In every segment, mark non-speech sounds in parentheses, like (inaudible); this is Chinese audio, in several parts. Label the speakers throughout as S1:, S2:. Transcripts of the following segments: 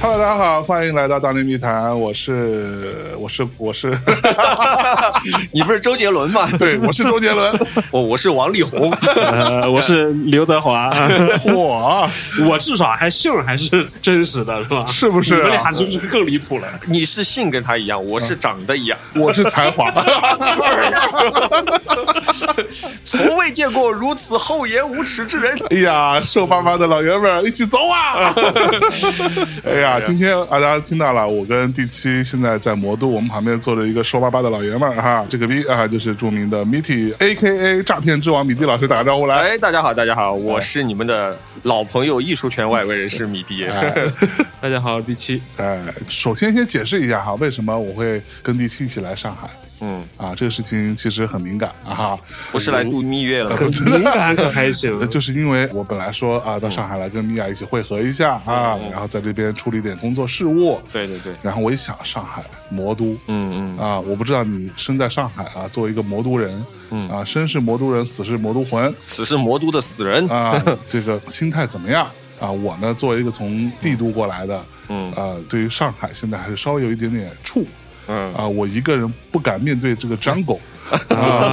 S1: Hello，大家好，欢迎来到《大内密谈》，我是我是我是， (laughs)
S2: (laughs) 你不是周杰伦吗？
S1: 对，我是周杰伦，
S2: 我我是王力宏， (laughs)
S3: 呃， (laughs) 我是刘德 (laughs) 华，
S1: 我
S3: 我至少还姓儿还是真实的，是吧？
S1: 是不是啊
S3: 你们俩是不是更离谱了？
S2: 你是姓跟他一样，我是长得一样，
S1: 我是才华， (laughs)
S2: 从未见过如此厚颜无耻之人。 (laughs)
S1: 哎呀，瘦巴巴的老爷们儿，一起走啊！ (laughs) 哎呀，今天啊，大家听到了，我跟第七现在在魔都，我们旁边坐着一个瘦巴巴的老爷们儿哈，这个逼啊，就是著名的 Mitty A K A 诈骗之王米蒂老师，打个招呼来。
S2: 哎，大家好，大家好，
S1: 哎
S2: 我是你们的老朋友，艺术圈外围人士米迪。
S3: 大家好，第 (laughs) 七，
S1: (laughs) 哎，首先先解释一下哈，为什么我会跟第七一起来上海
S2: (laughs) 嗯，
S1: 啊？这个事情其实很敏感啊哈。
S2: 不是来度蜜月了吗，
S3: 敏感可还 (laughs) 行，
S1: 呃，就是因为我本来说啊，到上海来跟米娅一起会合一下啊，
S2: 嗯
S1: 然后在这边处理点工作事务。
S2: 对对对，
S1: 然后我一想，上海魔都
S2: 嗯嗯，
S1: 啊，我不知道你身在上海啊，作为一个魔都人，
S2: 嗯
S1: 啊，生是魔都人，死是魔都魂
S2: 此是魔都的死人。 (laughs)
S1: 啊，这个心态怎么样啊？我呢，作为一个从帝都过来的，
S2: 嗯
S1: 啊，对于上海现在还是稍微有一点点怵
S2: 嗯，
S1: 啊，我一个人不敢面对这
S2: (laughs)
S1: 个 jungle 啊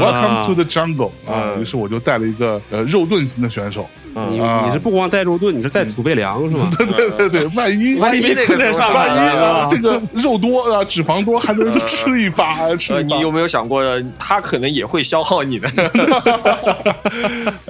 S1: ，Welcome to the jungle 啊，
S2: 嗯
S1: 于是我就带了一个呃肉盾型的选手。 (laughs)
S3: 你
S1: 啊
S3: 你是不光带肉盾，你是带储备粮是吗？
S1: 对对对，万一
S2: 嗯万一
S3: 被
S2: 那个
S3: 困
S2: 时候
S3: 在上
S1: (laughs) 万
S3: 海
S1: 一啊，
S3: 了
S1: 这个肉多啊，脂肪多，还能吃一发，吃
S2: 呃，
S1: 一发
S2: 你。有没有想过，他可能也会消耗你的？
S1: (laughs)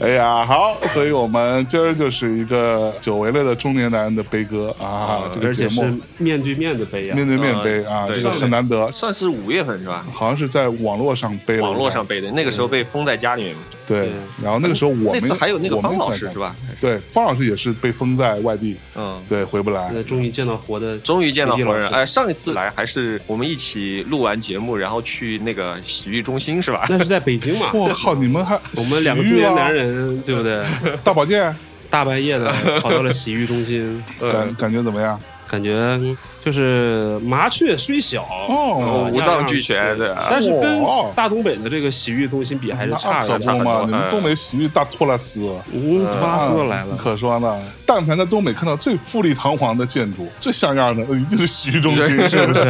S1: 哎呀，好，所以我们今儿就是一个久违了的中年男人的悲歌啊，这个
S3: 而
S1: 节
S3: 且是
S1: 目
S3: 面对面的背呀
S1: 面。对面悲啊，
S2: 嗯对
S1: 这个很难得，
S2: (laughs) 算是五月份是
S1: (laughs)
S2: 吧？
S1: 好像是在网络上悲了一下，
S2: 网络上背的，那个时候被封在家里面嘛。
S1: 对。然后那个时候我
S2: 那
S1: 们
S2: 次还有那个
S1: 我们
S2: 方老
S1: 在
S2: 师
S1: 干
S2: 是？吧？
S1: 对，方老师也是被封在外地，
S2: 嗯，
S1: 对，回不来
S3: 现。在啊终于见到活的，
S2: 终于见到活人，
S3: 李老师
S2: 哎，上一次来还是我们一起录完节目，然后去那个洗浴中心是吧？
S3: 那是在北 (laughs) 京嘛？
S1: 我靠，你们还
S3: 我们两个
S1: 洗
S3: 中
S1: 浴
S3: 年
S1: 了
S3: 男人，对不对？ (laughs)
S1: 大保健，
S3: 大半夜的跑到了洗浴中心，
S1: 感感觉怎么样？
S3: 感觉就是麻雀虽小，
S1: 哦
S3: 呃
S2: 五脏俱
S3: 样
S2: 全
S3: 样
S2: 对啊
S3: 但是跟
S1: 哇
S3: 大东北的这个洗浴中心比还是差
S1: 那
S3: 的，
S1: 可
S3: 差
S1: 不
S3: 很
S1: 嘛，
S3: 多。
S1: 你们东北洗浴大托拉斯。
S3: 嗯，托拉斯来了，
S1: 可说呢，但凡在东北看到最富丽堂皇的建筑、最像样的，一定是哦洗浴中心。
S3: 是不是？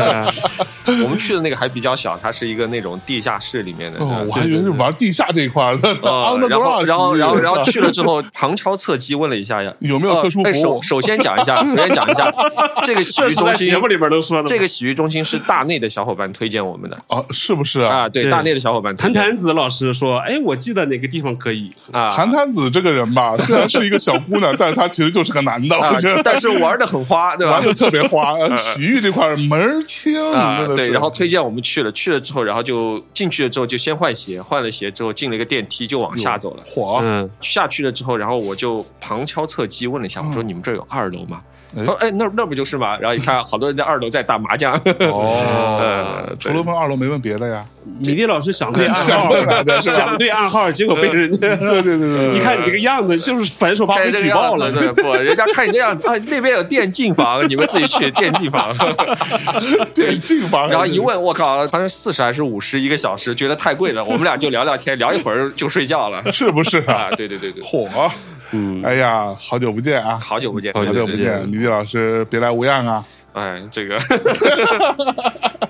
S2: (laughs) 我们去的那个还比较小，它是一个那种地下室里面的。
S1: 哦，
S2: 对
S1: 我还以为是玩地下这一块儿的 (laughs) 啊
S2: 呃然后，
S1: ，underground
S2: 然后，然后，然后
S1: 洗浴
S2: 去了之后，旁敲侧击问了一下呀，
S1: 有没有
S2: 呃
S1: 特殊
S2: 哎
S1: 服务
S2: 首首先讲一下，
S1: (laughs)
S2: 首先讲一下，这个洗浴中心，
S3: 里边都说的
S2: 这
S3: 这
S2: 个
S3: 个
S2: 洗浴中心是大内的小伙伴推荐我们的
S1: 啊，是不是啊？
S2: 啊，对，
S3: 对
S2: 大内的小伙伴推
S3: 谭
S2: 荐
S3: 谭子老师说：“哎，我记得哪个地方可以。
S2: 啊
S1: 韩摊子这个人吧，虽然是一个小姑娘，但是她其实就是个男的，
S2: 啊
S1: 我觉，得
S2: 但是玩的很花，对吧
S1: 玩？的特别花。
S2: (laughs)
S1: 洗浴这块儿门儿清，
S2: 啊
S1: 真，的
S2: 对，
S1: 是
S2: 然后推荐我们去了，去了之后，然后就进去了之后就先换鞋，换了鞋之后进了一个电梯就往下走了。
S1: 火，
S3: 嗯，
S2: 下去了之后，然后我就旁敲侧击问了一下，我说：“你们这儿有二楼吗？”
S1: 哎
S2: 他说：“哎，那那不就是吗？”然后一看，好多人在二楼在打麻将。
S1: 哦
S2: 呃
S1: 除了
S2: 对
S1: 问二楼没问别
S2: (laughs)
S1: 的呀？
S3: 米粒老师想对暗
S1: 想
S3: 号
S1: 不来的，是吧
S3: 想对暗号，结果被人家……
S1: 对
S3: (laughs)
S1: 对对对，
S3: 你看你这个样子，就是反手把
S2: 看
S3: 我
S2: 这个
S3: 举
S2: 样
S3: 报
S2: 子
S3: 了。
S2: 嗯对不？人家看你这样子啊，那边有电竞房，你们自己去电竞房。
S1: 电竞房，
S2: 然后一问，我靠，好像四十还是五十一个小时，觉得太贵了。我们俩就聊聊天，聊一会儿就睡觉了。
S1: 是不是啊
S2: 啊，？对对对对，
S1: 火，
S3: 嗯，
S1: 哎呀，好久不见啊！
S2: 好久不见，
S3: 好
S1: 好久不
S2: 对对对
S1: 见，米蒂老师，别来无恙啊！
S2: 哎，这
S1: (laughs)
S2: 个，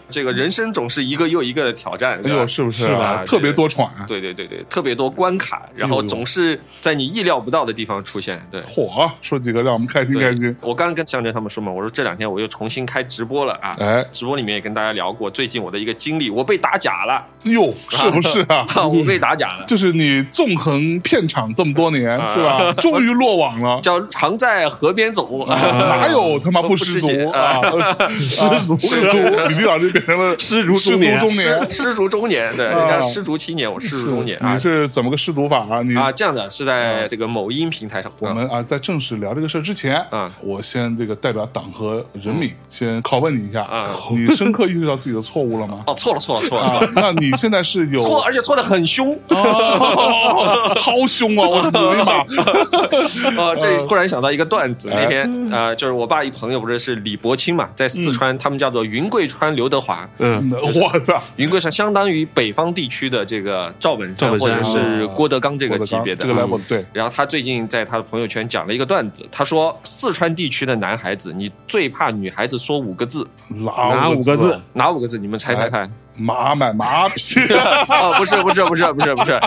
S2: 这个人生总是一个又一个的挑战，
S1: 哎
S2: 对吧
S1: 呦，是不是啊？
S2: 吧
S1: 特别多喘，
S2: 对对对对，特别多关卡，然后总是在你意料不到的地方出现。
S1: (laughs)
S2: 对，
S1: 火，说几个让我们开心
S2: 对
S1: 开心。
S2: 我刚刚跟向真他们说嘛，我说这两天我又重新开直播了啊。
S1: 哎，
S2: 直播里面也跟大家聊过最近我的一个经历，我被打假了， (laughs)
S1: 哟，是不是啊？
S2: 我被打假了，
S1: 就是你纵横片场这么多年，
S2: 啊
S1: 是吧？终于落
S2: (laughs)
S1: 网了，
S2: 叫常在河边走。 (laughs)
S1: 哪有他妈
S2: 啊不
S1: 不
S2: 失
S1: 足呃
S2: 血啊 (laughs)
S1: 啊？失足，失足！李丽老师别成了
S3: 失足
S1: 失
S3: 中
S1: 足
S3: 年
S1: 中
S2: 失
S1: 年。
S2: 失足中年，对，
S1: 啊
S2: 人家失足七年，我失足中年啊
S1: 你是怎么个失足法啊？你
S2: 啊，这样的是在这个某音平台上，
S1: 我们啊，在正式聊这个事儿之前，
S2: 嗯
S1: 我先这个代表党和人民先拷问你一下，
S2: 嗯
S1: 你深刻意识到自己的错误了吗？
S2: (laughs) 哦，错了错了错了错
S1: 啊
S2: 了，
S1: 那你现在是有
S2: (laughs) 错，而且错的很凶。
S1: 哦，好凶啊！我的 (laughs) 妈！
S2: 呃，这里突然想到一个段子，
S1: 哎
S2: 那天呃，就是我爸一朋友不是是李伯清嘛，在四川，他们叫做云贵川刘德华。
S3: 嗯，
S1: 我操！
S2: 云贵川相当于北方地区的这个赵本
S3: 赵
S2: 山
S3: 本
S2: 或者
S3: 山
S2: 是郭德纲这个
S1: 我的
S2: 级
S1: 刚
S2: 别的
S1: 这个
S2: 啊
S1: level 对，
S2: 然后他最近在他的朋友圈讲了一个段子，他说四川地区的男孩子，你最怕女孩子说五个字，
S1: 哪
S3: 五个字？
S2: 哪五个字？你们猜猜看？
S1: 马买马屁，
S2: 啊，不是不是不是不是不是，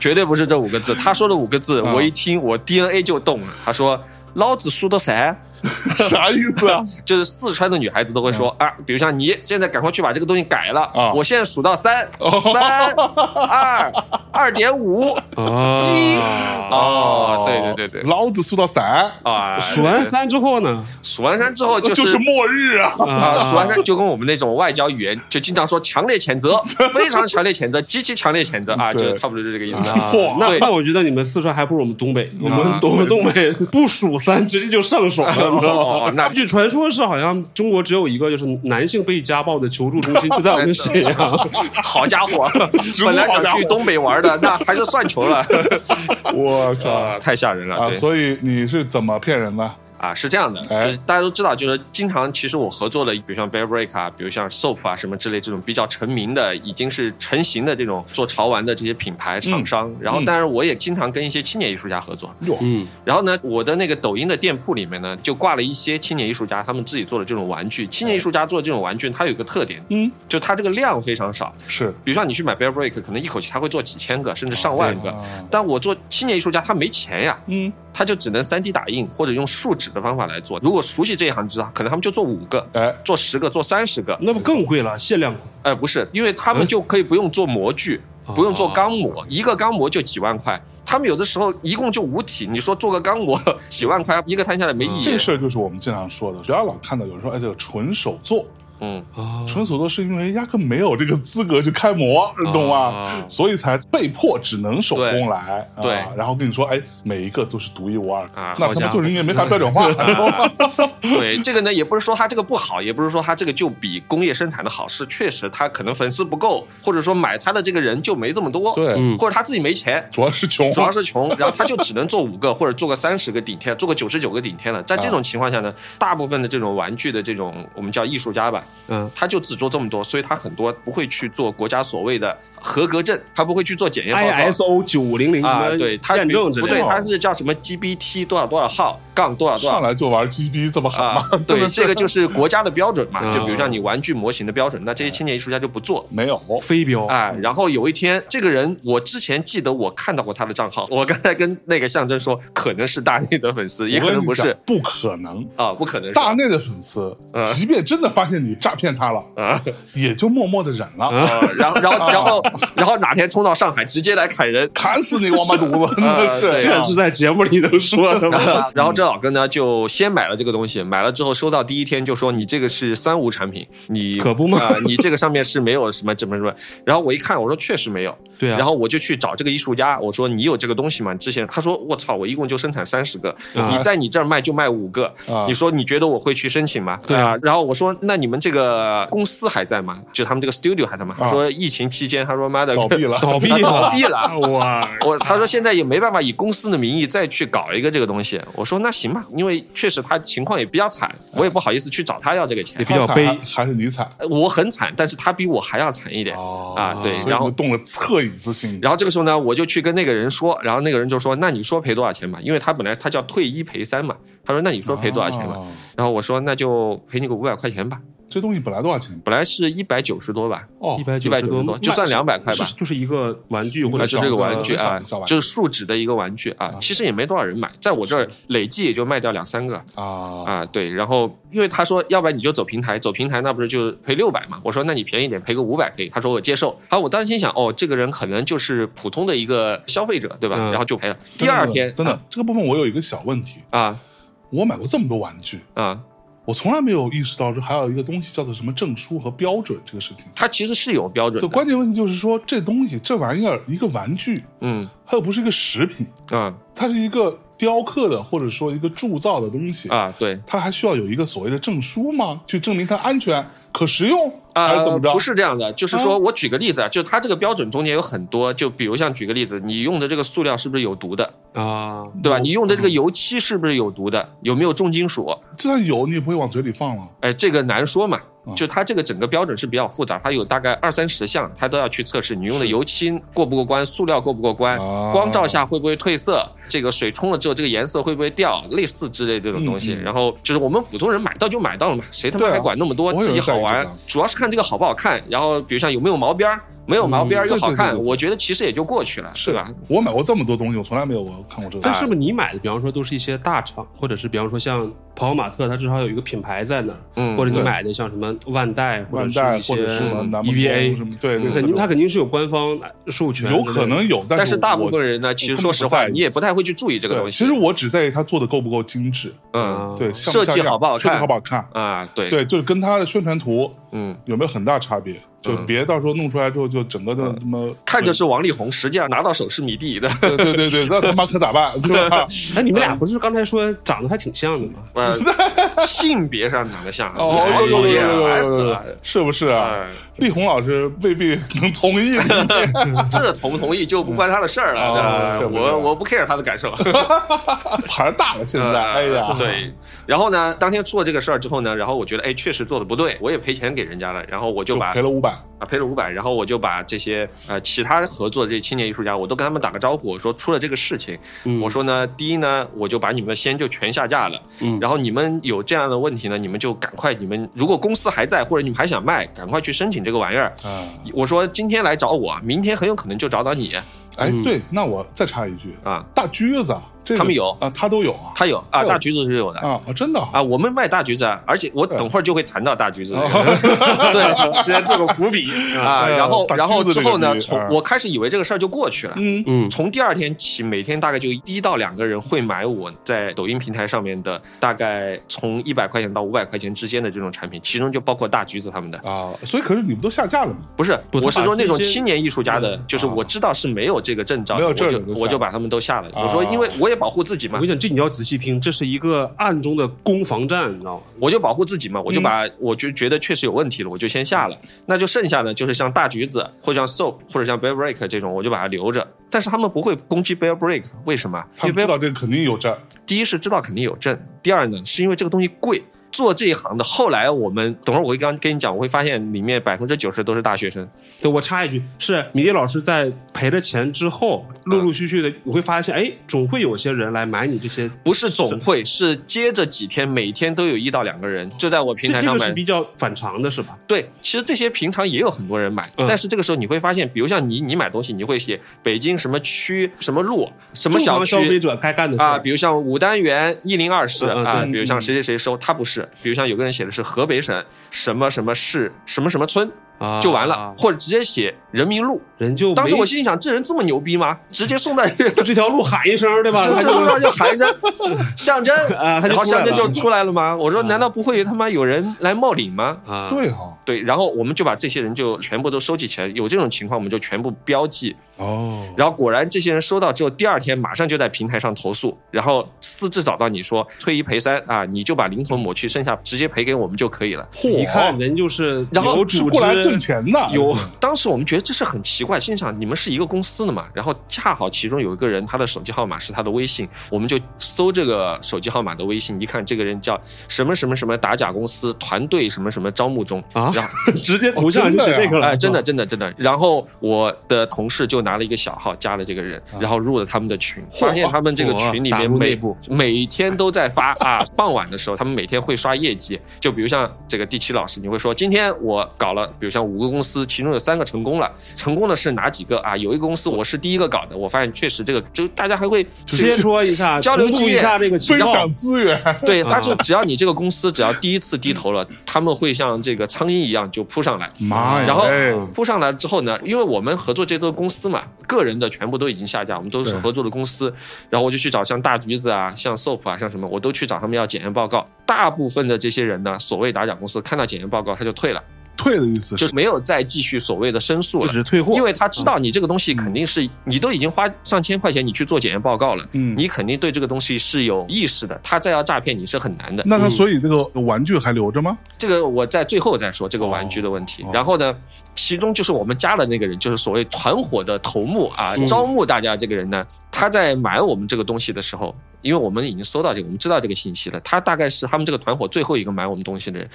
S2: 绝对不是这五个字。他说的五个字，
S1: 啊
S2: 我一听我 DNA 就动了。他说。老子输的噻，
S1: (laughs) 啥意思啊？
S2: 就是四川的女孩子都会说啊，比如像你现在赶快去把这个东西改了，
S1: 嗯啊
S2: 我现在数到三，
S1: 哦
S2: 三二二点五，
S3: 嗯啊，
S2: 哦，对对对对，
S1: 老子输到散，
S2: 啊，
S3: 数完三之后呢？
S2: 数完三之后
S1: 就是末日啊！
S2: 啊，数完
S3: 三
S2: 三就跟我们那种外交语言就经常说强烈谴
S1: (laughs)
S2: 责，非常强烈谴责，极其强烈谴责啊，
S1: 对
S2: 就差不多就这个意思。
S1: 啊
S2: 对啊
S3: 那那我觉得你们四川还不如我们东北，我们我们东北不数三直接就上手了，你知道
S2: 哦
S3: 吗？
S2: 那
S3: 据传说是好像中国只有一个就是男性被家暴的求助中心就在我
S2: (laughs)
S3: 们沈阳，
S2: 好家
S1: (laughs)
S2: 伙，
S1: 物
S2: 本来
S1: 好
S2: 想
S1: 家伙
S2: 去东北玩
S1: (laughs)
S2: 的，那还是算球了，
S1: 我靠！
S2: 啊， (laughs) 太吓人了。
S1: (laughs) 啊，
S2: 对
S1: 所以你是怎么骗人的？
S2: 啊，是这样的，
S1: 哎
S2: 就是大家都知道，就是经常其实我合作的，比如像 Bear Break 啊，比如像 Soap 啊什么之类这种比较成名的、已经是成型的这种做潮玩的这些品牌
S1: 嗯
S2: 厂商，然后当然我也经常跟一些青年艺术家合作，
S1: 哟，
S3: 嗯，
S2: 然后呢，我的那个抖音的店铺里面呢，就挂了一些青年艺术家他们自己做的这种玩具。青年艺术家做的这种玩具，它有一个特点，
S1: 嗯，
S2: 就它这个量非常少。
S1: 是
S2: 比如像你去买 Bear Break，可能一口气他会做几千个，甚至上万个。
S1: 啊
S2: 但我做青年艺术家，他没钱呀，
S1: 嗯，
S2: 他就只能 3D 打印或者用树脂的方法来做。如果熟悉这一行知道，可能他们就做五个。
S1: 哎，
S2: 做十个，做三十个，
S3: 那不更贵了，限量
S2: 哎、不是，因为他们就可以不用做模具，
S3: 嗯
S2: 不用做钢
S1: 哦
S2: 模，一个钢模就几万块。他们有的时候一共就五体，你说做个钢模 (laughs) 几万块，一个摊下来没意义。
S1: 这个事儿就是我们经常说的，不要老看到有人说哎，这个纯手做，
S2: 嗯，
S3: 啊
S1: 纯手做是因为压根没有这个资格去开模，你懂吗
S3: 啊？
S1: 所以才被迫只能手工来，
S2: 对
S1: 啊然后跟你说，哎，每一个都是独一无二，
S2: 啊
S1: 那
S2: 好
S1: 他妈
S2: 家伙
S1: 就是因为没法标
S2: (laughs)
S1: 准化， (laughs) 你懂吗 (laughs)
S2: 对，这个呢，也不是说它这个不好，也不是说它这个就比工业生产的好，是确实它可能粉丝不够，或者说买它的这个人就没这么多，
S1: 对
S3: 嗯
S2: 或者他自己没钱。
S1: 主要是穷，
S2: 主要是穷，然后他就只能做五个或者做个三十个顶天，做个九十九个顶天了。在这种情况下呢，大部分的这种玩具的这种我们叫艺术家吧，
S3: 嗯
S2: 他就只做这么多，所以他很多不会去做国家所谓的合格证，他不会去做检验报告。
S3: ，ISO 九零零
S2: 啊，对，他
S3: 验证之
S2: 不
S3: 类
S2: 对，
S3: 的，
S2: 他是叫什么 GBT 多少多少号杠多少多少
S1: 上来就玩 GB 这么狠
S2: 啊
S1: (laughs) 吗？，真
S2: 对，
S1: 的是
S2: 这个就是国家的标准嘛，
S3: 嗯
S2: 就比如像你玩具模型的标准，那这些青年艺术家就不做。
S1: 没有，
S3: 飞镖
S2: 哎，然后有一天，这个人我之前记得我看到过他的账号，我刚才跟那个象征说，可能是大内的粉丝，也可能不
S1: 我跟
S2: 是
S1: 你讲，不可能。
S2: 啊，不可能是
S1: 大内的粉丝，
S2: 嗯
S1: 即便真的发现你诈骗他了，
S2: 啊。
S1: 也就默默的忍了，
S2: 啊然后，然后，然后，然后哪天冲到上海，直接来砍人。
S1: 砍死你王八犊子！真的
S2: 对啊
S1: 是
S3: 这是在节目里能说
S2: (laughs)
S3: 的吗？
S2: 然后这老哥呢，就先买了这个东西，买了之后收到第一天就说你这个是三无产品，你
S3: 可不嘛
S2: 啊你这个上面是没有什么什么什么。然后我一看，我说确实没有。
S3: 对啊
S2: 然后我就去找这个艺术家，我说你有这个东西吗？之前他说我操，我一共就生产三十个，
S3: 啊
S2: 你在你这儿卖就卖五个
S1: 啊，
S2: 你说你觉得我会去申请吗？
S3: 对啊
S2: 啊。然后我说那你们这个公司还在吗？就他们这个 studio 还在吗？
S1: 啊
S2: 他说疫情期间，他说妈的
S1: 倒闭了，
S3: 倒闭
S2: 他 (laughs)
S3: 了，
S2: 倒闭了。
S3: 哇！
S2: 我他说现在也没办法以公司的名义再去搞一个这个东西。我说那行吧，因为确实他情况也比较惨，我也不好意思去找他要这个钱
S3: 也。比较
S1: 他
S3: 悲
S1: 惨还是你惨？
S2: 呃我很惨，但是他比我还要惨一点
S1: 哦
S2: 啊，对。
S1: 所以
S2: 然
S1: 我
S2: 后，
S1: 动了恻隐之心。
S2: 然后这个时候呢，我就去跟那个人说，然后那个人就说：“那你说赔多少钱嘛？”因为他本来他叫退一赔三嘛，他说：“那你说赔多少钱嘛
S1: 啊？”
S2: 然后我说：“那就赔你个五百块钱吧，
S1: 这东西本来多少钱？
S2: 本来是一百九十多吧，
S1: 哦，
S3: 一百
S2: 一
S3: 九
S2: 百
S3: 十
S2: 九十多，就算两百块吧。”
S3: 就是一个玩具或
S2: 啊，
S3: 者
S2: 就是这个玩具
S1: 小
S2: 啊
S1: 玩小玩，具
S2: 就是树脂的一个玩具啊，其实也没多少人买，在我这儿累计也就卖掉两三个
S1: 啊，
S2: 啊，对。然后因为他说，要不然你就走平台，走平台那不是就赔六百嘛？我说那你便宜点，赔个五百可以。他说我接受。好，我当时心想，哦，这个人可能就是普通的一个消费者，对吧？
S3: 嗯
S2: 然后就赔了。
S1: 真的
S2: 第二天，
S1: 真的这个部分我有一个小问题，
S2: 啊
S1: 我买过这么多玩具，
S2: 啊，
S1: 我从来没有意识到这还有一个东西叫做什么证书和标准这个事情。
S2: 它其实是有标准
S1: 就
S2: 的，
S1: 关键问题就是说，这东西这玩意儿一个玩具，
S2: 嗯
S1: 它又不是一个食品，
S2: 啊
S1: 它是一个雕刻的或者说一个铸造的东西，
S2: 啊，对
S1: 它还需要有一个所谓的证书吗？去证明它安全、可食用，还
S2: 啊
S1: 是怎么，着？
S2: 不是这样的，就是
S1: 啊
S2: 说我举个例子啊，就它这个标准中间有很多，就比如像举个例子，你用的这个塑料是不是有毒的，
S3: 啊，
S2: 对吧？
S1: 有嗯
S2: 你用的这个油漆是不是有毒的，有没有重金属？
S1: 就算有，你也不会往嘴里放了。
S2: 哎，这个难说嘛
S1: 嗯。
S2: 就它这个整个标准是比较复杂，它有大概二三十项，它都要去测试你用的油漆过不过关，塑料过不过关
S1: 啊，
S2: 光照下会不会褪色，这个水冲了之后这个颜色会不会掉，类似之类这种东西。
S1: 嗯嗯
S2: 然后就是我们普通人买到就买到了嘛，谁他
S1: 对
S2: 妈
S1: 啊
S2: 还管那么多？
S1: 我也
S2: 自己
S1: 是在
S2: 好
S1: 意
S2: 玩
S1: 这个，
S2: 主要是看这个好不好看。然后比如像有没有毛边儿，没有毛边儿
S1: 嗯
S2: 又好
S1: 对对
S2: 看
S1: 对，对对
S2: 我觉得其实也就过去了，是吧？
S1: 我买过这么多东西，我从来没有看过这个。
S3: 但是不是你买的，比方说都是一些大厂，或者是比方说像跑马特，它至少有一个品牌在那儿，
S2: 嗯
S3: 或者你
S1: 对
S3: 买的像什么万代，或
S1: 万
S3: 者
S1: 代
S3: 一
S1: 或者
S3: 些
S1: 是
S3: E
S1: 什么南门
S3: EVA
S1: 宫什么，对，类似
S3: 肯
S1: 这
S3: 定
S1: 种
S3: 它肯定是有官方授权之类
S1: 有
S3: 的，
S1: 可能有，
S2: 但
S1: 是
S2: 是大部
S1: 我
S2: 分人呢，其实说实
S1: 我根本不
S2: 话，
S1: 在意
S2: 你也不太会去注意这个
S1: 对，
S2: 东西。
S1: 其实我只在意它做的够不够精致，
S2: 嗯
S3: 啊
S1: 对，像不
S2: 设计
S1: 像样
S2: 好不好
S1: 设计
S2: 看
S1: 好不好看，
S2: 啊，对，
S1: 对，就是跟它的宣传图
S2: 嗯。
S1: 有没有很大差别，就
S2: 嗯
S1: 别到时候弄出来之后就整个的他妈，
S2: 看着是王力宏，实际上拿到手是米蒂
S1: (laughs)
S2: 的。
S1: 对对对对，那他妈可咋办，对吧？
S3: 哎，你们
S1: 嗯
S3: 俩不是刚才说长得还挺像的吗？
S2: 呃，性别上长得像，
S1: 哦，
S2: 好讨
S1: 有有有
S2: 厌
S1: 有
S2: 啊，烦
S1: 有
S2: 死
S1: 有
S2: 了。
S1: (laughs) 有，是不是啊
S2: 哎？
S1: 力宏老师未必能同意你。
S2: 这个同不同意就不关他的事儿
S1: 哦
S2: 了，
S1: 是
S2: 对吧
S1: 不是
S2: 我我不 care 他的感
S1: (laughs)
S2: 受。
S1: 牌儿大了，现在，哎呀，
S2: 呃，对。然后呢，当天出了这个事儿之后呢，然后我觉得，哎，确实做的不对，我也赔钱给人家了，然后我就
S1: 就
S2: 把
S1: 赔了五百，
S2: 啊赔了五百，然后我就把这些呃其他合作的这些青年艺术家，我都跟他们打个招呼，我说出了这个事情，
S3: 嗯
S2: 我说呢，第一呢，我就把你们的先就全下架了，
S3: 嗯
S2: 然后你们有这样的问题呢，你们就赶快，你们如果公司还在，或者你们还想卖，赶快去申请这个玩意儿。
S1: 啊，
S2: 我说今天来找我，明天很有可能就找到你
S1: 哎，
S3: 嗯
S1: 对，那我再插一句，
S2: 啊。
S1: 大橘子，这个
S2: 他们有
S1: 啊，他都有啊，
S2: 他有
S1: 哎
S2: 啊，
S1: 呦
S2: 大橘子是有的
S1: 啊，啊真的啊
S2: 啊，我们卖大橘子啊，而且我等会儿就会谈到大橘子这个。
S1: 哦
S3: 对，先做个伏 (laughs) 笔
S2: 啊，
S1: 哎呀
S2: 然
S1: (laughs)
S2: 后
S1: 大
S2: 然后
S1: 橘子
S2: 之
S1: 这个
S2: 后呢，
S1: 比喻
S2: 从
S1: 啊
S2: 我开始以为这个事儿就过去了。
S1: 嗯，
S3: 嗯
S2: 从第二天起，每天大概就一到两个人会买我在抖音平台上面的大概从一百块钱到五百块钱之间的这种产品，其中就包括大橘子他们的。
S1: 啊，所以可是你们都下架了嘛？
S2: 不是，
S3: 不
S2: 我是
S3: 他把
S2: 说那种
S3: 这些
S2: 青年艺术家的，就是我知道是嗯没有这个证照的，
S1: 没有
S2: 我
S1: 证
S2: 就
S1: 的就下
S2: 我就把他们都下了。
S1: 啊
S2: 我说，因为我也保护自己
S3: 我
S2: 嘛
S3: 跟你，讲，这你要仔细听，这是一个暗中的攻防战，你知道吗？
S2: 我就保护自己嘛，我就把我就觉得确实有问题了，我就先下了。那就剩下的就是像大橘子，或者像 Soap，或者像 Bear Break 这种，我就把它留着。但是他们不会攻击 Bear Break，为什么？
S1: 他
S2: 因
S1: 们
S2: 为
S1: 知
S2: Bear
S1: 道这个肯定有证，
S2: 第一是知道肯定有证，第二呢是因为这个东西贵。做这一行的，后来我们等会儿我会刚跟你讲，我会发现里面百分之九十都是大学生。
S3: 对，我插一句，是米粒老师在赔了钱之后，陆陆续续的，你会发现，哎，总会有些人来买你这些，
S2: 不是总会，是接着几天，每天都有一到两个人就在我平
S3: 这
S2: 台
S3: 这
S2: 上
S3: 个是
S2: 买。
S3: 比较反常的，是吧？
S2: 对，其实这些平常也有很多人买，
S3: 嗯
S2: 但是这个时候你会发现，比如像你，你买东西你会写北京什么区、什么路、什么
S3: 正
S2: 小
S3: 常消费
S2: 区。
S3: 者该干的事
S2: 啊，
S3: 儿
S2: 比如像牡丹园一零二室
S3: 嗯嗯
S2: 啊，
S1: 对
S2: 比如像谁谁谁收，他不是，比如像有个人写的是河北省什么什么市什么什么村
S3: 啊
S2: 就完了，，或者直接写人民路。
S3: 人就
S2: 当时
S3: 没
S2: 我心里想，这人这么牛逼吗？直接 (laughs) 送到
S3: 就这条路喊一声，对吧？
S2: 就
S3: 他
S2: 这
S3: 就
S2: 路上就喊一声 (laughs) 象征
S3: 啊他就
S2: 然后
S3: 出来
S2: 象征
S3: 了
S2: 就出来了吗？我说
S3: 啊
S2: 难道不会他妈有人来冒领吗？
S3: 啊，
S1: 对哈，
S2: 对，然后我们就把这些人就全部都收集起来，有这种情况我们就全部标记。
S1: 哦，
S2: 然后果然这些人收到之后，第二天马上就在平台上投诉，然后私自找到你说退一赔三啊，你就把零头抹去，剩下直接赔给我们就可以了。
S1: 嚯
S3: 一看人就是
S2: 然后
S3: 有
S1: 是
S3: 组
S1: 过来
S3: 织
S1: 挣钱的，
S3: 有
S2: 当时我们觉得这是很奇怪，心想你们是一个公司的嘛，然后恰好其中有一个人他的手机号码是他的微信，我们就搜这个手机号码的微信，一看这个人叫什么什么什么打假公司团队什么什么招募中
S3: 啊
S2: 然后
S3: (laughs) 直接头像
S1: 真
S3: 就
S1: 的
S3: 是
S1: 呀
S3: 那个了，
S2: 哎，哦真的，真的，真的。然后我的同事就拿了一个小号加了这个人，然后入了他们的群，
S1: 嚯
S2: 发现他们这个群里
S3: 啊打
S2: 面
S3: 入内
S2: 每
S3: 部
S2: 每天都在发啊，傍晚的时候他们每天会刷业绩，就比如像这个第七老师，你会说今天我搞了，比如像五个公司，其中有三个成功了，成功的是哪几个啊？有一个公司我是第一个搞的，我发现确实这个就大家还会
S3: 直接说一下，
S2: 交流
S3: 同步
S2: 经
S3: 一
S2: 验
S3: 下这个渠
S1: 分
S3: 道，
S1: 享资源，
S2: 对，
S3: 啊
S2: 但是只要你这个公司只要第一次低头了，他们会像这个苍蝇一样就扑上来。
S1: 妈呀，
S2: 嗯然后
S1: 哎
S2: 扑上来之后呢，因为我们合作这都是公司嘛，个人的全部都已经下架，我们都是
S1: 对
S2: 合作的公司。然后我就去找像大橘子啊、像 Soap 啊、像什么，我都去找他们要检验报告。大部分的这些人呢，所谓打假公司，看到检验报告他就退了，
S1: 退的意思
S2: 就是是没有再继续所谓的申诉
S3: 一
S2: 了。
S3: 直退货，
S2: 因为他
S1: 嗯
S2: 知道你这个东西肯定是你都已经花上千块钱你去做检验报告了，
S1: 嗯
S2: 你肯定对这个东西是有意识的，他再要诈骗你是很难的。
S1: 那他所以那个玩具还留着吗？
S2: 这个我在最后再说这个玩具的问题
S1: 哦哦。
S2: 然后呢，其中就是我们家的那个人，就是所谓团伙的头目啊
S3: 嗯，
S2: 招募大家这个人呢，他在买我们这个东西的时候，因为我们已经收到这个，我们知道这个信息了，他大概是他们这个团伙最后一个买我们东西的人。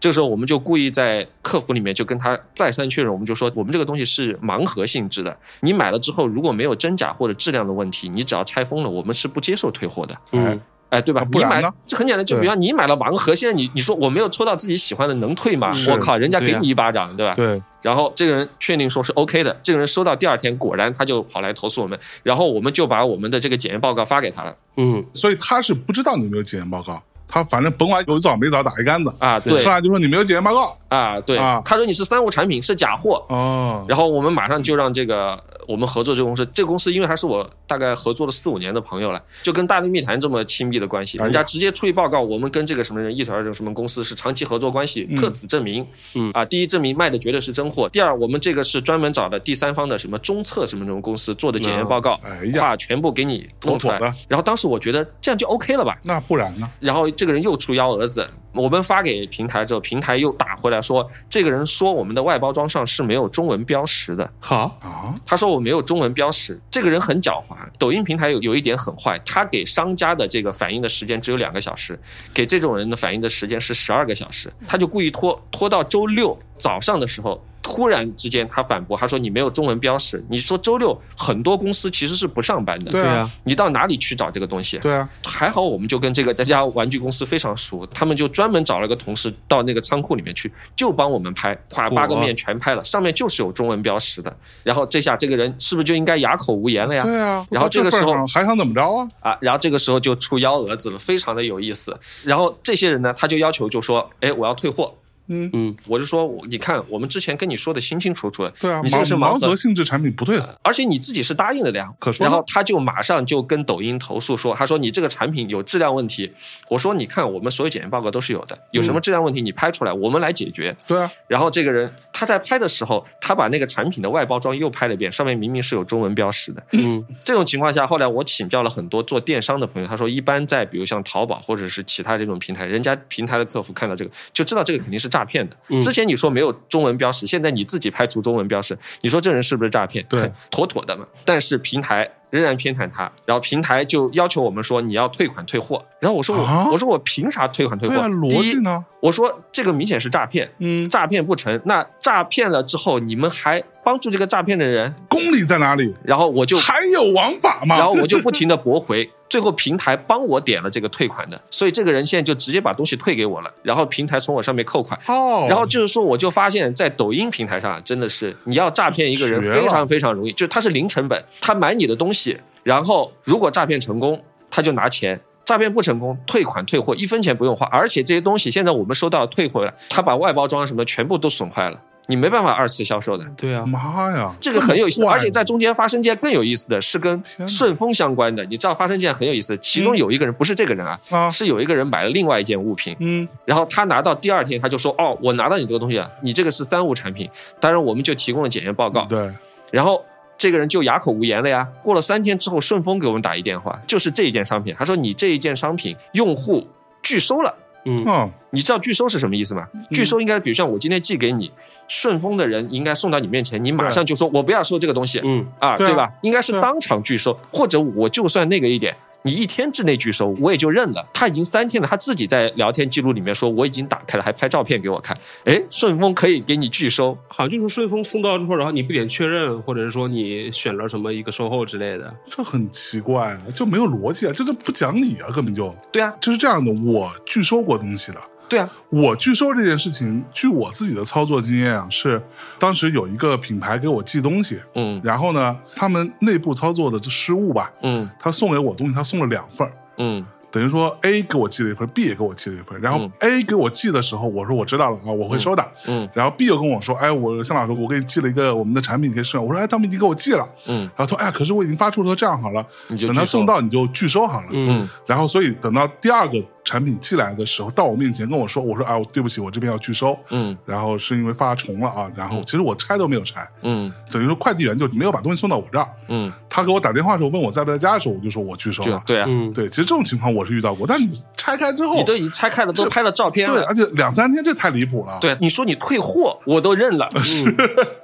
S2: 这个时候我们就故意在客服里面就跟他再三确认，我们就说我们这个东西是盲盒性质的，你买了之后如果没有真假或者质量的问题，你只要拆封了，我们是不接受退货的。
S1: 哎
S3: 嗯，
S2: 哎，对吧
S1: 啊？不
S2: 你
S1: 然
S2: 买
S1: 呢
S2: 这很简单，就
S1: 对
S2: 比方你买了盲盒，现在你你说我没有抽到自己喜欢的，能退吗？
S3: 是
S2: 我靠，人家
S3: 对
S2: 给
S3: 呀
S2: 你一巴掌，对吧？
S1: 对，
S2: 然后这个人确定说是 OK 的，这个人收到第二天，果然他就跑来投诉我们，然后我们就把我们的这个检验报告发给他了
S3: 嗯，
S1: 所以他是不知道你有没有检验报告，他反正甭管有早没早打一竿子，
S2: 啊，对
S1: 上来就说你没有检验报告
S2: 啊，对
S1: 啊，
S2: 他说你是三无产品，是假货。
S1: 哦，
S2: 然后我们马上就让这个我们合作这个公司，这个公司因为还是我大概合作了四五年的朋友了，就跟大内密谈这么亲密的关系，
S1: 哎呀
S2: 人家直接出一报告，我们跟这个什么人一条这个什么公司是长期合作关系，
S1: 嗯
S2: 特此证明。
S3: 嗯
S2: 啊，第一证明卖的绝对是真货，第二我们这个是专门找的第三方的什么中测什么那种公司做的检验报告，
S1: 哎呀，
S2: 哇，全部给你弄出来。
S1: 妥妥的
S2: 然后当时我觉得这样就 OK 了吧，
S1: 那不然呢？
S2: 然后这个人又出幺蛾子，我们发给平台之后，平台又打回来说，这个人说我们的外包装上是没有中文标识的。
S3: 好，
S1: 啊，
S2: 他说我没有中文标识，这个人很狡猾。抖音平台有有一点很坏，他给商家的这个反应的时间只有两个小时，给这种人的反应的时间是十二个小时，他就故意拖拖到周六早上的时候，突然之间他反驳，他说你没有中文标识，你说周六很多公司其实是不上班的，
S1: 对
S3: 对
S1: 啊，
S3: 啊，
S2: 你到哪里去找这个东西？
S1: 对啊，
S2: 还好我们就跟这个这家玩具公司非常熟，他们就专门找了个同事到那个仓库里面去，就帮我们拍，把八个面全拍了，上面就是有中文标识的。然后这下这个人是不是就应该哑口无言了呀？
S1: 对啊，
S2: 然后这
S1: 都到
S2: 个
S1: 份
S2: 时
S1: 儿
S2: 候
S1: 上了还想怎么着啊？
S2: 啊，然后这个时候就出幺蛾子了，非常的有意思。然后这些人呢，他就要求就说，哎，我要退货。
S1: 嗯，
S3: 嗯，
S2: 我就说，我你看，我们之前跟你说的清清楚楚，
S1: 对啊，
S2: 你这
S1: 盲
S2: 个是
S1: 盲
S2: 盲盒呃
S1: 盒性质产品不对啊的，
S2: 而且你自己是答应了的呀。
S1: 可说呢
S2: 然后他就马上就跟抖音投诉说，他说你这个产品有质量问题。我说你看，我们所有检验报告都是有的，有
S1: 嗯
S2: 什么质量问题你拍出来，我们来解决。
S1: 对啊，
S2: 然后这个人他在拍的时候，他把那个产品的外包装又拍了一遍，上面明明是有中文标识的。
S3: 嗯，
S2: 这种情况下，后来我请教了很多做电商的朋友，他说一般在比如像淘宝或者是其他这种平台，人家平台的客服看到这个就知道这个肯定是诈骗的。
S3: 嗯
S2: 之前你说没有中文标识，现在你自己拍出中文标识，你说这人是不是诈骗？
S1: 对
S2: 很妥妥的嘛。但是平台仍然偏袒他，然后平台就要求我们说你要退款退货。然后我说我、
S1: 啊
S2: 我说我凭啥退款退货？
S1: 对啊，逻
S2: 第一
S1: 辑，呢？
S2: 我说这个明显是诈骗。
S1: 嗯，
S2: 诈骗不成，那诈骗了之后，你们还帮助这个诈骗的人，
S1: 公理在哪里？
S2: 然后我就
S1: 还有王法吗？
S2: (laughs) 然后我就不停的驳回，最后平台帮我点了这个退款的，所以这个人现在就直接把东西退给我了，然后平台从我上面扣款。
S1: 哦，
S2: 然后就是说，我就发现，在抖音平台上，真的是你要诈骗一个人
S1: 绝了
S2: 非常非常容易，就是他是零成本，他买你的东西，然后如果诈骗成功，他就拿钱；诈骗不成功，退款退货，一分钱不用花。而且这些东西现在我们收到退回来，他把外包装什么全部都损坏了，你没办法二次销售的。
S3: 对啊，
S1: 妈呀，
S2: 这个很有意思，
S1: 么坏
S2: 而且在中间发生件更有意思的是跟
S1: 哪
S2: 顺丰相关的。你知道发生件很有意思，其中有一个人不是这个人啊，
S1: 啊，
S2: 是有一个人买了另外一件物品，
S1: 嗯，
S2: 然后他拿到第二天他就说：“哦，我拿到你这个东西了，你这个是三无产品。”当然我们就提供了检验报告，
S1: 对，
S2: 然后。这个人就哑口无言了呀。过了三天之后，顺丰给我们打一电话，就是这一件商品，他说你这一件商品用户拒收了。
S3: 嗯，
S1: 嗯，
S2: 你知道拒收是什么意思吗？拒收应该，比如像我今天寄给你，顺丰的人应该送到你面前，你马上就说我不要收这个东西，
S3: 嗯，
S2: 啊，
S1: 对啊
S2: 对吧？应该是
S1: 对啊
S2: 当场拒收，或者我就算那个一点，你一天之内拒收，我也就认了。他已经三天了，他自己在聊天记录里面说我已经打开了，还拍照片给我看。哎，顺丰可以给你拒收，
S3: 好像就是顺丰送到之后，然后你不点确认，或者是说你选了什么一个售后之类的，
S1: 这很奇怪啊，就没有逻辑啊，这就不讲理啊，根本就
S2: 对啊，
S1: 就是这样的。我拒收过东西的，
S2: 对啊，
S1: 我拒收这件事情，据我自己的操作经验啊，是当时有一个品牌给我寄东西，
S2: 嗯
S1: 然后呢，他们内部操作的失误吧，
S2: 嗯
S1: 他送给我东西，他送了两份儿
S2: 嗯，
S1: 等于说 A 给我寄了一份，B 也给我寄了一份，然后 A 给我寄的时候，我说我知道了啊，我会收的。
S2: 嗯
S1: 然后 B 又跟我说，哎，我向老师，我给你寄了一个我们的产品，你可以试用。我说，哎，他们已经给我寄了。
S2: 嗯
S1: 然后他说，哎，可是我已经发出了，说这样好了，
S2: 你就
S1: 等他
S2: 拒收
S1: 送到你就拒收好了。
S2: 嗯
S1: 然后，所以等到第二个产品寄来的时候，到我面前跟我说，我说啊，对不起，我这边要拒收，
S2: 嗯
S1: 然后是因为发虫了啊，然后其实我拆都没有拆，
S2: 嗯
S1: 等于说快递员就没有把东西送到我这儿。
S2: 嗯，
S1: 他给我打电话的时候问我在不在家的时候，我就说我拒收
S2: 就
S1: 了。
S2: 对啊，
S3: 嗯，
S1: 对，其实这种情况我是遇到过，但你拆开之后，
S2: 你都已经拆开了，都拍了照片
S1: 对，
S2: 了。
S1: 而且两三天这太离谱了。，
S2: 对，啊你说你退货，我都认
S1: 啊
S2: 了。嗯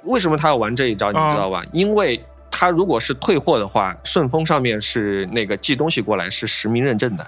S2: 为什么他要玩这一招？你知道吧？因为他如果是退货的话，顺丰上面是那个寄东西过来是实名认证的，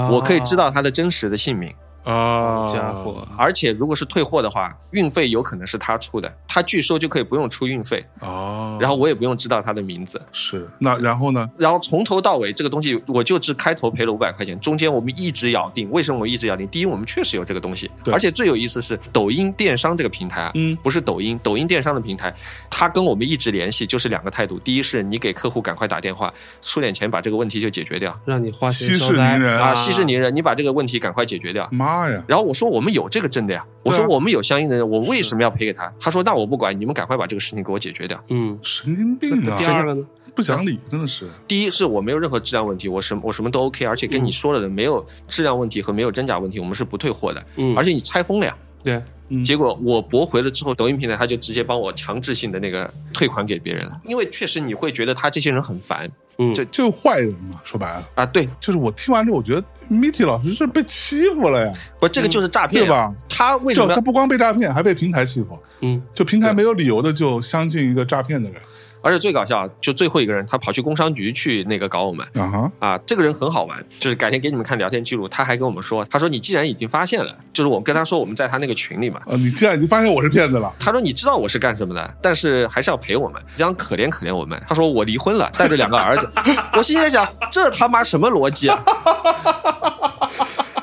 S3: 啊
S2: 我可以知道他的真实的姓名。
S1: 啊，
S3: 家伙，
S2: 而且如果是退货的话，运费有可能是他出的，他拒收就可以不用出运费，
S1: 哦，
S2: 然后我也不用知道他的名字。
S1: 是那然后呢？
S2: 然后从头到尾这个东西，我就只开头赔了五百块钱，中间我们一直咬定，为什么我一直咬定？第一，我们确实有这个东西，
S1: 对
S2: 而且最有意思是抖音电商这个平台啊，
S1: 嗯
S2: 不是抖音，抖音电商的平台，它跟我们一直联系就是两个态度，第一是你给客户赶快打电话，出点钱把这个问题就解决掉
S3: 让你花钱
S1: 息
S3: 招
S1: 事
S3: 待
S1: 宁人
S2: 啊，息事宁人，你把这个问题赶快解决掉。
S1: 妈呀，
S2: 然后我说我们有这个证的呀，我
S1: 对啊
S2: 说我们有相应的，我为什么要赔给他？他说那我不管，你们赶快把这个事情给我解决掉。
S3: 嗯，
S1: 神经病
S3: 那
S1: 啊
S3: 第！二个呢？
S1: 不讲理，真的是。
S2: 第一是我没有任何质量问题，我什我什么都 OK，而且跟你说了的没有质量问题和没有真假问题，我们是不退货的。
S3: 嗯，
S2: 而且你拆封了呀，
S3: 对，
S1: 嗯
S2: 结果我驳回了之后，抖音平台他就直接帮我强制性的那个退款给别人了，因为确实你会觉得他这些人很烦
S3: 嗯，
S2: 这
S1: 就是坏人嘛，说白了，
S2: 啊，对，
S1: 就是我听完之后，我觉得 Mitty 老师是被欺负了呀，
S2: 不这个就是诈骗、
S1: 嗯对？吧？
S2: 他为什
S1: 就
S2: 么
S1: 他
S2: 要？
S1: 不光被诈骗，还被平台欺负，
S3: 嗯，
S1: 就平台没有理由的就相信一个诈骗的人
S2: 而且最搞笑，就最后一个人他跑去工商局去那个搞我们。
S1: 啊哈，
S2: 啊，这个人很好玩，就是改天给你们看聊天记录。他还跟我们说，他说你既然已经发现了，就是我跟他说我们在他那个群里嘛，
S1: 呃，你既然已经发现我是骗子了，
S2: 他说你知道我是干什么的，但是还是要陪我们，想可怜可怜我们。他说我离婚了，带着两个儿子。 (laughs) 我心里在想，这他妈什么逻辑啊？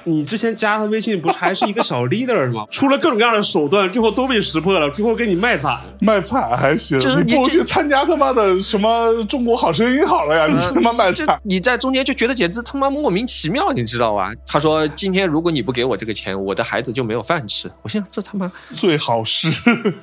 S3: 你之前加他微信不是还是一个小 leader (laughs) 吗？出了各种各样的手段，最后都被识破了，最后给你卖惨。
S1: 卖惨还行，
S2: 就是
S1: 你不如
S2: 你这嗯
S1: 去参加他妈的什么中国好声音好了呀，你他妈卖
S2: 这
S1: 惨，
S2: 你在中间就觉得简直他妈莫名其妙，你知道吧？他说今天如果你不给我这个钱，我的孩子就没有饭吃。我心想这他妈
S1: 最好是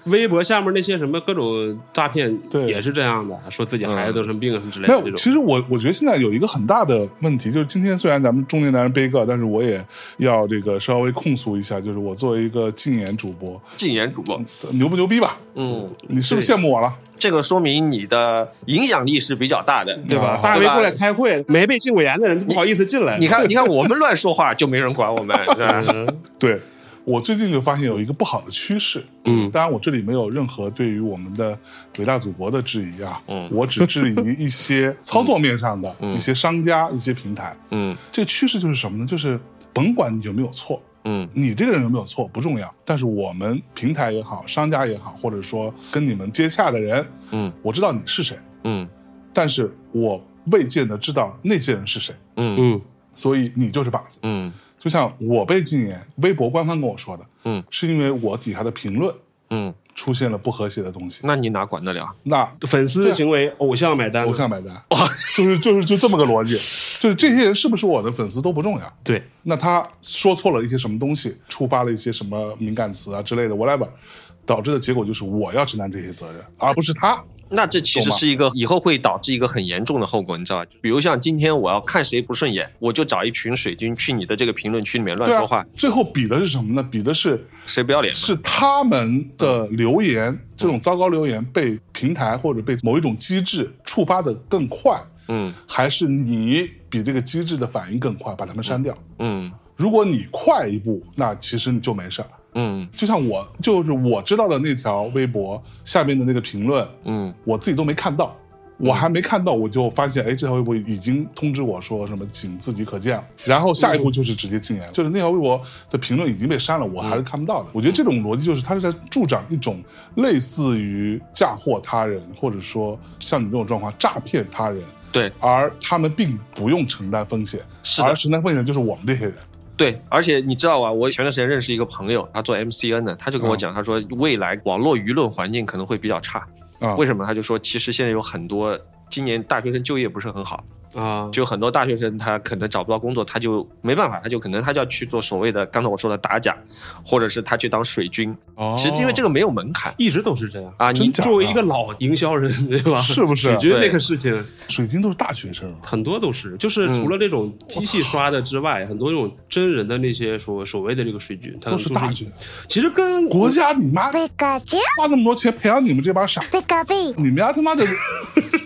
S3: 微博下面那些什么各种诈骗
S1: 对
S3: 也是这样的，说自己孩子得什么病什么之类
S1: 没
S3: 的这
S1: 有。
S3: 种。
S1: 其实我我觉得现在有一个很大的问题，就是今天虽然咱们中年男人悲歌，但是我也要这个稍微控诉一下，就是我作为一个竞演主播，
S2: 禁言主播，
S1: 牛不牛逼吧？
S2: 嗯，
S1: 你是不是
S2: 对
S1: 羡慕我了？
S2: 这个说明你的影响力是比较大的，
S3: 对吧？
S1: 啊
S3: 大 V 过来开会，没被进过研的人就不好意思进来。
S2: 你
S3: (laughs)
S2: 看，你看我们乱说话就没人管我 (laughs) 们，是吧？
S3: 嗯，
S1: 对我最近就发现有一个不好的趋势，
S3: 嗯
S1: 当然我这里没有任何对于我们的伟大祖国的质疑啊，
S2: 嗯
S1: 我只质疑一些操作面上的、
S2: (laughs) 嗯
S1: 一些商家、一些平台。
S2: 嗯
S1: 这个趋势就是什么呢？就是甭管你有没有错，
S2: 嗯
S1: 你这个人有没有错不重要，但是我们平台也好，商家也好，或者说跟你们接洽的人，
S2: 嗯
S1: 我知道你是谁，
S2: 嗯
S1: 但是我未见得知道那些人是谁，
S2: 嗯
S3: 嗯
S1: 所以你就是靶子。
S2: 嗯
S1: 就像我被禁言，微博官方跟我说的，
S2: 嗯
S1: 是因为我底下的评论
S2: 嗯，
S1: 出现了不和谐的东西，
S2: 那你哪管得了？
S1: 那
S3: 粉丝行为偶像买单，
S1: 偶像买单，就是就是就这么个逻辑，就是这些人是不是我的粉丝都不重要，
S3: 对，
S1: 那他说错了一些什么东西，触发了一些什么敏感词啊之类的，whatever，导致的结果就是我要承担这些责任，而不是他。
S2: 那这其实是一个以后会导致一个很严重的后果，你知道吧？比如像今天我要看谁不顺眼，我就找一群水军去你的这个评论区里面乱
S1: 对
S2: 说话，
S1: 啊，最后比的是什么呢？比的是
S2: 谁不要脸嘛？
S1: 是他们的留言，这种糟糕留言被平台或者被某一种机制触发的更快，
S2: 嗯
S1: 还是你比这个机制的反应更快，把他们删掉。
S2: 嗯
S1: 如果你快一步，那其实你就没事儿。
S2: 嗯
S1: 就像我，就是我知道的那条微博下面的那个评论，
S2: 嗯
S1: 我自己都没看到，我还没看到，我就发现，哎，这条微博已经通知我说什么，请自己可见了。然后下一步就是直接
S2: 嗯
S1: 禁言了，就是那条微博的评论已经被删了，我还是看不到的。我觉得这种逻辑就是它是在助长一种类似于嫁祸他人，或者说像你这种状况诈骗他人，
S2: 对
S1: 而他们并不用承担风险，
S2: 是的
S1: 而承担风险就是我们这些人。
S2: 对，而且你知道吧？啊我前段时间认识一个朋友，他做 MCN 的，他就跟我讲，他说未来网络舆论环境可能会比较差。
S1: 啊嗯
S2: 为什么？他就说，其实现在有很多今年大学生就业不是很好，
S3: 啊，
S2: 就很多大学生他可能找不到工作，他就没办法，他就可能他就要去做所谓的刚才我说的打假，或者是他去当水军。
S1: 哦，
S2: 其实因为这
S1: 个
S2: 个没有门槛
S3: 一直都是这样
S2: 啊，
S1: 真
S2: 你
S1: 假的
S3: 作为一个老营销人，对吧？
S1: 是不是
S3: 你觉得
S2: 对
S3: 那个事情
S1: 水军都是大学生啊，
S3: 很多都是，就是
S2: 嗯
S3: 除了这种机器刷的之外，很多这种真人的那些所所谓的这个水军，它
S2: 呃
S1: 都是大学。
S3: 其实跟
S1: 国家你妈花
S4: Pikachu,
S1: 那么多钱培养你们这帮傻，
S4: Pikachu,
S1: 你们家他
S2: (laughs)
S1: 妈的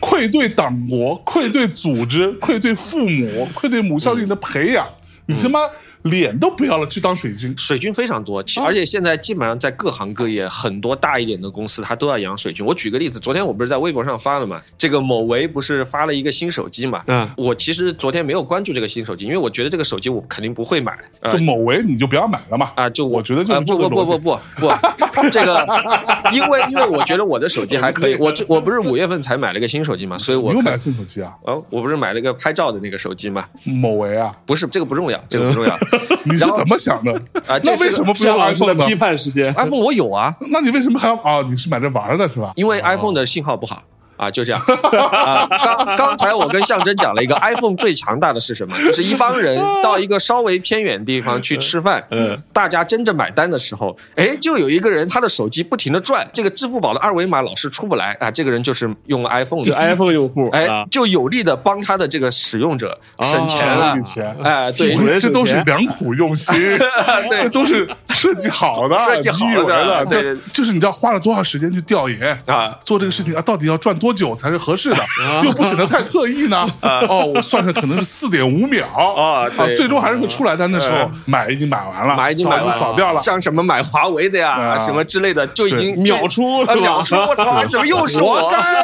S1: 愧对党国，愧对组
S2: (laughs)
S1: 织，愧对父母，愧对母校对你的培养，
S2: 嗯
S1: 你他妈脸都不要了去当水军。
S2: 水军非常多，其而且现在基本上在各行各业，很多大一点的公司它都要养水军。我举个例子，昨天我不是在微博上发了嘛，这个某维不是发了一个新手机嘛？
S3: 嗯
S2: 我其实昨天没有关注这个新手机，因为我觉得这个手机我肯定不会买。呃
S1: 就某为你就不要买了嘛。
S2: 啊，就我
S1: 我觉得就是
S2: 啊
S1: 这
S2: 不
S1: 个
S2: 不不
S1: 逻
S2: 不
S1: 辑
S2: 不不，这个，因为因为我觉得我的手机还可以，我这我不是五月份才买了个新手机嘛，所以我
S1: 你又
S2: 看
S1: 买新手机啊？
S2: 哦，我不是买了个拍照的那个手机嘛，
S1: 某
S2: (laughs)
S1: 为啊，
S2: 不是这个不重要，这个不重
S1: (laughs)
S2: 要
S1: 你是
S2: 然后
S1: 怎么想的？
S2: 啊，这
S1: 那为什么不
S3: 向
S1: 用
S3: 老师
S1: iPhone
S3: 的
S1: 呢？
S3: 批判时间，
S2: iPhone 我有啊，
S1: 那你为什么还要啊？你是买着玩儿的是吧？
S5: 哦
S2: 因为 iPhone 的信号不好。啊，就这样。啊、刚刚才我跟象征讲了一个 iPhone 最强大的是什么？就是一
S5: (laughs)
S2: 帮人
S5: 啊
S2: 到一个稍微偏远地方去吃饭，嗯，大家争着买单的时候，哎，就有一个人他的手机不停的转，这个支付宝的二维码老是出不来啊，这个人就是用了 iPhone
S5: 就
S2: 的。
S5: iPhone 用
S3: (laughs)
S5: 户，
S2: 哎
S5: 啊，，哦
S2: 就有力的帮他的这个使用者省钱
S1: 省
S2: 了
S1: 了一笔钱，
S2: 哎，对，
S5: 省钱
S1: 这都是良苦用心，
S2: (laughs) 对
S1: 这都是设计好
S2: (laughs)
S1: 的、
S2: 设计好的
S1: DIY 的，
S2: 对
S1: 这就是你知道花了多少时间去调研
S2: 啊，
S1: 做这个事情啊，到底要转多久才是合适的，又不显得太刻意呢？哦，我算算可能是四点五
S2: (laughs)
S1: 秒啊
S2: 啊对嗯
S1: 最终还是会出来，但那时候买已经买完了，
S3: 啊
S2: 买已经买完了
S1: 扫扫掉了，
S2: 像什么买华为的呀，
S1: 啊
S2: 什么之类的，就已经
S3: 秒出
S2: 啊
S3: 是吧
S2: 秒出！我操，
S3: (laughs)
S2: 怎么又是我？ (laughs)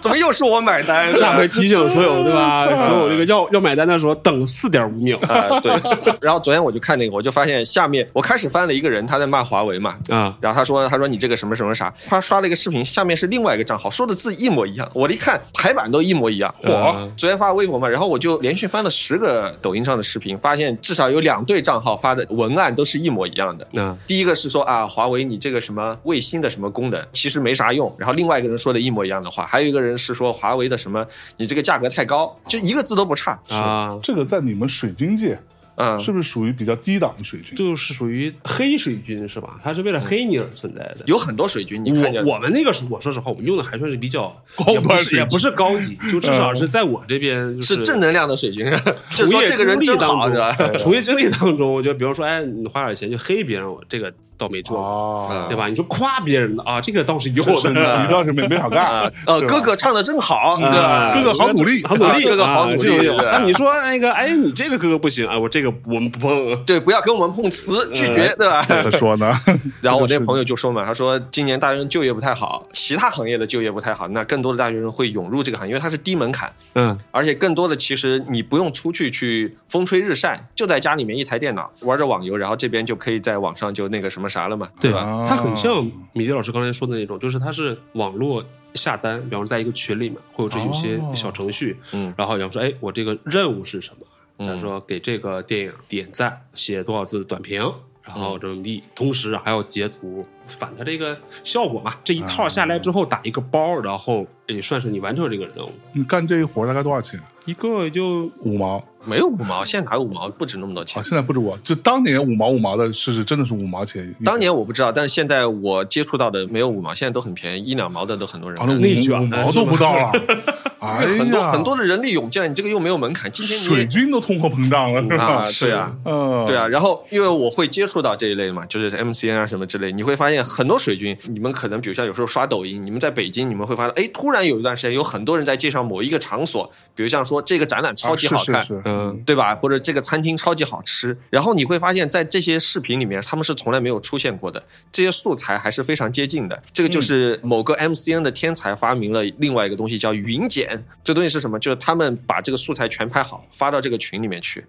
S2: 怎么又是我买单？
S3: 下回提醒所有对 (laughs) 吧？所有这个要要买单的时候等四点五秒
S2: 啊，对。然后昨天我就看那个，我就发现下面我开始翻了一个人，他在骂华为嘛。
S3: 啊，
S2: 然后他说：“他说你这个什么什么啥，他刷了一个视频，下面是另外一个账号，说的字一模一样。我一看排版都一模一样。
S3: 嗯
S2: 嚯！昨天发微博嘛，然后我就连续翻了十个抖音上的视频，发现至少有两对账号发的文案都是一模一样的。
S3: 嗯
S2: 第一个是说啊，华为你这个什么卫星的什么功能其实没啥用，然后另外一个人说的一模一样的话，还有一个人是说华为的什么你这个价格太高，就一个字都不差。
S3: 啊，
S1: 这个在你们水军界
S2: 嗯，
S1: 是不是属于比较低档的水军？
S3: 就是属于黑水军是吧？它是为了黑你而存在的。
S2: 有很多水军，你看见
S3: 我我们那个时候，我说实话，我们用的还算是比较
S1: 高
S3: 也不
S1: 端
S3: 是也
S1: 水
S3: 不
S1: 军
S3: 是高级，就至少是在我这边就是
S2: 正能量的水军，就
S3: 从
S2: 是说
S3: 业
S2: 这个人
S3: 经
S2: 真
S3: 历当
S2: 好，是吧？ (laughs)
S3: 中，从业经历当中，我觉得比如说，哎，你花点钱去黑别人，我这个倒没做
S2: 哦
S3: 过，
S1: 啊，
S3: 对吧？你说夸别人的啊，这个倒是有
S1: 是 (laughs)
S3: 的。(laughs)
S1: 你倒是没没少
S2: 啊
S1: 干，，
S2: 呃，
S1: 对吧
S2: 哥哥唱的真好，对
S3: 啊
S2: 吧？
S1: 哥哥好努力，
S3: 好努力，
S2: 这个好努力
S3: 啊这个有
S2: 对
S3: 那你说那个，哎，你这个哥哥不行啊，我这个我们不碰。
S2: 对，不要跟我们碰瓷，拒绝， (laughs) 对吧？
S1: 怎么说呢？
S2: 然后我那朋友就说嘛，他说今年大学生就业不太好，其他行业的就业不太好，那更多的大学生会涌入这个行业，因为它是低门槛，
S3: 嗯，
S2: 而且更多的其实你不用出去去风吹日晒，就在家里面一台电脑玩着网游，然后这边就可以在网上就那个什么啥了嘛，
S3: 对
S2: 吧？
S1: 啊
S3: 它很像米迪老师刚才说的那种，就是它是网络下单，比方说在一个群里面会有这有些
S1: 哦
S3: 小程序，
S2: 嗯
S3: 然后比方说，哎，我这个任务是什么？
S2: 嗯
S3: 咱说给这个电影点赞，写多少字短评，然后这么地，同时还要截图，反它这个效果嘛。这一套下来之后打一个包，然后也算是你完成这个任务。
S1: (laughs) 你干这一活儿大概多少钱？
S3: 一个也就
S1: 五毛。
S2: 没有五毛，现在哪有五毛？不值那么多钱
S1: 啊，。现在不止我，就当年五毛五毛的是真的是五毛钱一个。
S2: 当年我不知道，但是现在我接触到的没有五毛，现在都很便宜，一两毛的都很多人
S1: 啊，
S2: 干。
S1: 那五
S3: 内卷
S1: 五毛都不到了， (laughs) 哎呀，
S2: 很多很多的人力涌进来，你这个又没有门槛，今天
S1: 水
S2: 你
S1: 军都通货膨胀了，是吧
S2: 啊？，
S1: (laughs)
S2: 对啊。
S1: 嗯，
S2: 对啊，，然后因为我会接触到这一类嘛，就是 MCN 啊什么之类，你会发现很多水军，你们可能比如像有时候刷抖音，你们在北京，你们会发现，哎，突然有一段时间有很多人在介绍某一个场所，比如像说这个展览超级好看，
S1: 啊是是是
S3: 嗯
S2: 对吧？或者这个餐厅超级好吃，然后你会发现在这些视频里面，他们是从来没有出现过的，这些素材还是非常接近的。这个就是
S1: 嗯
S2: 某个 MCN 的天才发明了另外一个东西叫云剪，这东西是什么？就是他们把这个素材全拍好发到这个群里面去。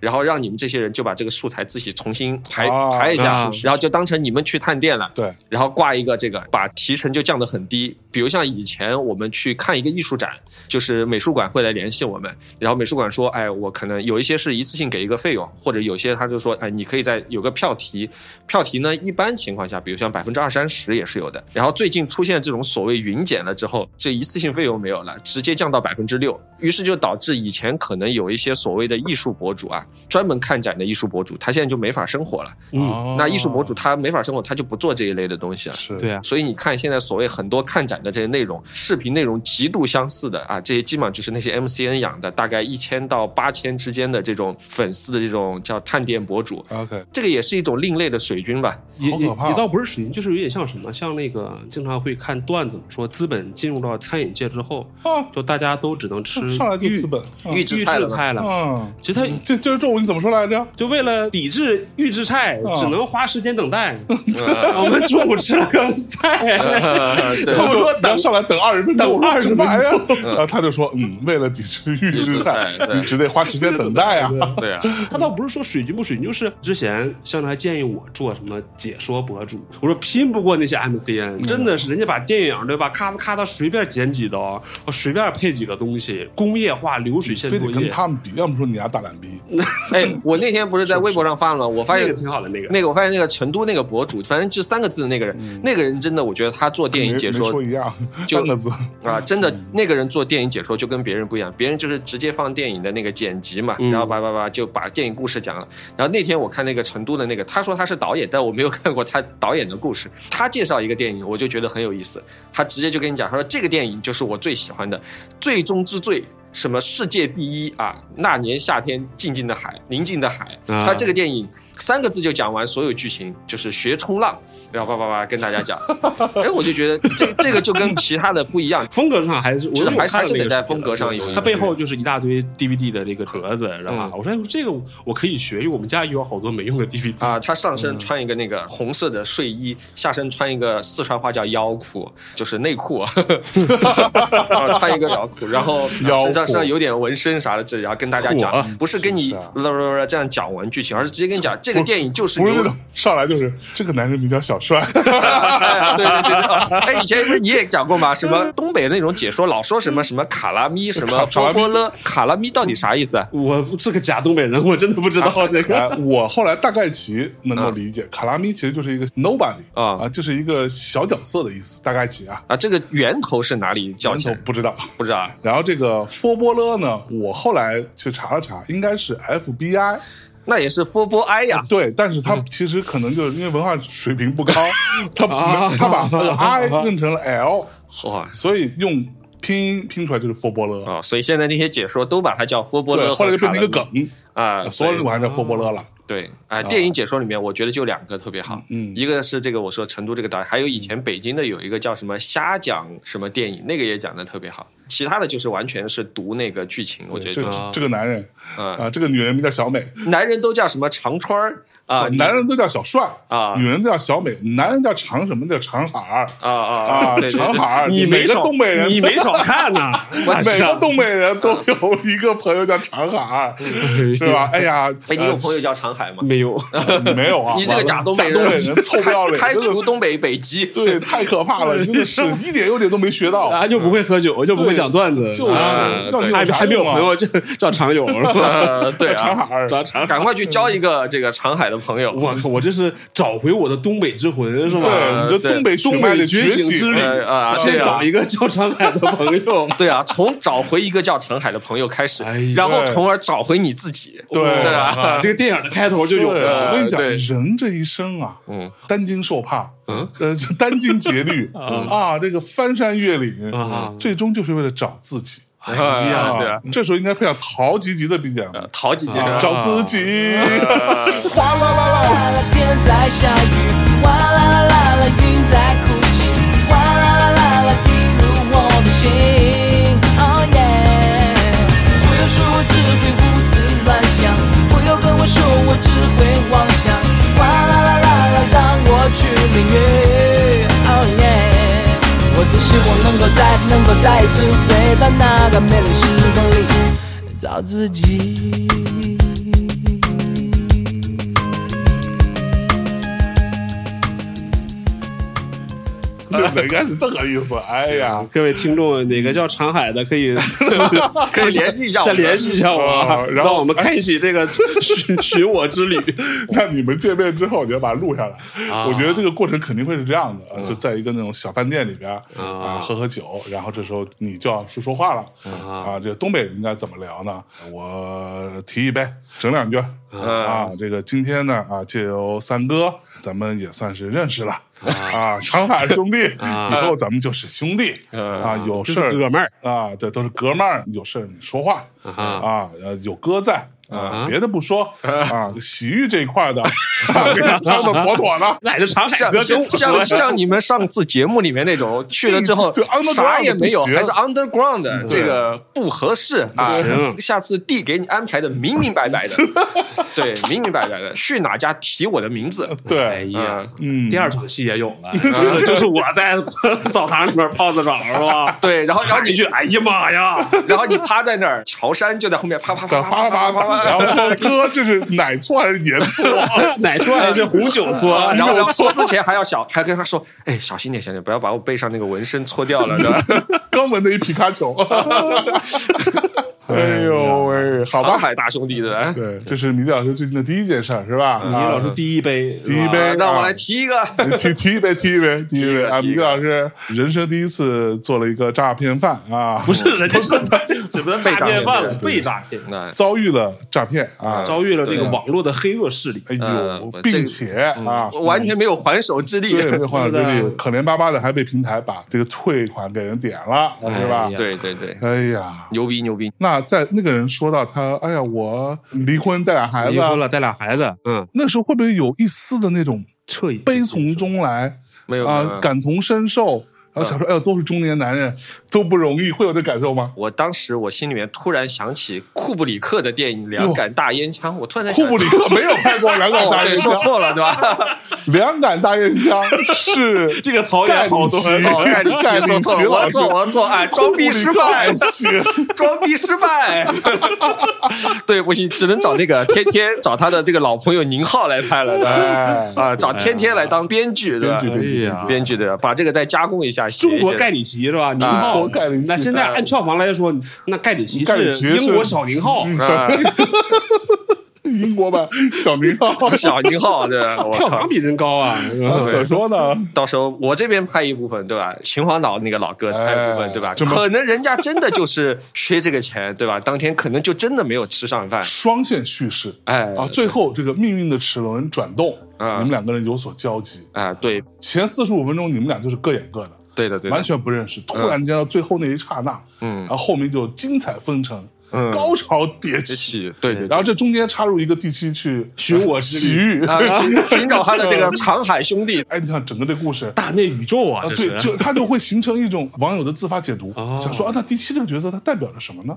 S2: 然后让你们这些人就把这个素材自己重新排
S1: 啊
S2: 排一下
S3: 啊，
S2: 然后就当成你们去探店了。
S1: 对，
S2: 然后挂一个这个，把提成就降得很低。比如像以前我们去看一个艺术展，就是美术馆会来联系我们，然后美术馆说，哎，我可能有一些是一次性给一个费用，或者有些他就说，哎，你可以在有个票题，票题呢一般情况下，比如像百分之二三十也是有的。然后最近出现这种所谓云减了之后，这一次性费用没有了，直接降到百分之六，于是就导致以前可能有一些所谓的艺术博主啊，专门看展的艺术博主，他现在就没法生活了。
S3: 嗯，
S1: 哦
S2: 那艺术博主他没法生活，他就不做这一类的东西了。
S1: 是
S3: 对啊，
S2: 所以你看，现在所谓很多看展的这些内容，视频内容极度相似的啊，这些基本上就是那些 MCN 养的，大概一千到八千之间的这种粉丝的这种叫探店博主，
S1: OK，
S2: 这个也是一种另类的水军
S3: (laughs)
S2: 吧。
S3: 也
S1: 好
S3: 也
S1: 可怕
S3: 也倒不是水军，就是有点像什么，像那个经常会看段子嘛，说资本进入到餐饮界之后，
S1: 啊，
S3: 就大家都只能吃
S1: 上来就
S3: 预
S1: 资本，
S2: 预
S3: 预
S2: 制菜了嘛
S3: 菜了。
S1: 嗯，
S3: 其实他
S1: 嗯这这这我你怎么说来着？
S3: 就为了抵制预制菜，
S1: 啊
S3: 只能花时间等
S1: (laughs)
S3: 待。
S2: 呃
S3: 我们中午吃了个
S2: (laughs)
S3: 菜，
S2: 嗯对啊
S1: 他
S3: 我
S1: 们说
S3: 说
S1: 你要上来等二十分钟，
S3: 等
S1: 我说
S3: 20
S1: 什么玩意儿
S2: 钟
S1: 然后他就说，嗯，为了抵制预
S2: 预
S1: 制菜
S2: 制菜，对
S1: 你只得花时间等待啊。
S2: 对啊，
S3: 他倒不是说水军不水军，就是之前向来还建议我做什么解说博主，我说拼不过那些
S1: 嗯
S3: MCN，真的是人家把电影对吧，咔嚓咔嚓随便剪几刀，我随便配几个东西，工业化流水线
S1: 非得
S3: 作
S1: 跟
S3: 业，
S1: 他们比，要么说你俩大懒逼，
S2: 哎，我那天不是在微博上发了吗？我发
S3: 那
S2: 现
S3: 个挺好的那个。
S2: 那个我发现那个成都那个博主，反正就三个字的那个人，
S3: 嗯
S2: 那个人真的，我觉得他做电
S1: 没
S2: 影
S1: 没
S2: 解说
S1: 说一样，
S2: 就
S1: 三个字。
S2: 啊，真的，
S3: 嗯
S2: 那个人做电影解说就跟别人不一样，别人就是直接放电影的那个剪辑嘛，
S3: 嗯
S2: 然后叭叭叭就把电影故事讲了。然后那天我看那个成都的那个，他说他是导演，但我没有看过他导演的故事。他介绍一个电影，我就觉得很有意思。他直接就跟你讲，他说这个电影就是我最喜欢的《最终之最》。什么世界第一啊？那年夏天，静静的海，宁静的海。
S3: 啊
S2: 他这个电影三个字就讲完所有剧情，就是学冲浪，然后叭叭叭跟大家
S3: (laughs)
S2: 讲。哎，我就觉得这这个就跟其他的不一样，
S3: 风格上还是我
S2: 是的
S3: 我
S2: 还是
S3: 看了
S2: 还是
S3: 那
S2: 得
S3: 个
S2: 在
S3: 视频
S2: 风格上
S3: 了
S2: 有一
S3: 它背
S2: 些
S3: 后就是一大堆 DVD 的这个盒子，然后
S2: 嗯
S3: 我说哎这个我可以学，因为我们家也有好多没用的 DVD
S2: 啊，他上
S1: 嗯
S2: 身穿一个那个红色的睡衣，下身穿一个四川话叫腰裤，就是内裤，
S1: (laughs)
S2: 啊，穿一个腰裤，然后
S1: 腰裤
S2: 身上身上有点纹身啥的，这然后跟大家
S3: 酷
S2: 讲
S3: 啊，
S2: 不是跟你
S1: 是啊
S2: 啦啦啦啦这样讲完剧情，而是直接跟你讲这个电影就是
S1: 不是那
S2: 牛 (laughs)
S1: 种上来就是这个男人比较小帅，
S2: 哎对对对对，哦哎，以前不是你也讲过吗？什么东北那种解说老说什么什么卡拉咪，什么
S1: 卡卡拉
S2: 佛
S1: 咪
S2: 波勒，卡拉咪到底啥意思啊？
S3: 我是个假东北人，我真的不知
S2: 啊
S3: 道这个。
S1: 哎，我后来大概其能够理解，卡拉咪其实就是一个 nobody
S2: 啊
S1: 就是一个小角色的意思，大概其啊，
S2: 啊，这个源头是哪里叫
S1: 完
S2: 起来
S1: 全
S2: 的？
S1: 不知道。
S2: 不知道啊。
S1: 然后这个佛波勒呢，我后来去查了查，应该是 FBI，
S2: 那也是佛波埃呀，
S1: 对，但是他其实可能就是因为文化水平不高，他
S3: 啊
S1: 他把那个 I 认成了 L，
S2: 哇
S1: 所以用拼音拼出来就是佛波勒。
S2: 啊、所以现在那些解说都把它叫佛波
S1: 对，
S2: 勒，
S1: 后来就变成一个梗，
S2: 啊，
S1: 所有人
S2: 对
S1: 管它叫佛波勒了。
S2: 对啊、电影解说里面我觉得就两个特别好，
S1: 嗯
S2: 一个是这个我说成都这个导演，还有以前北京的有一个叫什么瞎讲什么电影，那个也讲的特别好，其他的就是完全是读那个剧情，我觉得
S1: 这
S2: 就
S1: 这个男人
S2: 嗯
S1: 啊，这个女人名叫小美，
S2: 男人都叫什么长川儿啊，你
S1: 男人都叫小帅
S2: 啊
S1: 女人都叫小美，男人叫长什么叫长海儿
S2: 啊啊
S1: 啊
S2: 对对
S1: 长
S2: 对
S1: 海儿，
S3: (laughs) 你
S1: 每
S3: 没
S1: 个
S3: 少
S1: 东北人，
S3: 你
S2: (laughs)
S3: 没少看呐、
S1: 每个东北人都有一个朋友叫长海儿，是吧？哎呀，
S2: 哎，你有朋友叫长海吗？
S3: 没有， (laughs)
S1: 呃没有啊？
S2: (laughs) 你这个假东
S1: 北
S2: 北
S1: 人，东
S2: 人，
S1: 臭不要脸，
S2: 开开
S1: 真的
S2: 除
S1: 是
S2: 东北北
S1: (laughs)
S2: 极，
S1: 对，太可怕了，真的是一点优点都没学到，
S3: 啊，就不会喝酒，就不会讲段子，
S1: 就是
S3: 啊
S1: 要你有
S3: 还
S1: 啥
S3: 还没有
S1: 用啊
S3: 朋友，这叫常友是吧？
S2: 呃，对
S1: 长
S2: 啊，
S1: 海儿。
S3: 找常，
S2: 赶快去交一个这个长海的朋友，
S3: 我靠，我这是找回我的东北之魂是吧？
S1: 对，你这
S2: 对
S1: 东北血
S3: 东
S1: 脉的
S3: 北
S1: 觉
S3: 觉醒之旅
S2: 呃啊
S3: 先
S2: 对啊。
S3: 找一个叫常海的朋友
S2: 对啊，从找回一个叫长海的朋友开始，
S3: 哎呀
S2: 然后从而找回你自己。
S1: 对
S2: 对啊
S3: 啊，这个电影的开头就
S1: 对，
S3: 有了。
S1: 我跟你讲，
S2: 对啊
S1: 人这一生啊，
S2: 嗯，
S1: 担惊受怕，嗯，呃，就殚精竭虑啊，这个翻山越岭
S3: 啊
S1: 最终就是为了找自己。
S2: 哎
S1: 啊
S2: 对啊，
S1: 这时候应该配上陶吉吉的 BGM，
S2: 陶姐姐
S1: 啊
S2: 啊
S1: 找自己， (laughs) 哗啦啦
S4: 啦
S1: 啦。
S4: 啦啦，天在下雨，哇啦啦啦啦，云在哭泣，哇啦啦啦啦，滴入我的心。Oh yeah，不要说我只会胡思乱想，不要跟我说我只会妄想，哇啦啦啦啦，让我去领域。Oh yeah，我只希望能够再能够再一次回到那个美丽时光里，找自己。
S1: 对不对？应该是这个意思。哎呀，
S3: 各位听众，哪个叫长海的可以
S2: 嗯 (laughs) 可以联系一下我
S3: 再
S2: 们，
S3: 联系一下我啊
S1: 哦，然
S3: 让
S1: 后
S3: 我们开
S2: (laughs)
S3: 启这个寻寻我之旅。
S1: (laughs) 那你们见面之后，你要把它录下来。
S3: 啊嗯
S1: 我觉得这个过程肯定会是这样的，啊就在一个那种小饭店里边儿啊，
S3: 啊
S1: 喝喝酒，然后这时候你就要说说话了啊。
S3: 啊
S1: 这东北人应该怎么聊呢？我提议呗，整两句儿
S2: 啊
S3: 嗯
S1: 啊。这个今天呢啊，借由三哥，咱们也算是认识了啊，长海兄弟，
S3: 啊嗯
S1: 以后咱们就是兄弟啊，有
S3: 这
S1: 事儿
S3: 是
S2: (laughs)
S3: 哥们儿
S1: 啊，对，都是哥们儿，有事儿你说话
S3: 啊哈
S1: 啊，呃，有哥在。
S3: 啊。
S1: 啊，别的不说啊，洗浴这一块的，啊给他当的妥妥的
S3: 那也是长海
S2: 像
S3: 哥跟我
S2: 像像你们上次节目里面那种去了之后
S1: 就就 underground
S2: 啥也没有，
S1: 不行
S2: 还是 underground 的这个不合适啊！下次地给你安排的明明白白的，对，明明白白的，去哪家提我的名字，
S3: 哎
S1: (laughs) 对，
S3: 呀，
S1: 嗯
S3: 第二场戏也有
S2: (laughs)
S3: 了，就是我在 (laughs) 澡堂里面泡的澡是吧？
S2: 对，然后然后
S3: 喊一
S2: 你
S3: 句，哎呀妈呀！ (laughs)
S2: 然后你趴在那儿，乔杉就在后面啪啪
S1: 在
S2: 啪啪
S1: 啪啪
S2: 啪啪
S1: 打，
S2: 啪
S1: 然后说哥，这是奶错还是盐错？ (laughs)
S3: 奶出来是红酒搓，
S2: 啪，啊然后然后搓之前还要小，还跟他说，哎，小心点，小心点，不要把我背上那个纹身搓掉了，对
S1: (laughs)
S2: 吧？
S1: 肛门的一皮卡丘。 (laughs) 哎呦喂，
S2: 上
S1: 好吧，
S2: 海大兄弟的，
S1: 对，这是米迪老师最近的第一件事儿是吧？
S3: 你
S1: 啊
S3: 老师第一杯，
S1: 第一
S3: 是吧
S1: 杯，
S2: 那我来
S1: 啊
S2: 提一
S1: (laughs)
S2: 个。
S1: 提提一杯，提一杯，提一
S2: 提一
S1: 杯
S2: 个
S1: 啊！
S2: 提
S1: 米
S2: 一
S1: 迪
S2: 个
S1: 老师人生第一次做了一个诈骗犯啊，
S3: 不是人家
S2: (laughs)
S3: 是怎么诈骗犯了，被诈骗，
S2: 那
S1: 遭遇了诈骗啊！
S3: 遭遇了这个网络的黑恶势力。
S1: 哎
S2: 呃
S1: 呦
S2: 我，这
S1: 并
S2: 个嗯
S1: 且啊，
S2: 我完全没有还手之力。(laughs)
S1: 对，没有换手之
S3: 是的
S1: 力，可怜巴巴的还被平台把这个退款给人点了，
S2: 哎
S1: 是吧？
S3: 呀
S2: 对对对，
S1: 哎呀，
S2: 牛逼牛逼！
S1: 那在那个人说到他，哎呀，我离婚带俩孩子
S2: 嗯啊
S3: 离，婚了，带俩孩子，嗯，
S1: 那时候会不会有一丝的那种
S3: 彻夜
S1: 悲从中来
S2: 没有呃没
S1: 啊，
S2: 有
S1: 感同身
S2: 嗯
S1: 受？然后想说，哎呦，都是中年男人，都不容易，会有这感受
S2: (laughs)
S1: 吗？
S2: 我当时我心里面突然想起库布里克的电影《
S1: 哟
S2: 两杆大烟枪》，我突然在想
S1: 库布里克没
S2: (laughs)
S1: 有拍过《两杆
S2: 哦，
S1: 大
S2: 对，
S1: 烟
S2: 说
S1: 枪》，
S2: 错了对
S1: (laughs)
S2: 吧？
S1: 《两杆大烟枪》是
S3: (laughs) 这个槽
S1: 盖
S3: 点好
S1: 里
S3: 多哎
S1: 奇，
S3: (laughs)
S2: 哦，盖里
S1: 盖
S2: 奇
S1: 里
S2: 说
S1: 奇
S2: 错了，
S1: 老
S2: 我
S1: 师
S2: 错我错，哎，装逼失
S1: (laughs)
S2: 败， (laughs) 装逼失败。对，不行，只能找那个天天找他的这个老朋友宁浩来拍了的。
S1: 哎，
S2: 啊，找天天来当编剧，对吧？啊
S1: 编剧编剧
S3: 哎呀
S2: 编剧对吧？把这个再加工一下，写一
S3: 中
S2: 写
S3: 国盖里奇是吧？宁浩，
S1: 中国哎盖里奇
S3: 那现在按票房来说，那盖里奇
S1: 盖里奇
S3: 是英国小宁浩，
S1: 嗯
S2: 啊
S1: (laughs) 英国版小明
S2: (laughs)
S1: 号，
S2: 小宁浩，对吧？我
S3: 票
S2: 靠
S3: 房比人高啊！
S1: 可说呢。
S2: 到时候我这边拍一部分，对吧？秦皇岛那个老哥拍一部分，对吧
S1: 哎？这么
S2: 可能人家真的就是缺这个钱，对吧？当天可能就真的没有吃上饭。
S1: 双线叙事，
S2: 哎
S1: 啊，最后这个命运的齿轮转动，
S2: 啊
S1: 你们两个人有所交集。
S2: 啊，对，
S1: 前四十五分钟你们俩就是各演各的，
S2: 对的，对的
S1: 完，全不哦认识。突然间到最后那一刹那，
S2: 嗯
S1: 然后后面就精彩纷呈，
S2: 嗯
S1: 高潮迭
S2: 一
S1: 起。
S2: 起，对对
S1: 然后这中间插入一个地区去
S3: 寻我之旅
S1: 洗浴， (laughs)
S2: 啊，寻寻找他的这个长海兄弟，
S1: 哎，你看整个这故事。
S3: 大内宇宙啊
S1: 啊，，
S3: 这
S1: 对，
S3: 是
S1: 就它就会形成一种网友的自发解读，
S3: 哦
S1: 想说啊，那第七这个角色它代表了什么呢？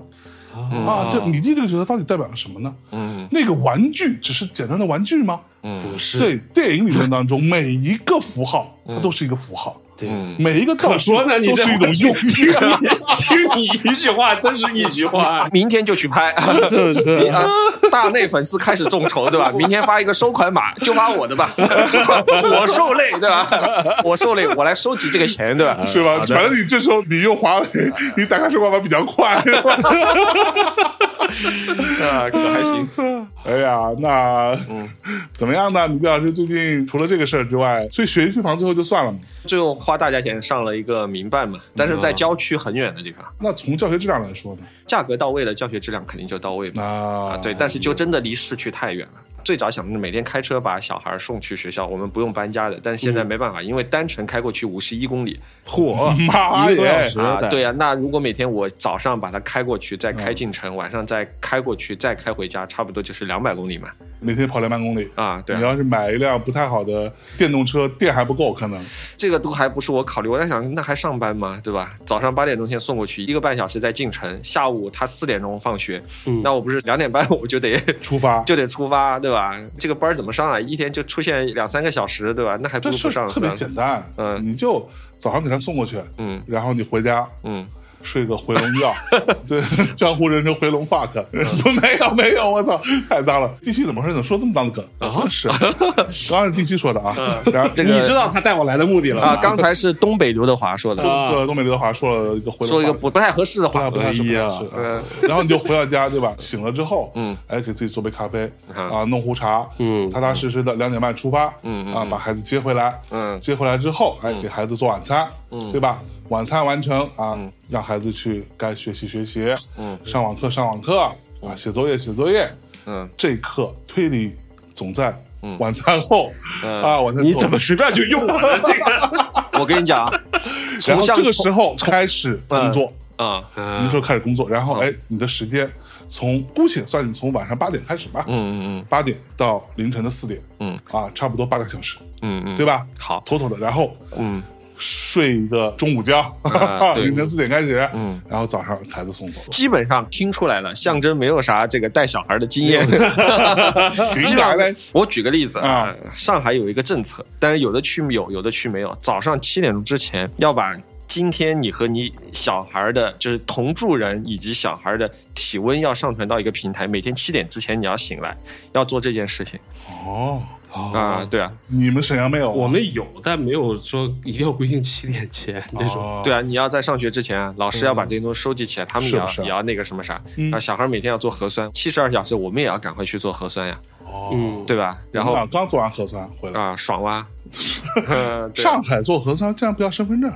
S3: 啊
S1: 啊，这米蒂这个角色到底代表了什么呢？
S2: 嗯
S1: 那个玩具只是简单的玩具吗？
S2: 嗯
S1: 所以电影理论
S3: (laughs)
S1: 当中，每一个符号它都是一个符号，
S2: 嗯，
S1: 每一个道
S3: 可
S1: 具
S3: 说呢，你
S1: 都
S3: 这
S1: 是一种用意。
S3: (laughs) 听你一句话，真是一句话，
S2: 明 (laughs) 天就去 (laughs) 拍。
S3: 真是
S2: 啊，大内粉丝开始众筹，对吧？明天发一个收款码，就发我的吧， (laughs) 我受累，对吧？我受累，我来收集这个钱，啊对吧？
S1: (laughs) 是吧？反正你这时候你用华为，你打开收款码比较
S2: (laughs)
S1: 快。
S2: 啊，可还行。
S1: (laughs) 哎呀，那
S2: 嗯
S1: (laughs) 怎么样呢？米老师最近除了这个事儿之外，所以学区房最后就算了嘛。
S2: 最后花大价钱上了一个民办嘛，但是在郊区很远的地方，
S1: 那从教学质量来说呢？
S2: 价格到位了，教学质量肯定就到位嘛。啊，
S1: 啊，
S2: 对，但是就真的离市区太远了。最早想着每天开车把小孩送去学校，我们不用搬家的，但是现在没办法，因为单程开过去五十一公里
S3: 嚯，
S1: 妈
S3: 一个多小
S1: 耶
S3: 时！
S2: 啊，
S3: 对
S2: 对呀、那如果每天我早上把它开过去，再
S1: 嗯
S2: 开进城，晚上再开过去，再开回家，差不多就是两百公里嘛。
S1: 每天跑两百公里。
S2: 啊，对
S1: 你
S2: 啊，
S1: 要是买一辆不太好的电动车，电还不够，可能
S2: 这个都还不是我考虑，我在想那还上班吗？对吧？早上八点钟先送过去，一个半小时再进城，下午他四点钟放学，
S3: 嗯
S2: 那我不是两点半我就得 (laughs)
S1: 出发
S2: 就得出发，对吧？这个班儿怎么上啊？一天就出现两三个小时，对吧？那还不
S1: 这
S2: 如
S1: 事
S2: 不
S1: 儿
S2: 上。
S1: 特别
S2: 对吧
S1: 简单，
S2: 嗯
S1: 你就早上给他送过去，
S2: 嗯
S1: 然后你回家，
S2: 嗯，
S1: 睡个回笼
S2: (laughs)
S1: 觉，对，江湖人称回笼 fuck，没
S2: 嗯
S1: 有没有，我操，太脏了。第七怎么回事？怎么说这么脏的梗？啊，是，当然是第七说的啊。然后
S2: 嗯这
S3: 你
S2: 个
S3: 知道他带我来的目的了
S2: 啊，
S3: 吗？
S2: 刚才是东北刘德华说的，
S3: 啊
S1: 东东北刘德华说了一个回笼 fuck，
S2: 说一个不不太合适的
S1: 不太
S2: 话
S1: 呃不，太是不
S3: 哎
S1: 太
S3: 呀
S1: 是，
S2: 嗯
S1: (laughs) 然后你就回到家对吧？醒了之后，
S2: 嗯，
S1: 哎，给自己做杯咖啡
S2: 嗯
S1: 啊，弄壶茶，
S3: 嗯
S1: 踏踏实实的两点半出发，
S2: 嗯嗯
S1: 啊，把孩子接回来，
S2: 嗯
S1: 接回来之后，哎，给孩子做晚餐，嗯，对吧？晚餐完成啊，让孩子去该学习学习，
S2: 嗯，
S1: 上网课上网课啊，写作业写作业，
S2: 嗯，
S1: 这一刻推理总在晚餐后
S2: 嗯
S1: 啊，晚餐
S3: 你
S1: 后
S3: 怎么随便就用我的这个？
S2: 我跟你讲啊，
S1: 然
S2: 从
S1: 后
S2: 像
S1: 这个时候开始工作。
S2: 啊， (laughs)
S1: 你说开始工作，然后
S2: 嗯
S1: 哎，你的时间从姑且算你从晚上八点开始吧，
S2: 嗯嗯
S1: 八点到凌晨的四点，
S2: 嗯
S1: 啊，差不多八个小时，
S2: 嗯嗯，
S1: 对
S2: 吧？
S1: 吧？
S2: 好
S1: 妥妥的。然后
S2: 嗯，
S1: 睡一个中午觉， (laughs)
S2: 啊对
S1: 凌晨四点开始，
S2: 嗯，，
S1: 然后早上孩子送走
S2: 基本上听出来了，象征没有啥这个带小孩的经验。
S1: 谁
S2: 基本
S1: 来
S2: 上
S1: 嘞？
S2: (laughs) 我举个例子啊
S1: 嗯啊，
S2: 上海有一个政策，但是有的区有，有的区没有。早上七点钟之前要把。今天你和你小孩的，就是同住人以及小孩的体温要上传到一个平台，每天七点之前你要醒来，要做这件事情
S1: 哦，
S2: 啊、对啊，
S1: 你们沈阳没有啊？
S3: 我们有，但没有说一定要规定七点前那种。
S1: 哦
S2: 对啊，你要在上学之前啊，老师要把这些东西收集起来，他们也
S1: 是
S2: 要
S1: 不是啊
S2: 也要那个什么啥
S1: 嗯
S2: 啊，小孩每天要做核酸，七十二小时，我们也要赶快去做核酸呀，
S1: 哦，
S3: 嗯，
S2: 对吧？然后
S1: 我们俩刚做完核酸回来，
S2: 啊，爽哇，呃对
S1: 上海做核酸竟然不要身份证，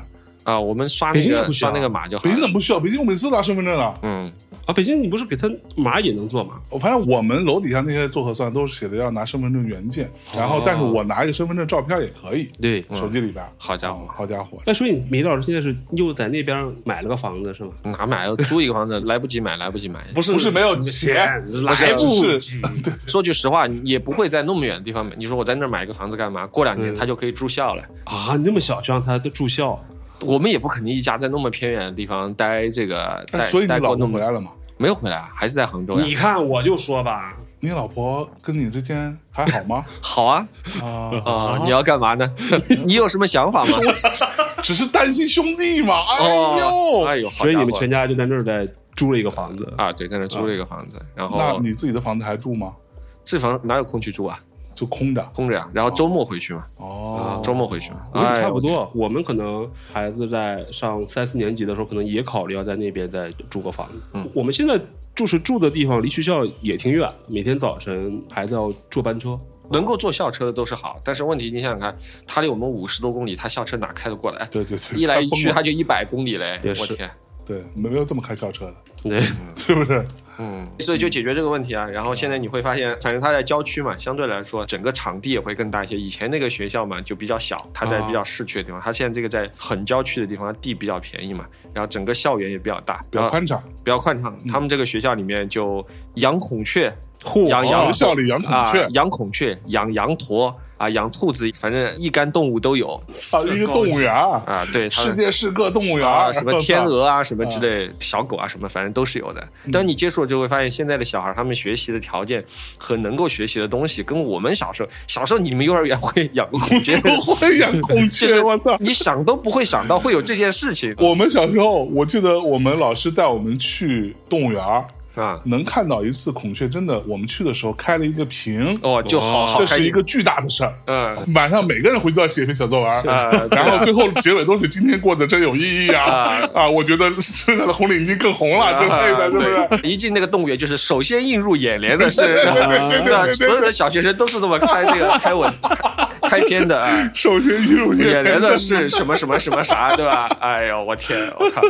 S2: 啊，我们刷
S3: 北
S2: 那
S3: 京也
S2: 个
S3: 不需要
S2: 刷那个码就好
S1: 北
S2: 了
S1: 京。怎么不需要？北京我每次都拿身份证的。
S2: 嗯，
S3: 啊，北京你不是给他码也能做吗？
S1: 我发现我们楼底下那些做核酸都是写着要拿身份证原件，然后
S3: 哦
S1: 但是我拿一个身份证照片也可以，
S3: 对
S2: 嗯
S1: 手机里边。
S2: 好家伙
S1: 哦好家伙！
S3: 那所以你梅老师现在是又在那边买了个房子是吗？
S2: 哪买啊？租一个房子来不及买，来不及买。
S3: 不是
S1: 不是没有钱，
S2: 哎
S3: 来不
S1: 不
S3: 及
S1: 是。
S2: 说句实话，你也不会在那么远的地方买。你说我在那儿买个房子干嘛？过两年
S3: 嗯
S2: 他就可以住校了。
S3: 啊！你那么小就让他住校，
S2: 我们也不可能一家在那么偏远的地方待这个
S1: 哎
S2: 待
S1: 所以你
S2: 待
S1: 老
S2: 过那
S1: 婆回
S2: 么
S1: 来了吗？
S2: 没有回来，啊还是在杭州
S3: 你
S2: 呀？
S3: 看我就说吧，
S1: 你老婆跟你之间还好吗？
S2: 好啊 (laughs)
S1: 啊，
S2: 啊！你要干嘛呢？你有什么想法吗？
S1: 只是担心兄弟嘛。 (laughs) 哎
S2: 哦，
S1: 呦，
S2: 哎呦，好
S3: 所以你们
S2: 家伙
S3: 全家就在那儿在租了一个房子。
S2: 啊，对，在那儿租了一个房子，然
S1: 嗯那
S2: 后
S1: 你自己的房子还住吗？
S2: 这房哪有空去住啊？
S1: 就空着。
S2: 空着呀，然后周末回去嘛，
S1: 哦，
S2: 啊周末回去嘛，
S3: 我跟你
S2: 哎
S3: 差不多，我们可能孩子在上三四年级的时候，可能也考虑要在那边再租个房子。
S2: 嗯
S3: 我们现在就是住的地方离学校也挺远的，每天早晨孩子要坐班车。
S2: 能够坐校车的都是好，但是问题你想想看，他离我们五十多公里，他校车哪开得过来？
S1: 对对对，
S2: 一来一去
S1: 疯了
S2: 他就一百公里嘞
S3: 也，是
S2: 我天，
S1: 对没有这么开校车的，
S3: 对，
S1: 是不是？
S2: 嗯，所以就解决这个问题啊。然后现在你会发现，反正他在郊区嘛，相对来说整个场地也会更大一些。以前那个学校嘛就比较小，它在
S3: 啊
S2: 比较市区的地方，它现在这个在很郊区的地方，它地比较便宜嘛，然后整个校园也比较大，
S1: 比较
S2: 然后
S1: 宽敞。
S2: 比较宽敞。他们这个学校里面就养孔雀，
S3: 嚯
S2: 嗯养
S1: 我
S2: 羊
S1: 们校里养孔雀
S2: 啊，养孔雀，养羊驼啊，养兔子，反正一干动物都有
S1: 操，一个动物园啊，
S2: 啊。对，他
S1: 世
S2: 们
S1: 界是个动物园
S2: 啊，什么天。
S1: (laughs) 我操
S2: 鹅啊，什么之类，小狗啊，什么反正都是有的。
S1: 嗯
S2: 当你接触了，就会发现现在的小孩他们学习的条件和能够学习的东西，跟我们小时候，小时候你们幼儿园会养个孔雀，
S1: 都会养 (laughs) 孔雀，我操！
S2: (laughs) 你想都不会想到会有这件事情
S1: 我们小时候，我记得我们老师带我们去动物园儿，
S2: 啊！
S1: 能看到一次孔雀，真的，我们去的时候开了一个屏，
S2: 哦，就好好
S1: 这
S2: 开
S1: 是一
S2: 心
S1: 个，巨大的事儿。
S2: 嗯。
S1: 晚上每个人回去都要写一篇小作文
S2: 啊
S1: 儿，然后最后结尾都是今天过得真有意义啊
S2: 啊
S1: 啊！我觉得身上的红领巾更红了 (laughs) 之类的，是不是？
S2: 对，一进那个动物园，就是首先映入眼帘的
S1: (laughs)
S2: 是，
S1: 对对对
S2: 所有的小学生都是这么开这个开文开篇的
S1: (laughs)
S2: 啊。
S1: 首先一入
S2: 眼
S1: 眼
S2: 帘
S1: 帘
S2: 的是什么什么什么啥，对吧？哎呦，我天，我靠，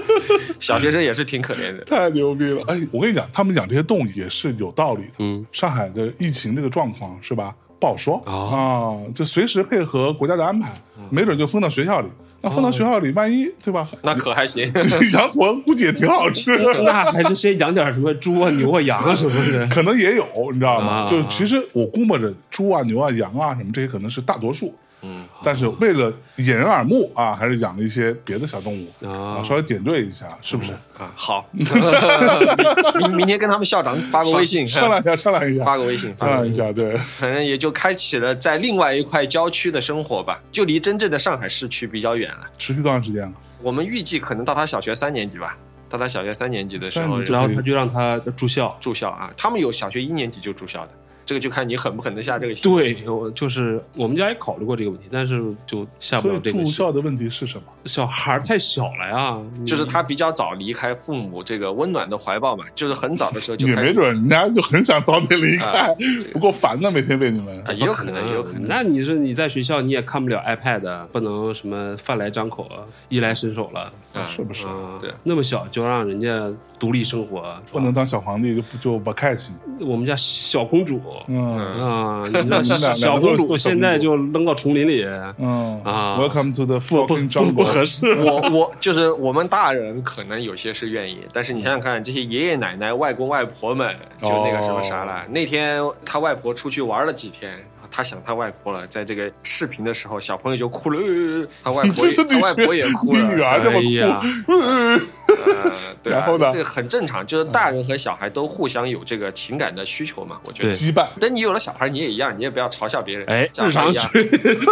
S2: 小学生也是挺可怜的。
S1: 太牛逼了！哎，我跟你讲，他们讲这些动物也是有道理的。
S3: 嗯，
S1: 上海的疫情这个状况是吧？不好说啊
S3: 哦，
S1: 就随时配合国家的安排，
S2: 嗯
S1: 没准就封到学校里。那
S2: 哦
S1: 封到学校里，万一
S2: (laughs)
S1: 对吧？
S2: 那可还
S1: (laughs)
S2: 行，
S1: 羊驼估计也挺
S2: (laughs)
S1: 好吃的。
S3: 那还是先养点什么猪啊、牛啊、羊啊什么
S2: (laughs)
S3: 的。
S1: 可能也有，你知道吗？
S3: 啊
S1: 就其实我估摸着猪啊、牛啊、羊啊什么这些可能是大多数，嗯，但是为了掩人耳目啊，还是养了一些别的小动物
S2: 哦
S3: 啊
S1: 稍微点缀一下，是不是？
S2: 啊
S1: (laughs)
S2: 好，明明天跟他们校长发个微
S1: (laughs)
S2: 信，
S1: 商量一下，商量一
S2: 发
S1: 下，
S2: 个微信，发
S1: 商
S2: 个微
S1: 量
S2: 信
S1: 一下，对，
S2: 反正也就开启了在另外一块郊区的生活吧，就离真正的上海市区比较远了。
S1: 持续多长时间了？
S2: 我们预计可能到他小学三年级吧，到他小学三年级的时
S1: 三
S2: 候
S1: 年，级
S3: 然后他就让他住校。
S2: 住校啊，他们有小学一年级就住校的，这个就看你狠不狠得下这个心。
S3: 对，我就是我们家也考虑过这个问题，但是就下不
S1: 所
S3: 了
S1: 以
S3: 这个
S1: 住
S3: 心。
S1: 校的问题是什么？
S3: 小孩儿太小了呀，
S2: 就是他比较早离开父母这个温暖的怀抱嘛，就是很早的时候就
S1: 也
S2: 开始
S1: 没准人家就很想早点离
S2: 啊
S1: 开
S2: 这个，
S1: 不够烦呢，每天被你们
S2: 啊，也有可能，也有可能。
S3: 那你说你在学校你也看不了 iPad，不能什么饭来张口啊，衣来伸手了。
S2: 啊
S1: 是不是？
S3: 啊，
S2: 对
S3: 那么小就让人家独立生活，是吧
S1: 不能当小皇帝就不就不开心。
S3: 我们家小公主
S1: 嗯 (laughs)
S3: 啊，你知道小
S1: 两
S3: 小
S1: 个都
S3: 公
S1: 是
S3: 主现在就扔到丛林里，
S1: 嗯
S3: 啊
S1: ，Welcome to the
S3: 不不
S1: fucking
S3: 不不
S1: jungle。
S3: 合适。
S2: 我我就是我们大人可能有些是愿意，但是你想想看，这些爷爷奶奶、外公外婆们，就那个什么啥
S1: 哦
S2: 了。那天他外婆出去玩了几天。他想他外婆了，在这个视频的时候，小朋友就哭了，呃他外
S1: 你
S2: 婆
S1: 这
S2: 也
S1: 是你
S2: 他外婆也哭了，
S1: 你女儿这
S3: 哎呀
S1: 么哭，嗯
S2: 呃， (laughs) 对啊，
S1: 然后呢
S2: 这个很正常，就是大人和小孩都互相有这个情感的需求嘛，我觉得
S3: 对。
S1: 羁绊。
S2: 等你有了小孩，你也一样，你也不要嘲笑别人，
S3: 哎，
S2: 像
S3: 日
S2: 他
S3: 常
S2: 一样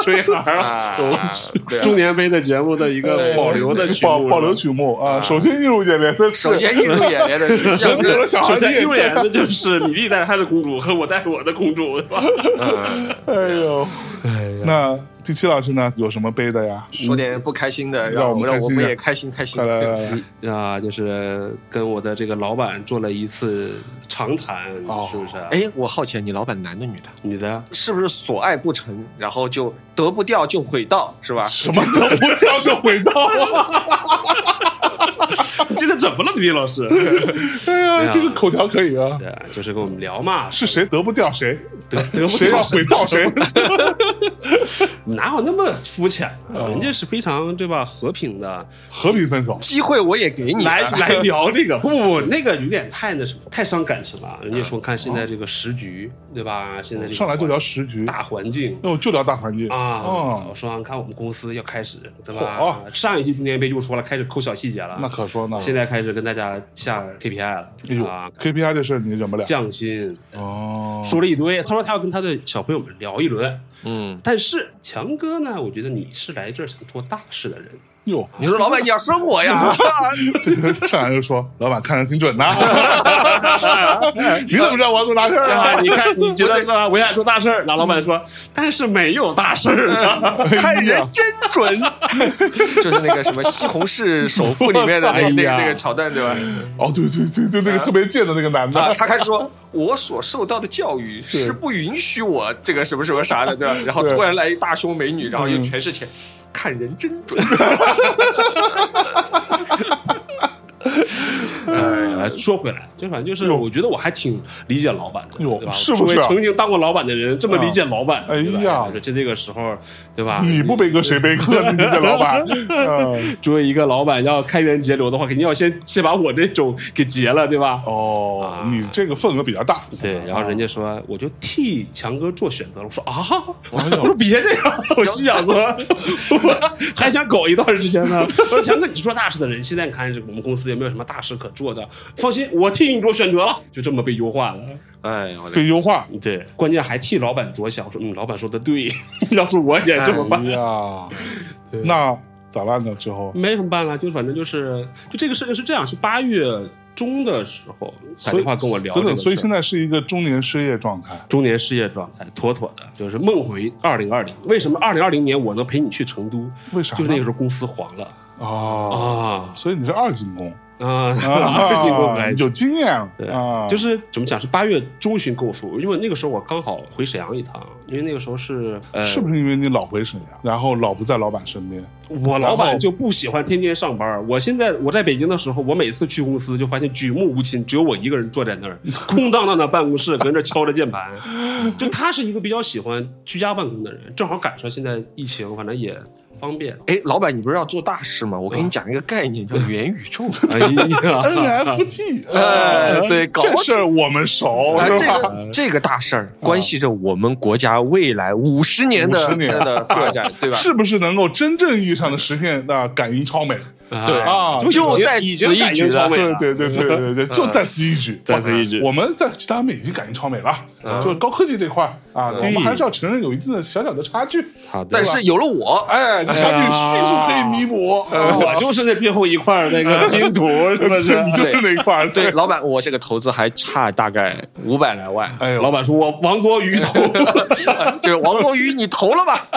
S3: 吹吹 (laughs) 孩
S2: 啊
S3: 儿，
S2: 对啊
S3: 从中年杯的节目的一个
S2: 对
S3: 保留的曲目
S1: 保
S3: 是吧
S1: 保留曲目啊，
S2: 啊
S1: 首先映入眼帘的是，
S2: 首
S1: (laughs)
S2: 先映入眼帘的是像
S1: 等有了
S2: 是，
S1: 小孩
S3: 首先
S1: 你也
S3: 映入
S1: 这
S3: 眼
S1: 样
S3: 的就是米粒带着她的公主和我带着我的公
S1: (laughs)
S3: 主，对吧？
S2: 嗯
S1: 哎呦，那第七老师呢？有什么悲的呀？
S2: 说点不开心的，
S1: 让
S2: 让
S1: 我们
S2: 让
S1: 开
S2: 我
S1: 心
S2: 们
S1: 的
S2: 也开心开心
S1: 快。来来来，
S3: 啊，就是跟我的这个老板做了一次长谈，
S1: 哦
S3: 是不是？哎，
S2: 哎，我好奇，你老板男的女的？
S3: 女的，
S2: 是不是所爱不成，然后就得不掉就悔道，是吧？
S1: 什么叫不跳就回
S3: (laughs)
S1: 到啊？
S3: 你 (laughs) 今天怎么了，米粒老师？
S1: 哎
S3: 哎
S1: 呀，
S3: 呀
S1: 这个口条可以啊。
S3: (laughs) 对，就是跟我们聊嘛，
S1: 是谁得不掉谁，
S3: 得得不
S1: 谁
S3: 到
S1: 要回到谁。
S3: 哪有那么肤浅啊？
S1: 哦
S3: 人家是非常对吧和平的，
S1: (laughs) 和平分手。
S2: 机会我也给你了
S3: 来 (laughs) 来聊这个，不不不，那个有点太那什么，太伤感情了。人家说看现在这个时局，对吧？现在这个
S1: 上来就聊时局，
S3: 大环境。
S1: 那我就聊大环境
S3: 啊，我
S1: 哦，
S3: 说啊，看我们公司要开始，对吧？
S1: 嚯
S3: 上一期中年杯就说了，开始抠小细节了。
S1: 那可说呢。
S3: 现在开始跟大家下 KPI 了、
S1: 哎呦
S3: 啊，
S1: ，KPI 这事儿你忍不了。
S3: 降薪，
S1: 哦，
S3: 说了一堆。他说他要跟他的小朋友们聊一轮，
S2: 嗯，
S3: 但是强哥呢，我觉得你是来这儿想做大事的人，
S1: 哟， (laughs)
S2: 你说老板你要生我呀？
S1: 这个上来就说，老板看着挺准
S3: (laughs)
S1: 的，你怎么知道我要做大事儿
S3: 啊， (laughs)
S1: 啊？
S3: 你看，你觉得是吧？我想做大事儿，然后老板说，但是没有大事儿 (laughs) 啊。
S2: 看人真准，哎 (laughs) 就是那个什么《西红柿首富》里面的那个那
S3: 哎呀
S2: 个那个桥段，对吧？
S1: 哦，对对对对，那个特别贱的那个男
S2: 啊，
S1: 的，
S2: 他开始说，我所受到的教育是不允许我这个什么什么啥的，对吧？然后
S1: 对
S2: 突然来一大胸美女，然后又
S1: 嗯
S2: 全是钱，看人真准。
S1: 哎
S3: 呃，说回来，就反正就是，我觉得我还挺理解老板的，
S1: 哟
S3: 对吧？
S1: 是不是啊
S3: 作为曾经当过老板的人，这么理解老板，
S1: 哎呀
S3: 对吧就这个时候，对吧？
S1: 你不悲歌谁悲歌？你这个老板，嗯
S3: 作为一个老板要开源节流的话，肯定要先先把我这种给结了，对吧？
S1: 哦，你这个份额比较大。
S3: 啊对，然后人家说，我就替强哥做选择了。我说啊，
S1: 哎呦
S3: 我说别这样，我心想
S1: (laughs)
S3: 说，我还想苟一段时间呢。我说强哥，你是做大事的人，现在你看我们公司也没有什么大事可做的，放心，我替你做选择了，就这么被优化了。
S2: 哎呀，我的
S1: 被优
S3: (laughs)
S1: 化。
S3: 对，关键还替老板着想。我说，嗯，老板说的对， (laughs) 要是我也这么
S1: 哎
S3: 办，
S1: 呀，那咋办呢？之后
S3: 没什么办法，就反正就是，就这个事情是这样，是八月中的时候打电话跟我聊这
S1: 等
S3: 个事
S1: 等，
S3: 儿。
S1: 所以现在是一个中年失业状态。
S3: 中年失业状态，妥妥的，就是梦回二零二零。为什么二零二零年我能陪你去成都？
S1: 为啥呢
S3: 就是那个时候公司黄了
S1: 哦，
S3: 啊
S1: 所以你是二进宫，
S3: 啊， (laughs) 二进公开
S1: 有经验
S3: 对
S1: 啊，
S3: 就是怎么讲？是八月中旬跟我说，因为那个时候我刚好回沈阳一趟，因为那个时候是呃，
S1: 是不是因为你老回沈阳，然后老不在老板身边？
S3: 我老
S1: 然后
S3: 板就不喜欢天天上班。我现在我在北京的时候，我每次去公司就发现举目无亲，只有我一个人坐在那儿，空荡荡的办公室，搁那敲着键盘。就他是一个比较喜欢居家办公的人，正好赶上现在疫情，反正也方便。
S2: 哎，老板，你不是要做大事吗？我给你讲一个概念，叫元宇宙。
S3: 哎呀，
S1: NFT，
S2: 哎对搞
S1: 这事儿我们熟
S2: 啊，
S1: 是
S2: 这
S1: 吧？
S2: 个这个大事儿关系着我们国家未来五十年的
S1: 50年
S2: 的发展，对吧？
S1: 是不是能够真正意义上的实现那感应超美？
S2: 对
S1: 啊，
S2: 就在
S5: 已经
S2: 此一
S5: 已
S2: 举
S5: 经
S2: 了
S5: 超美
S1: 对
S5: 了
S1: 对对对对对，就在此一举，
S5: 在此一举
S1: 我们在其他方面已经赶上超美了，就是高科技这块儿啊，我们还是要承认有一定的小小的差距。
S3: 好的，
S2: 但是有了我，
S1: 哎，差距技术可以弥补，
S3: 哎
S5: 我就是那最后一块儿那个拼图，是不是？
S1: 你呃就是那块儿
S2: (laughs) 对，老板，我这个投资还差大概五百来万，
S1: 哎呦，
S5: 老板说：“我王多鱼头，
S3: 哎
S2: 就是王多鱼，你投了吧，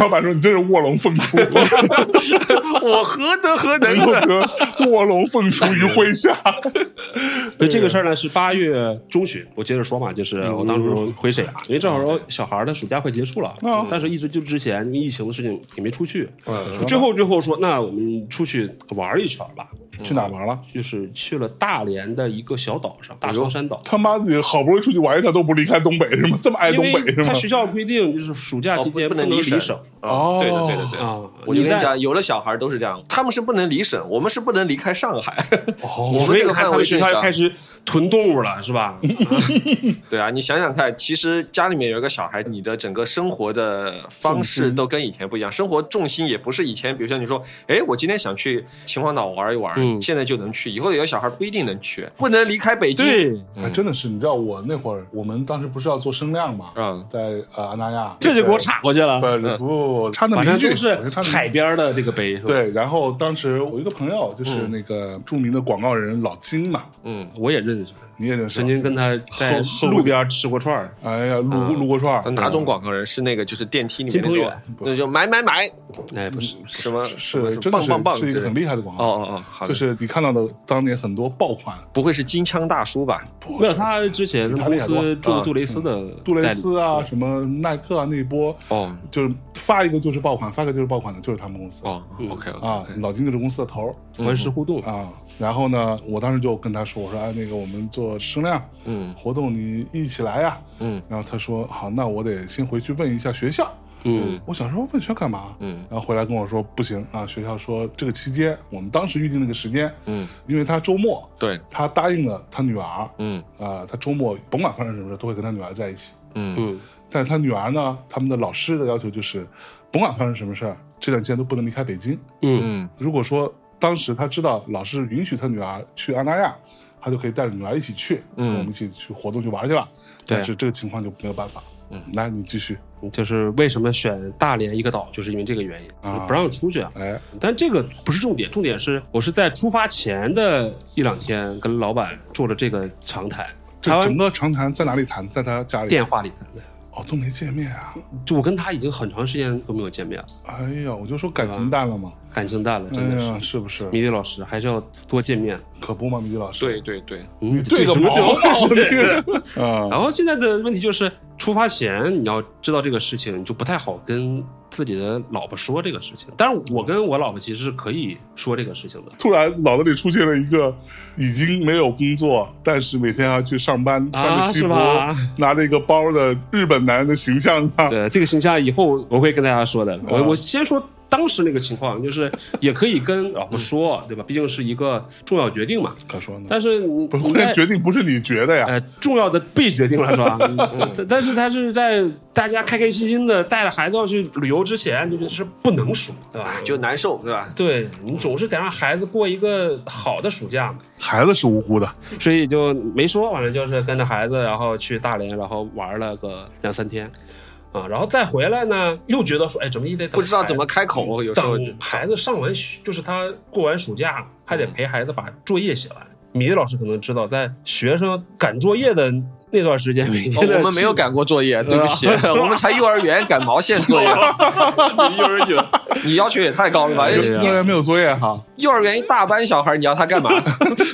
S1: 老板说你真是卧龙凤
S3: (laughs)
S1: 雏，
S2: 我何德何能
S1: 能够得卧龙凤雏于麾下。
S3: 所以这个事儿呢是八月中旬，我接着说嘛，就是我当时
S2: 嗯
S3: 回沈阳，因为正好小孩儿的暑假快结束了
S2: 哦
S1: 嗯，
S3: 但是一直就之前因为疫情的事情也没出去，
S2: 嗯
S3: 最后最后说那我们出去玩儿一圈儿吧，
S1: 去哪儿玩了？
S3: 就是去了大连的一个小岛上，大
S2: 哎呦
S3: 长山岛。
S1: 他妈的，好不容易出去玩一趟都不离开东北是吗？这么爱
S3: 因
S1: 东
S3: 为
S1: 北是吗
S3: 他？学校规定就是暑假期
S2: 哦
S3: 间
S2: 不不能
S3: 能
S2: 离省
S3: 省
S1: 哦
S2: 对的，对的，对的。
S3: 啊。
S2: 我就跟
S3: 你
S2: 你
S3: 在
S2: 讲，有了小孩都是这样，他们是不能离省，我们是不能离开上海。 (laughs)
S3: 哦，
S2: 我们
S3: 所以
S2: 这个
S3: 看
S2: 范围
S3: 他们学
S2: 内
S3: 校
S2: 小
S3: 开始囤动物了，
S2: (laughs)
S3: 是吧？
S2: 对啊，你想想看，其实家里面有一个小孩，你的整个生活的方式都跟以前不一样，生活重心也不是以前，比如说你说，哎，我今天想去秦皇岛玩一玩，
S3: 嗯
S2: 现在就能去，以后有小孩不一定能去，不能离开北京。，
S1: 还真的是，你知道我那会儿，我们当时不是要做声量嘛，
S2: 嗯，
S1: 在呃安那亚，
S3: 这就给我岔过去了
S1: 不。不不差那
S3: 反
S1: 么
S3: 正
S1: 一句，
S3: 都是
S1: 我就差那么一句
S3: 海边的这个碑，是吧？
S1: 对，然后当时我一个朋友就是
S3: 嗯
S1: 那个著名的广告人老金嘛，
S2: 嗯，
S3: 我也认识，
S1: 你也认识
S3: 曾
S1: 老金。
S3: 经跟他在路边吃过串儿。
S1: 哎呀，撸
S2: 嗯
S1: 过撸过串儿，
S2: 哪种啊广告人是那个就是电梯里面
S3: 金
S2: 那
S3: 鹏
S2: 种
S3: 远，
S2: 那就买买买，
S3: 哎，不是，
S2: 什么什么
S1: 是
S2: 什么
S1: 真的
S2: 棒棒棒
S1: 是是一
S2: 之
S1: 个
S2: 类
S1: 很
S2: 的
S1: 厉害的广
S2: 哦
S1: 告，
S2: 哦哦，好的，
S1: 就是你看到的当年很多爆款，
S2: 不会是金枪大叔吧？
S3: 没有他之前
S1: 比他
S3: 公
S1: 厉害多嗯
S3: 司做
S2: 啊
S3: 过杜蕾斯的
S1: 杜蕾
S3: 代理
S1: 斯啊，什么耐克啊那一波，
S2: 哦
S1: 就是发一个就是爆款，发一个就是爆款的，就是他们公司
S2: 哦，OK OK，
S1: 啊，老金就是公司的头儿。
S3: 环视互动，
S1: 啊，然后呢，我当时就跟他说，我说哎，那个我们做声量
S2: 嗯
S1: 活动，你一起来呀、
S2: 嗯
S1: 然后他说好，那我得先回去问一下学校。
S3: 嗯，
S1: 我想说问学校干嘛？
S2: 嗯
S1: 然后回来跟我说不行啊，学校说这个期间，我们当时预定那个时间，
S2: 嗯，
S1: 因为他周末
S2: 对，
S1: 他答应了他女儿，啊、
S2: 嗯
S1: 他周末甭管发生什么事都会跟他女儿在一起。
S2: 嗯
S3: 嗯，
S1: 但是他女儿呢，他们的老师的要求就是，甭管发生什么事儿，这段期间都不能离开北京。
S3: 嗯，
S2: 嗯
S1: 如果说当时他知道老师允许他女儿去安那亚，他就可以带着女儿一起去，
S2: 嗯
S1: 跟我们一起去活动去玩去了。
S3: 对
S1: 但是这个情况就没有办法。
S2: 嗯，
S1: 来你继续。
S3: 就是为什么选大连一个岛，就是因为这个原因
S1: 啊，
S3: 不让出去啊。
S1: 哎，
S3: 但这个不是重点，重点是我是在出发前的一两天跟老板做了这个长谈，谈
S1: 这整
S3: 完
S1: 个长谈在哪里谈？在他家里。
S3: 电话里谈的，
S1: 哦，都没见面啊！
S3: 就我跟他已经很长时间都没有见面了，
S1: 哎呀，我就说感情淡了嘛。
S3: 感情淡了，真
S1: 哎
S3: 的
S1: 呀，
S3: 是。
S1: 是不是？
S3: 米粒老师还是要多见面，
S1: 可不嘛，米迪老师。
S2: 对对对，
S3: 嗯你
S1: 对个
S3: 什么
S1: 毛毛
S3: 对
S1: 对啊，
S3: 然后现在的问题就是，出发前你要知道这个事情，你就不太好跟自己的老婆说这个事情。但是我跟我老婆其实是可以说这个事情的。
S1: 突然脑子里出现了一个已经没有工作，但是每天还要去上班，穿着
S3: 啊
S1: 西服，
S3: 是吧
S1: 拿着一个包的日本男人的形象啊。
S3: 对这个形象，以后我会跟大家说的。我我先说当时那个情况，就是也可以跟老婆说，对吧？毕竟是一个重要决定嘛。
S1: 可说呢。
S3: 但是你
S1: 不是，
S3: 你
S1: 关键
S3: 在
S1: 决定啊不是你觉得呀，
S3: 呃，重要的被决定了是吧？但但是他是在大家开开心心的带着孩子要去旅游之前，就是是不能说，对吧？
S2: 就难受对吧？
S3: 对你总是得让孩子过一个好的暑假嘛，
S1: 孩子是无辜的，
S3: 所以就没说，反正就是跟着孩子，然后去大连，然后玩了个两三天，啊，然后再回来呢，又觉得说，哎，怎么也得等
S2: 不知道
S3: 孩子
S2: 怎么开
S1: 嗯
S2: 口，有时候就
S3: 等孩子上完学，就是他过完暑假，还得陪孩子把作业写完。米粒老师可能知道，在学生赶作业的那段时间，每天、
S2: 哦，我们没
S3: (laughs)
S2: 有赶过作业，对不起，
S1: (laughs)
S2: 我们才幼儿园赶毛线作业，
S3: (laughs) 幼儿园，
S2: 你要求也太高了
S3: 哎
S2: 吧？
S1: 幼幼儿园没有作业哈，
S2: 幼儿园一大班小孩，你要他干嘛？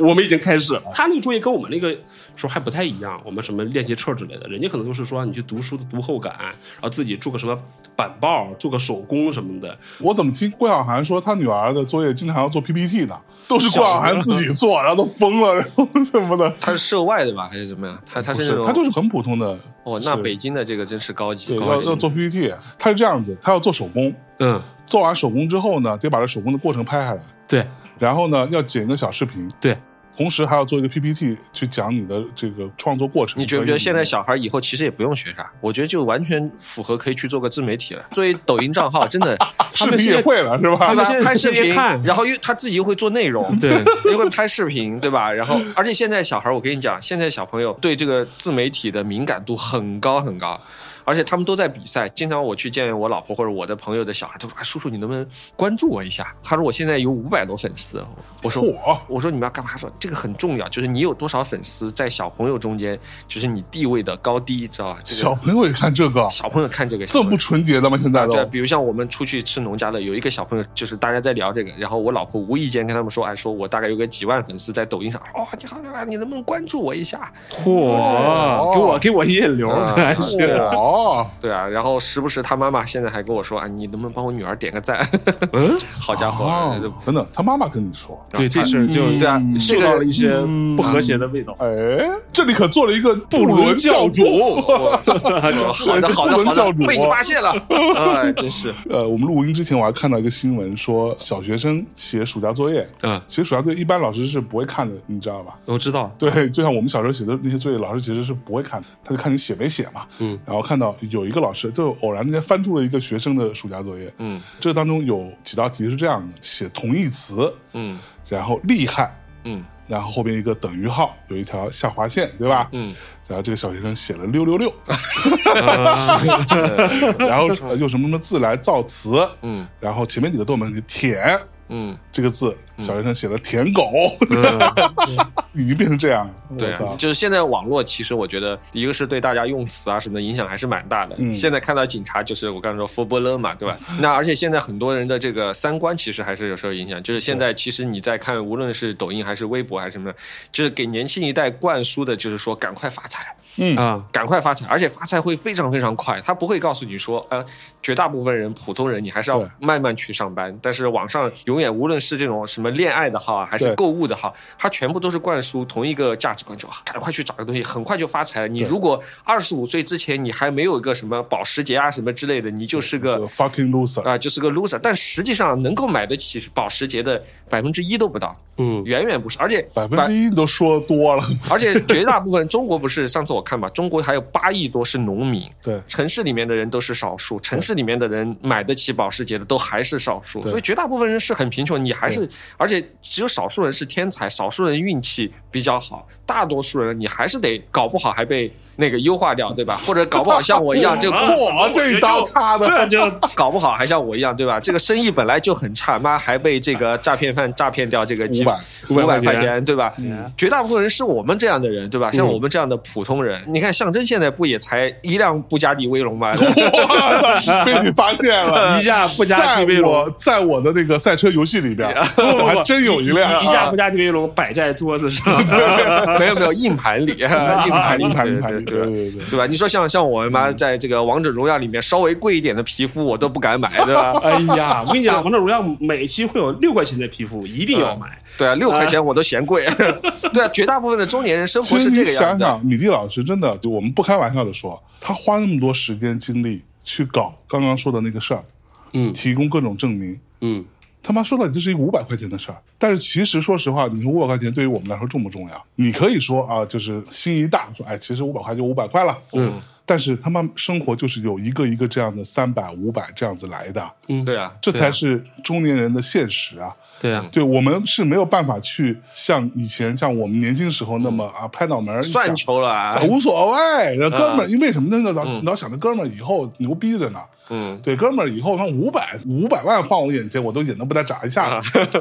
S3: 我们已经开始了。他那个作业跟我们那个时候还不太一样，我们什么练习册之类的，人家可能都是说你去读书的读后感，然后自己做个什么板报，做个手工什么的。
S1: 我怎么听郭晓涵说他女儿的作业经常要做 PPT 呢？都是郭晓涵自己做，然后都疯了，然后什么的。
S2: 他是涉外的吧，还是怎么样？他他
S1: 不
S2: 是那
S1: 是，
S2: 种，
S1: 他就是很普通的，
S2: 哦，那北京的这个真是高级
S1: 对，
S2: 高
S1: 要
S2: 级
S1: 要做 PPT，他是这样子，他要做手工，
S3: 嗯，
S1: 做完手工之后呢，得把这手工的过程拍下来，
S3: 对
S1: 然后呢要剪一个小视频，
S3: 对，
S1: 同时还要做一个 PPT 去讲你的这个创作过程。
S2: 你觉不觉得现在
S1: 想
S2: 小孩以后其实也不用学啥？我觉得就完全符合可以去做个自媒 (laughs) 体了。作为抖音账号，真 (laughs) 的
S1: 视频也会了是吧？
S3: 他
S2: 对
S3: 们
S2: 吧
S3: 现？在
S2: 拍视
S3: 直接
S2: 频
S3: 看，
S2: (laughs) 然后又他自己又会做内容，
S3: 对，
S2: 又会拍视频，对吧？然后，而且现在小孩儿，我跟你讲，现在小朋友对这个自媒体的敏感度很高很高，而且他们都在比赛。经常我去见我老婆或者我的朋友的小孩，都说：“哎，叔叔，你能不能关注我一下？”他说：“我现在有五百多粉丝。”我说：“
S1: 嚯
S2: 我说你们要干嘛？”他说：“这个很重要，就是你有多少粉丝，在小朋友中间，就是你地位的高低，知道吧？”这
S1: 小
S2: 个
S1: 朋友也看这个，
S2: 小朋友看这个，
S1: 这么不纯洁的吗？现在都
S2: 对，比如像我们出去吃农家乐，有一个小朋友就是大家在聊这个，然后我老婆无意间跟他们说，哎，说我大概有个几万粉丝在抖音上，哦，你好，你好，你能不能关注我一下？
S3: 嚯，给我给我引流，
S2: 啊
S3: 还是
S1: 哦，
S2: 对啊，然后时不时他妈妈现在还跟我说，啊，你能不能帮我女儿点个赞？ (laughs)
S3: 嗯，
S2: 好家伙，
S1: 哦真的，他妈妈跟你说，
S3: 对这事儿就
S2: 对啊，这
S3: 嗅到了
S2: 个
S3: 一些不和谐的味道。
S1: 哎，这里可做了一个不伦教主。
S2: 我我好的好
S1: 不
S2: 的
S1: 伦
S2: 好
S1: 教
S2: 的
S1: 主，
S2: 被你发现了，哎，真是
S1: 呃，我们录音之前我还看到一个新闻，说小学生写暑假作业，
S3: 嗯，
S1: (laughs) 写暑假作业一般老师是不会看的，你知道吧？
S3: 我知道，
S1: 对，就像我们小时候写的那些作业，老师其实是不会看的，他就看你写没写嘛。
S3: 嗯，
S1: 然后看到有一个老师就偶然间翻出了一个学生的暑假作业，
S2: 嗯
S1: 这当中有几道题是这样的：写同义词，
S2: 嗯
S1: 然后厉害，
S2: 嗯
S1: 然后后边一个等于号，有一条下划线，对吧？
S2: 嗯，
S1: 然后这个小学生写了六六 (laughs) 六，
S3: 啊 (laughs)
S1: 然后呃用什么什么字来造词，
S2: 嗯
S1: 然后前面几个都没问题，舔
S2: 嗯，
S1: 这个字，小学生写了舔狗，
S3: 嗯
S1: (laughs) 已经变成这样了。
S2: 对
S1: 我操
S2: 啊，就是现在网络，其实我觉得一个是对大家用词啊什么的影响还是蛮大的。
S1: 嗯
S2: 现在看到警察就是我刚才说 f o b o l 嘛，对吧？那而且现在很多人的这个三观其实还是有时候影响。就是现在其实你在看，无论是抖音还是微博还是什么的，就是给年轻一代灌输的就是说赶快发财。
S1: 嗯
S3: 啊，
S2: (laughs) 赶快发财，而且发财会非常非常快，他不会告诉你说，呃，绝大部分人普通人你还是要
S1: 对
S2: 慢慢去上班，但是网上永远无论是这种什么恋爱的号啊，还是
S1: 对
S2: 购物的号，它全部都是灌输同一个价值观，就啊赶快去找个东西，很快就发财了。你如果二十五岁之前你还没有一个什么保时捷啊什么之类的，你就是
S1: 这
S2: 个
S1: 个 fucking loser，、
S2: 啊、就是个 loser。但实际上能够买得起保时捷的百分之一都不到，
S3: 嗯
S2: 远远不是，而且
S1: 百分之一都说多 (laughs) 了，
S2: (laughs) 而且绝大部分中国不是上次我看嘛，中国还有八亿多是农民，
S1: 对
S2: 城市里面的人都是少数，城市里面的人买得起保时捷的都还是少数，
S1: 对
S2: 所以绝大部分人是很贫穷，你还是，而且只有少数人是天才，少数人运气比较好，大多数人你还是得搞不好还被那个优化掉，对吧？或者搞不好像我一样就
S3: (laughs)
S1: 嚯，这一刀插的，
S3: 这就
S2: 搞不好还像我一样，对吧？这个生意本来就很差，妈还被这个诈骗犯诈骗掉这个几
S1: 500
S2: 五百
S3: 500块钱
S2: 块钱，对吧？绝大部分人是我们这样的人，对吧？像
S3: 嗯
S2: 我们这样的普通人，你看象征现在不也才一辆布加迪威龙吗？
S1: 我操 (laughs) 被你发现了，
S3: (laughs) 一下布加迪威
S1: 在
S3: 龙
S1: 我，在我的那个赛车游戏里边，
S3: (laughs) 不
S1: 我
S3: 不
S1: 还真有一辆，
S3: 一啊架布加迪威龙摆在桌子 (laughs) 上，
S2: 没有没有，硬盘里，硬
S1: 啊
S2: 盘里，
S1: 硬盘
S2: 对
S1: 硬盘，
S2: 对
S1: 对
S2: 对。
S1: 对对。
S2: 对吧？你说像像我妈在这个王者荣耀里面稍微贵一点的皮肤我都不敢买，对吧？
S3: 哎呀，我跟你讲，王者荣耀每期会有六块钱的皮肤，一定要 (laughs) 买。
S2: 对啊，六块钱我都嫌贵。 (laughs) 对啊，绝大部分的中年人生
S1: 其
S2: 活
S1: 实
S2: 是
S1: 你
S2: 这个样
S1: 想
S2: 子的。
S1: 想，米蒂老师真的，就我们不开玩笑的说，他花那么多时间精力去搞刚刚说的那个事儿，
S3: 嗯
S1: 提供各种证明，
S3: 嗯，
S1: 他妈说到底这是一个五百块钱的事儿。但是其实说实话，你说五百块钱对于我们来说重不重要？你可以说啊，就是心一大，说哎，其实五百块就五百块了，
S3: 嗯。
S1: 但是他妈生活就是有一个一个这样的三百、五百这样子来的，
S2: 对啊，
S1: 这
S2: 对啊
S1: 才是中年人的现实啊。
S3: 对呀，
S1: 对我们是没有办法去像以前像我们年轻时候那么啊拍脑门儿一想
S2: 嗯算球了啊。
S1: 无所谓，哥们儿，因为什么呢？老
S2: 嗯
S1: 老想着哥们儿以后牛逼着呢。
S2: 嗯，
S1: 对，哥们儿以后看五百五百万放我眼前，我都眼都不带眨一下，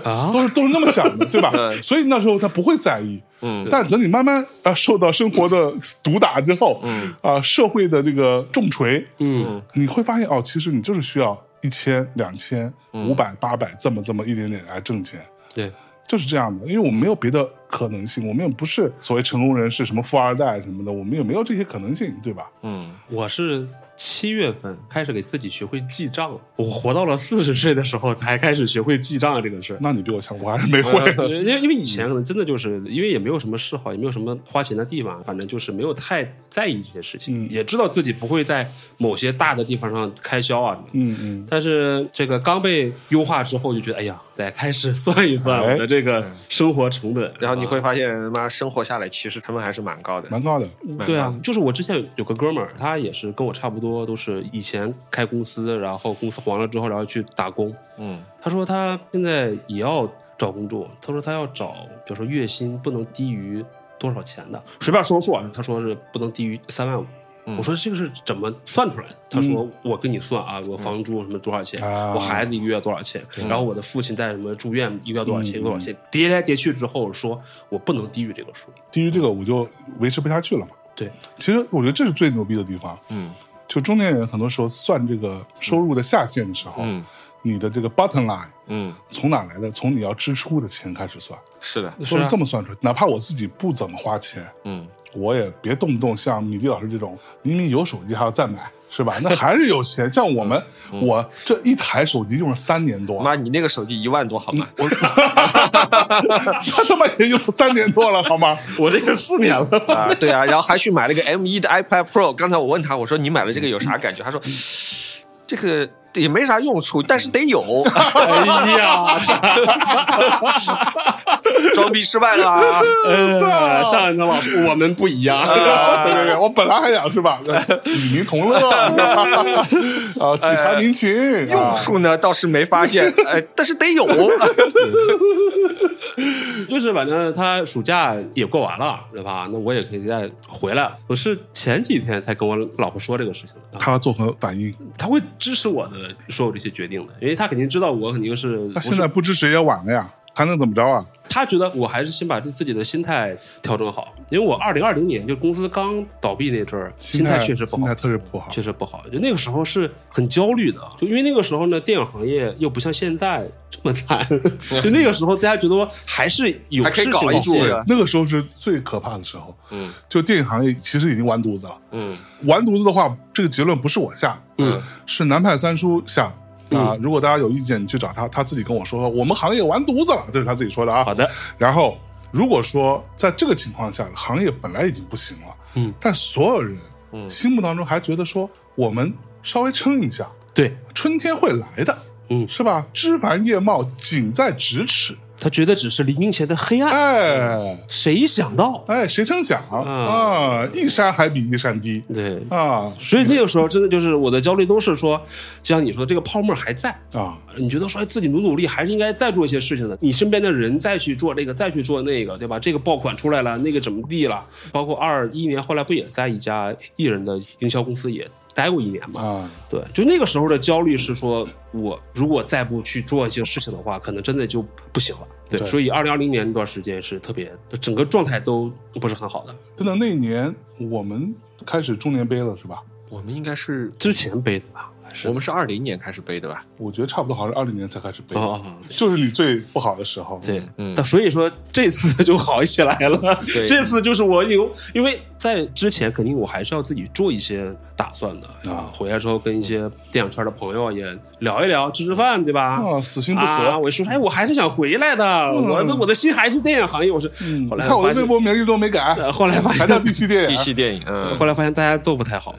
S3: 啊，
S1: 都是都是那么想的，对吧？
S2: 嗯
S1: 所以那时候他不会在意。
S2: 嗯
S1: 但等你慢慢啊受到生活的毒打之后，
S2: 嗯
S1: 啊社会的这个重锤，
S3: 嗯
S1: 你会发现哦，其实你就是需要一千、两千、五百、八百这么这么一点点来挣钱。
S3: 对，
S1: 就是这样的，因为我们没有别的可能性，我们也不是所谓成功人士，什么富二代什么的，我们也没有这些可能性，对吧？
S2: 嗯
S3: 我是七月份开始给自己学会记账了。我活到了四十岁的时候才开始学会记账这个事儿。
S1: 那你比我强， (laughs) 我还是没
S3: (laughs)
S1: 会。
S3: 呃因为因为以前可能真的就是因为也没有什么嗜好，也没有什么花钱的地方，反正就是没有太在意这些事情，
S1: 嗯
S3: 也知道自己不会在某些大的地方上开销啊。
S1: 嗯嗯，
S3: 但是这个刚被优化之后，就觉得哎呀，得开始算一算
S1: 哎
S3: 我的这个生活成本。
S2: 然后你会
S3: 啊
S2: 发现，妈生活下来其实成本还是蛮高的。
S1: 蛮高的。
S2: 蛮
S3: 对
S2: 高
S3: 啊
S2: 的，
S3: 就是我之前有个哥们儿，他也是跟我差不多，都是以前开公司，然后公司黄了之后，然后去打工，
S2: 嗯，
S3: 他说他现在也要找工作，他说他要找，比如说月薪不能低于多少钱的，随便说说啊，他说是不能低于三万五。
S2: 嗯
S3: 我说这个是怎么算出来的？他说我跟你算啊，我房租什么多少钱，
S1: 啊
S3: 我孩子一个月多少钱，然后我的父亲在什么住院一个月多少钱，多少钱，叠来叠去之后说我不能低于这个数。
S1: 低于这个我就维持不下去了嘛。
S3: 对，
S1: 其实我觉得这是最牛逼的地方。
S2: 嗯
S1: 就中年人很多时候算这个收入的下限的时候，
S2: 嗯
S1: 你的这个 bottom line
S2: 嗯，
S1: 从哪来的？从你要支出的钱开始算，
S2: 是的，
S1: 都是这么算出来。哪怕我自己不怎么花钱，
S2: 嗯，
S1: 我也别动不动像米粒老师这种，明明有手机还要再买，是吧？那还是有钱。像
S2: (laughs)
S1: 我们，我这一台手机用了三年多，
S2: 妈，嗯你那个手机一万多好吗？
S1: (laughs) 他他妈也用了三年多了，好
S2: (laughs)
S1: 吗？
S3: 我这个四年了，
S2: 啊，对啊，然后还去买了个 M 1的 iPad Pro。刚才我问他，我说你买了这个有啥感觉？他说这个也没啥用处，但是得有。 (laughs)
S3: 哎呀，
S2: 装逼失败了啊，
S3: 呃上一个老师我们不一
S1: (laughs)
S3: 样。
S1: 哎
S2: 啊
S1: 对对对，我本来还想
S2: (laughs)
S1: 是吧，与民同乐 (laughs) 啊，体察民情，啊
S2: 哎用处呢倒是没发 (laughs) 现，呃，但是得有。
S3: 就是反正他暑假也过完了，对吧？那我也可以再回来。我是前几天才跟我老婆说这个事情的，她
S1: 他做何反应？
S3: 她会支持我的所有这些决定的，因为她肯定知道我肯定是，
S1: 那
S3: 我
S1: 现
S3: 是
S1: 在不支持也晚了呀，还能怎么着啊？
S3: 她觉得我还是先把自己的心态调整好，因为我二零二零年就公司刚倒闭那阵儿，心态确实不
S1: 心
S3: 好
S1: 态。特别不好。
S3: 确实不好，就那个时候是很焦虑的，啊就因为那个时候呢，电影行业又不像现在这么惨， (laughs) 就那个时候大家觉得还是有
S2: 还可以
S3: 事情
S2: 搞一
S3: 做
S2: 些
S3: 的，
S1: 那个时候是最可怕的时候，
S2: 嗯
S1: 就电影行业其实已经完犊子了。
S2: 嗯
S1: 完犊子的话，这个结论不是我下的，
S3: 嗯，
S1: 是南派三叔下的。啊，如果大家有意见，你去找他，他自己跟我说，我们行业完犊子了，这是他自己说的啊。
S3: 好的，
S1: 然后，如果说在这个情况下，行业本来已经不行了，
S3: 嗯，
S1: 但所有人
S2: 嗯
S1: 心目当中还觉得说，我们稍微撑一下，
S3: 对，
S1: 春天会来的，
S3: 嗯
S1: 是吧？枝繁叶茂，近在咫尺。
S3: 他觉得只是黎明前的黑暗，
S1: 哎
S3: 谁想到？
S1: 哎，谁成想
S3: 啊
S1: 啊？一山还比一山低
S3: 对，
S1: 啊
S3: 所以那个时候真的就是我的焦虑都是说，就像你说的，这个泡沫还在。
S1: 啊！
S3: 你觉得说哎自己努努力还是应该再做一些事情的，你身边的人再去做这个，再去做那个，对吧？这个爆款出来了，那个怎么地了？包括二一年后来不也在一家艺人的营销公司也待过一年嘛？
S1: 啊，
S3: 对，就那个时候的焦虑是说，我如果再不去做一些事情的话，可能真的就不行了。对，
S1: 对
S3: 所以二零二零年那段时间是特别，整个状态都不是很好的。
S1: 真的那一年我们开始中年杯了，是吧？
S2: 我们应该是
S3: 之前背的吧？还是
S2: 我们是二零年开始背的吧？
S1: 我觉得差不多，好像是二零年才开始杯，
S3: 哦哦哦
S1: 就是你最不好的时候。
S3: 对，
S2: 嗯
S3: 但所以说这次 (laughs) 就好起来了。
S2: 对
S3: 这次就是我有，因为在之前肯定我还是要自己做一些打算的
S1: 啊
S3: 回来之后跟一些电影圈的朋友也聊一聊，吃吃饭，对吧？
S1: 啊，死心不
S3: 啊！
S1: 死。
S3: 我说，哎，我还是想回来的，我的我的心还是电影行业。我说，
S1: 嗯，
S3: 后
S1: 你
S3: 来
S1: 看我
S3: 发
S1: 的
S3: 现
S1: 微，博名字都没改，
S3: 呃后来发
S1: 还叫
S3: 现，
S1: 第七电
S2: 第
S1: 影。
S2: 七电影，嗯
S3: 后，来发现大家都不太好。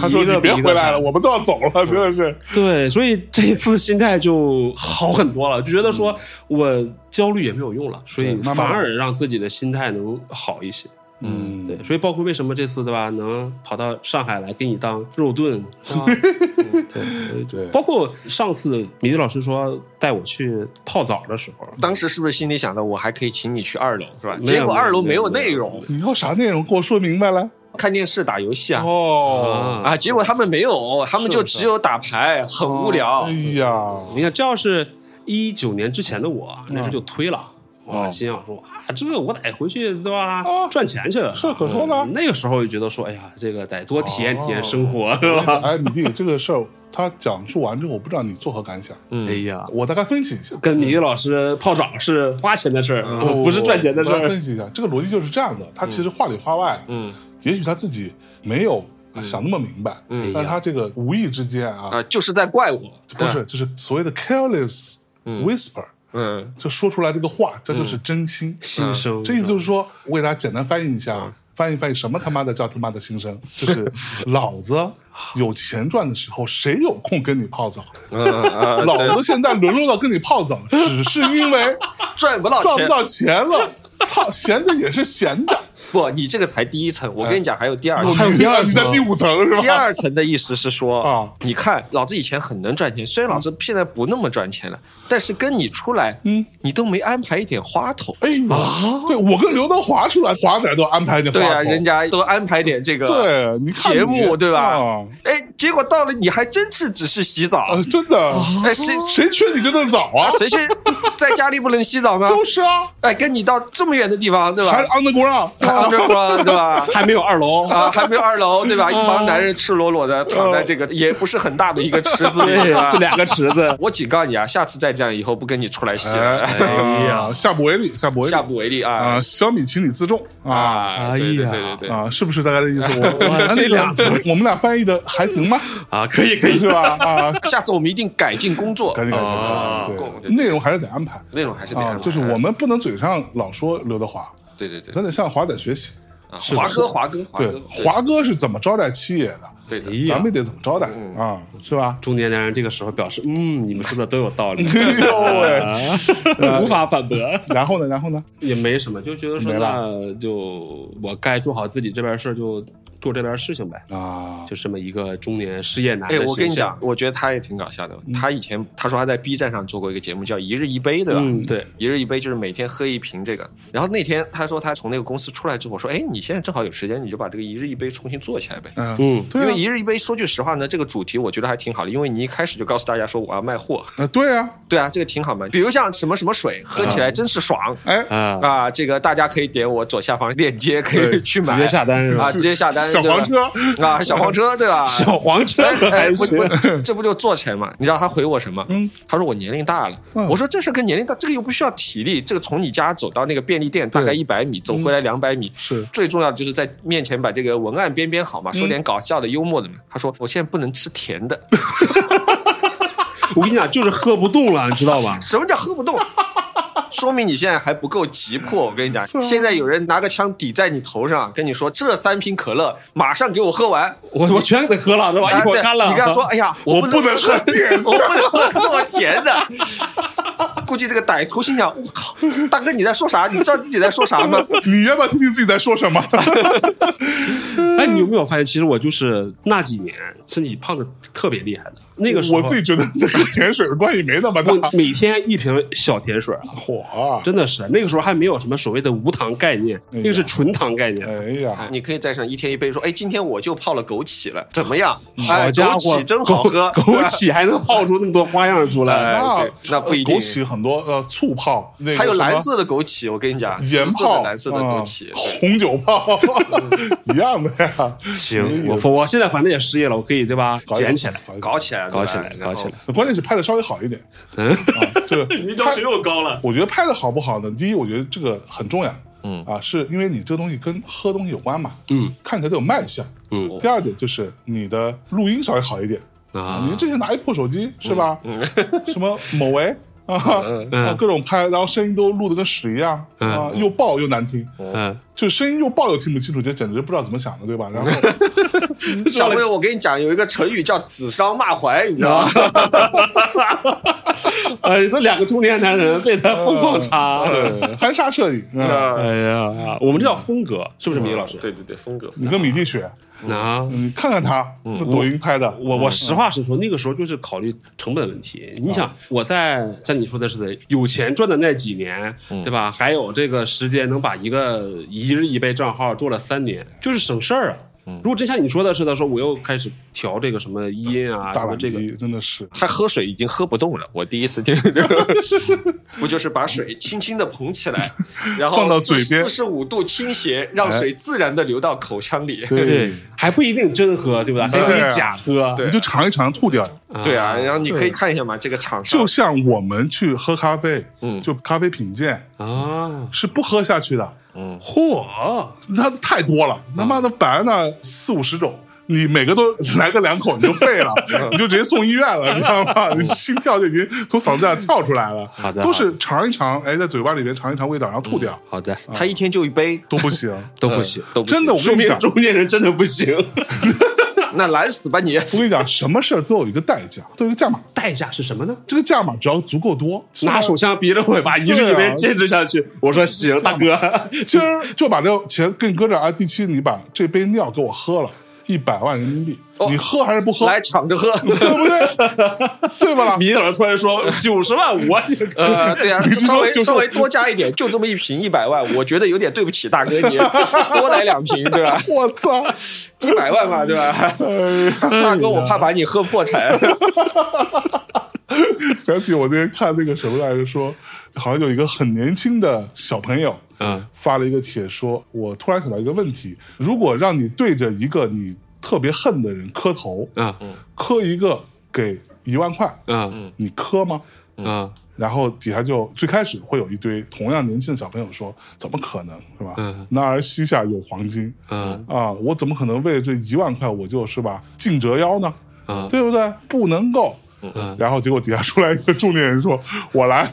S1: 他说：“
S3: 一个
S1: 你别
S3: 比一个嗯
S1: 回来了，
S3: 惨
S1: 我们都要走了，真的是。
S3: (laughs) 对，所以这次心态就好很多了，就觉得说我焦虑也没有用了，所以
S1: 嗯对慢慢
S3: 反
S1: 来
S3: 而让自己的心态能好一些。”
S1: 嗯，
S3: 对，所以包括为什么这次对吧，能跑到上海来给你当肉盾，
S1: (laughs)
S3: 啊对
S1: 对
S3: 包括上次米迪老师说带我去泡澡的时候，
S2: 当时是不是心里想的我还可以请你去二楼是吧？
S3: 没有
S2: 结果二楼没有
S3: 没有
S2: 内容，
S1: 你要啥内容给我说明白了。
S2: 看电视打游戏啊
S1: 哦，
S2: 啊！结果他们没有，他们就只有打牌，很无聊
S1: 哎。呀，
S3: 你看，这要是一九年之前的我，那
S1: 嗯
S3: 时候就推了。
S1: 哦
S3: 我心想说啊，这个我得回去对吧
S1: 啊？
S3: 赚钱去了，
S1: 是可说呢哦
S3: 嗯那个时候就觉得说，哎呀，这个得多体验体验生活，是吧？
S1: 哎，米弟，这个事儿他讲述完之后，我不知道你作何感想，
S3: 哎呀，
S1: 我大概分析一下。
S3: 跟米迪老师泡澡是花钱的事儿， (laughs) 不是赚钱的事
S1: 嗯哦我大概
S3: 儿。嗯
S1: 分析一下，这个逻辑就是这样的。他其实话里话外，
S2: 嗯，
S1: 也许他自己没有想那么明白，
S2: 嗯
S1: 但他这个无意之间啊，
S2: 啊，就是在怪我，
S1: 不是就是所谓的 careless whisper，、
S2: 嗯，
S1: 就说出来这个话，这就是真心。
S3: 心声，
S1: 这意思就是说，我给大家简单翻译一下
S2: 嗯
S1: 啊，翻译翻译什么他妈的叫他妈的心声，就是
S2: (laughs)
S1: 老子有钱赚的时候，谁有空跟你泡澡？
S2: 嗯啊
S1: (laughs) 老子现在沦落到跟你泡澡，只是
S2: (laughs)
S1: 因为
S2: 赚不到
S1: 赚
S2: 钱
S1: 不，到钱了。操，闲着也是闲着。
S2: 不，你这个才第一层，我跟你啊讲，还有第二
S1: 还
S2: 层。
S1: 哎有第二，你在第五层是吧？
S2: 第二层的意思是说，
S1: (laughs) 啊
S2: 你看老子以前很能赚钱，虽然老子现在不那么赚钱了，但是跟你出来，
S1: 嗯，
S2: 你都没安排一点花头。
S1: 哎呦，对我跟刘德华出来，华仔都安排点
S2: 啊对
S1: 话
S2: 啊，
S1: 头
S2: 人家都安排点这个
S1: 对你看你
S2: 节目，对吧
S1: 啊？
S2: 哎，结果到了你还真是只是洗澡，
S1: 呃，真的，
S2: 哎，谁
S1: 谁缺你这顿澡
S2: (laughs)
S1: 啊？
S2: 谁
S1: (laughs)
S2: 去在家里不能洗澡吗？
S1: 就是啊，
S2: 哎，跟你到这么远的地方，对吧
S1: 还是 underground，
S2: 还？underground 对
S1: (laughs)
S2: 吧？
S3: 还没有二楼， (laughs)
S2: 啊，还没有二楼
S1: 嗯
S2: 对吧？一帮男人赤裸裸的躺在这个也不是很大的一个池子
S1: (laughs)
S2: 里，对吧
S5: 这两个池子，
S2: 我警告你啊，下次再这样，以后不跟你出来洗
S1: 哎
S2: 了，
S1: 啊，下不为例，下不为例
S2: 下不为例啊
S1: 啊！小米，请你自重啊！
S2: 啊！
S3: 哎
S2: 对对
S3: 呀
S2: 对对对，
S1: 啊，是不是大概的意思？我我
S3: 这俩词儿
S1: 我们俩翻译的还行吧，
S3: 啊，可以可以，
S1: 是吧？啊，
S2: 下次我们一定改进工作，
S1: 赶紧赶紧
S3: 啊
S1: 赶紧，
S2: 够
S1: 对，内容还是得安排
S2: 内容还是得
S1: 啊，
S2: 安排
S1: 就是我们不能嘴上老说刘德华，
S2: 对对对
S1: 咱得向华仔学习。
S2: 啊，华哥华哥华
S1: 对
S2: 哥，
S1: 华哥是怎么招待七爷的，
S2: 对的，
S3: 哎呀
S1: 咱们也得怎么招待啊，是吧？
S3: 中年男人这个时候表示，嗯，你们说的都有道理，啊
S1: 哎呦喂！
S5: 无法反驳。
S1: 然后呢？然后呢？
S3: 也没什么，就觉得说
S1: 没了
S3: 那就我该做好自己这边事儿，就做这边事情呗，
S1: 啊，
S3: 就这么一个中年失业男的
S2: 哎，我跟你
S3: 形象
S2: 讲，，我觉得他也挺搞笑的。他以前他说他在 B 站上做过一个节目叫《一日一杯》，对吧？
S3: 嗯，对，
S2: 一日一杯就是每天喝一瓶这个。然后那天他说他从那个公司出来之后，说：“哎，你现在正好有时间，你就把这个一日一杯重新做起来呗。”
S1: 嗯，
S3: 嗯，
S2: 因
S1: 对
S2: 为
S1: 啊
S2: 一日一杯，说句实话呢，这个主题我觉得还挺好的，因为你一开始就告诉大家说我要卖货，
S1: 啊，对啊，
S2: 对啊，这个挺好嘛。比如像什么什么水，喝起来真是爽
S1: 哎，
S3: 啊，
S2: 啊！这个大家可以点我左下方链接，可以
S1: 对
S2: 去买，
S5: 直接下单是吧
S2: 啊，直接下单，
S1: 小
S2: 对吧
S1: 黄车，
S2: 啊，小黄车对吧？
S5: 小黄
S2: (laughs)
S5: 车
S1: (laughs)
S2: 哎哎，
S5: 还
S2: 不
S5: 行，
S2: 不，这不就做起来嘛？你知道他回我什么？
S1: 嗯，
S2: 他说我年龄大了。
S1: 嗯
S2: 我说这事跟年龄大，这个又不需要体力，这个从你家走到那个便利店大概一百米，走回来两百米。
S1: 嗯是嗯
S2: 最重要的就是在面前把这个文案编编好嘛，说点搞笑的、幽默的嘛。他说我现在不能吃甜的，？
S3: 我跟你讲，就是喝不动了，你知道吧
S2: 什么叫喝不动？ (laughs) 说明你现在还不够急迫，我跟你讲，
S1: 啊
S2: 现在有人拿个枪抵在你头上，跟你说这三瓶可乐马上给我喝完，
S3: 我我全给喝了，是吧？
S2: 啊
S3: 一口
S2: 对
S3: 哎干了。
S2: 你跟他说，哎呀，
S1: 我
S2: 不
S1: 不能喝甜的
S2: (laughs) 我不能喝这么甜的。估计这个歹徒心想：我靠，大哥你在说啥？你知道自己在说啥吗？
S1: 你要不要听听自己在说什么？
S3: 哎，你有没有发现，其实我就是那几年身体胖的特别厉害的。那个时候，
S1: 我自己觉得那个甜水的关系没那
S2: (laughs)
S1: 么
S3: 我
S1: 大。
S3: 每天一瓶小甜水啊，
S1: 火，
S3: 真的是那个时候还没有什么所谓的无糖概念，
S1: 哎呀
S3: 那个是纯糖概念。
S1: 哎呀，
S2: (laughs) 你可以在上一天一杯说：哎，今天我就泡了枸杞了，怎么样？哎，
S3: 好家
S2: 枸
S3: 伙，
S2: 杞真好喝，
S3: 枸 (laughs) 枸杞还能泡出那么多花样出来。
S2: 哎，这那不一定
S1: 枸。杞啊很多呃，醋泡，那个
S2: 还有
S1: 什么
S2: 蓝色的枸杞，我跟你讲，
S1: 盐
S2: 紫色
S1: 泡
S2: 的、蓝色的
S3: 哦
S2: 枸杞
S1: 啊，红酒
S2: (laughs)
S1: 泡，一样的呀。
S3: 行，我我现在反正也失业了，我可以对吧？
S1: 搞一个
S3: 捡起来。
S2: 搞起来，
S3: 搞起来
S2: 对吧
S3: 搞起来。
S1: 关键是拍的稍微好一点，
S3: 嗯，
S1: 啊，就是
S5: 你要又高了，
S1: 我觉得拍的好不好呢？第一，我觉得这个很重要。
S2: 嗯
S1: 啊，是因为你这个东西跟喝东西有关嘛，
S3: 嗯，
S1: 看起来得有卖相。
S3: 嗯
S1: 第二点就是你的录音稍微好一点，
S3: 啊
S1: 啊，你这些拿一破手机是吧？ (laughs) 什么某为啊
S3: 嗯
S1: 啊，各种拍，然后声音都录的跟屎一样
S3: 嗯
S1: 啊，又爆又难听，
S3: 嗯，
S1: 就声音又爆又听不清楚，这简直不知道怎么想的，对吧？然后
S3: (laughs)
S2: 搞小朋友，我跟你讲，有一个成语叫“指桑骂槐”，你知
S3: (laughs)
S2: 道吗？
S3: (laughs) 哎，这两个中年男人被他疯狂插。
S1: 对，呃含沙射影，啊
S2: 嗯
S3: 哎呀，我们这叫风格，是不是，米老师？
S2: 对对对，风格。
S1: 你跟米蒂学，
S3: 啊，
S1: 你看看他那抖音拍的，
S3: 嗯我我实话实说，那个时候就是考虑成本问题。你想，我在像你说的似的，有钱赚的那几年，对吧？还有这个时间能把一个一日一杯账号做了三年，就是省事儿啊。如果真像你说的似的，说我又开始调这个什么音啊，
S1: 大
S3: 什么
S1: 懒
S3: 这个，
S1: 逼真的是，
S2: 他喝水已经喝不动了，我第一次
S1: (laughs)
S2: 听，不就是把水轻轻的捧起
S1: (laughs)
S2: 来，然后
S1: 放到嘴边哎
S2: 四十五度倾斜，让水自然的流到口腔里。
S1: 对，
S3: 还不一定真喝，对吧？还可以假喝。
S1: 你就尝一尝吐掉，
S2: 对啊，然后你可以看一下嘛，这个厂商
S1: 就像我们去喝咖啡，
S2: 嗯
S1: 就咖啡品鉴
S3: 啊，
S1: 是不喝下去的，
S3: 嚯！
S2: 嗯
S1: 那太多了，他妈的摆在那四五十种，你每个都来个两口你就废了，
S2: 嗯
S1: 你就直接送医院了，
S2: (laughs)
S1: 你知道吗？你心跳就已经从嗓子眼跳出来了。
S2: 好的嗯
S1: 都是尝一尝，哎，在嘴巴里面尝一尝味道，然后吐掉、
S2: 好的，他一天就一杯
S1: 都不行。
S3: 嗯都不行，
S2: 都不行
S1: 真的，我
S5: 说
S1: 跟你
S5: 明
S1: 讲，
S5: 中间人真的不
S3: (laughs)
S5: 行。
S2: 那懒死吧你！
S1: 我跟你讲，什么事儿都有一个代价，都有一个价码。
S3: 代价是什么呢？
S1: 这个价码只要足够多，
S3: 啊
S5: 拿手枪比着尾巴，一
S1: 对
S5: 个
S1: 啊
S5: 一边坚持下去。我说行，大哥，
S3: (laughs)
S1: (laughs) 今儿就把这钱给你搁这儿啊，第七，你把这杯尿给我喝了，一百万人民币，
S2: 哦
S1: 你喝还是不喝？
S2: 来抢着喝，
S1: (laughs) 对不对？对吧？
S5: 米老师突然说九十万，我也可以
S2: 呃，对呀、
S1: 你就
S2: 稍微
S1: 就说
S2: 稍微多加一点，就这么一瓶一百万，我觉得有点对不起大哥
S1: (laughs)
S2: 你，多来两瓶对吧？
S1: 我操！ (laughs)
S2: 一百万嘛对吧？
S1: 哎呀，
S2: 大哥，我怕把你喝破产。
S1: 想起我那天看那个什么来着，说好像有一个很年轻的小朋友，
S3: 嗯，
S1: 发了一个帖说，我突然想到一个问题：如果让你对着一个你特别恨的人磕头，
S3: 啊
S1: 磕一个给一万块，
S3: 啊
S1: 你磕吗？
S3: 啊
S1: 然后底下就最开始会有一堆同样年轻的小朋友说：“怎么可能是吧？
S3: 嗯
S1: 男儿膝下有黄金
S3: 啊
S1: 啊！我怎么可能为了这一万块我就是吧尽折腰呢？
S3: 啊
S1: 对不对？不能够。
S3: 嗯
S1: 然后结果底下出来一个中年人说：“我来，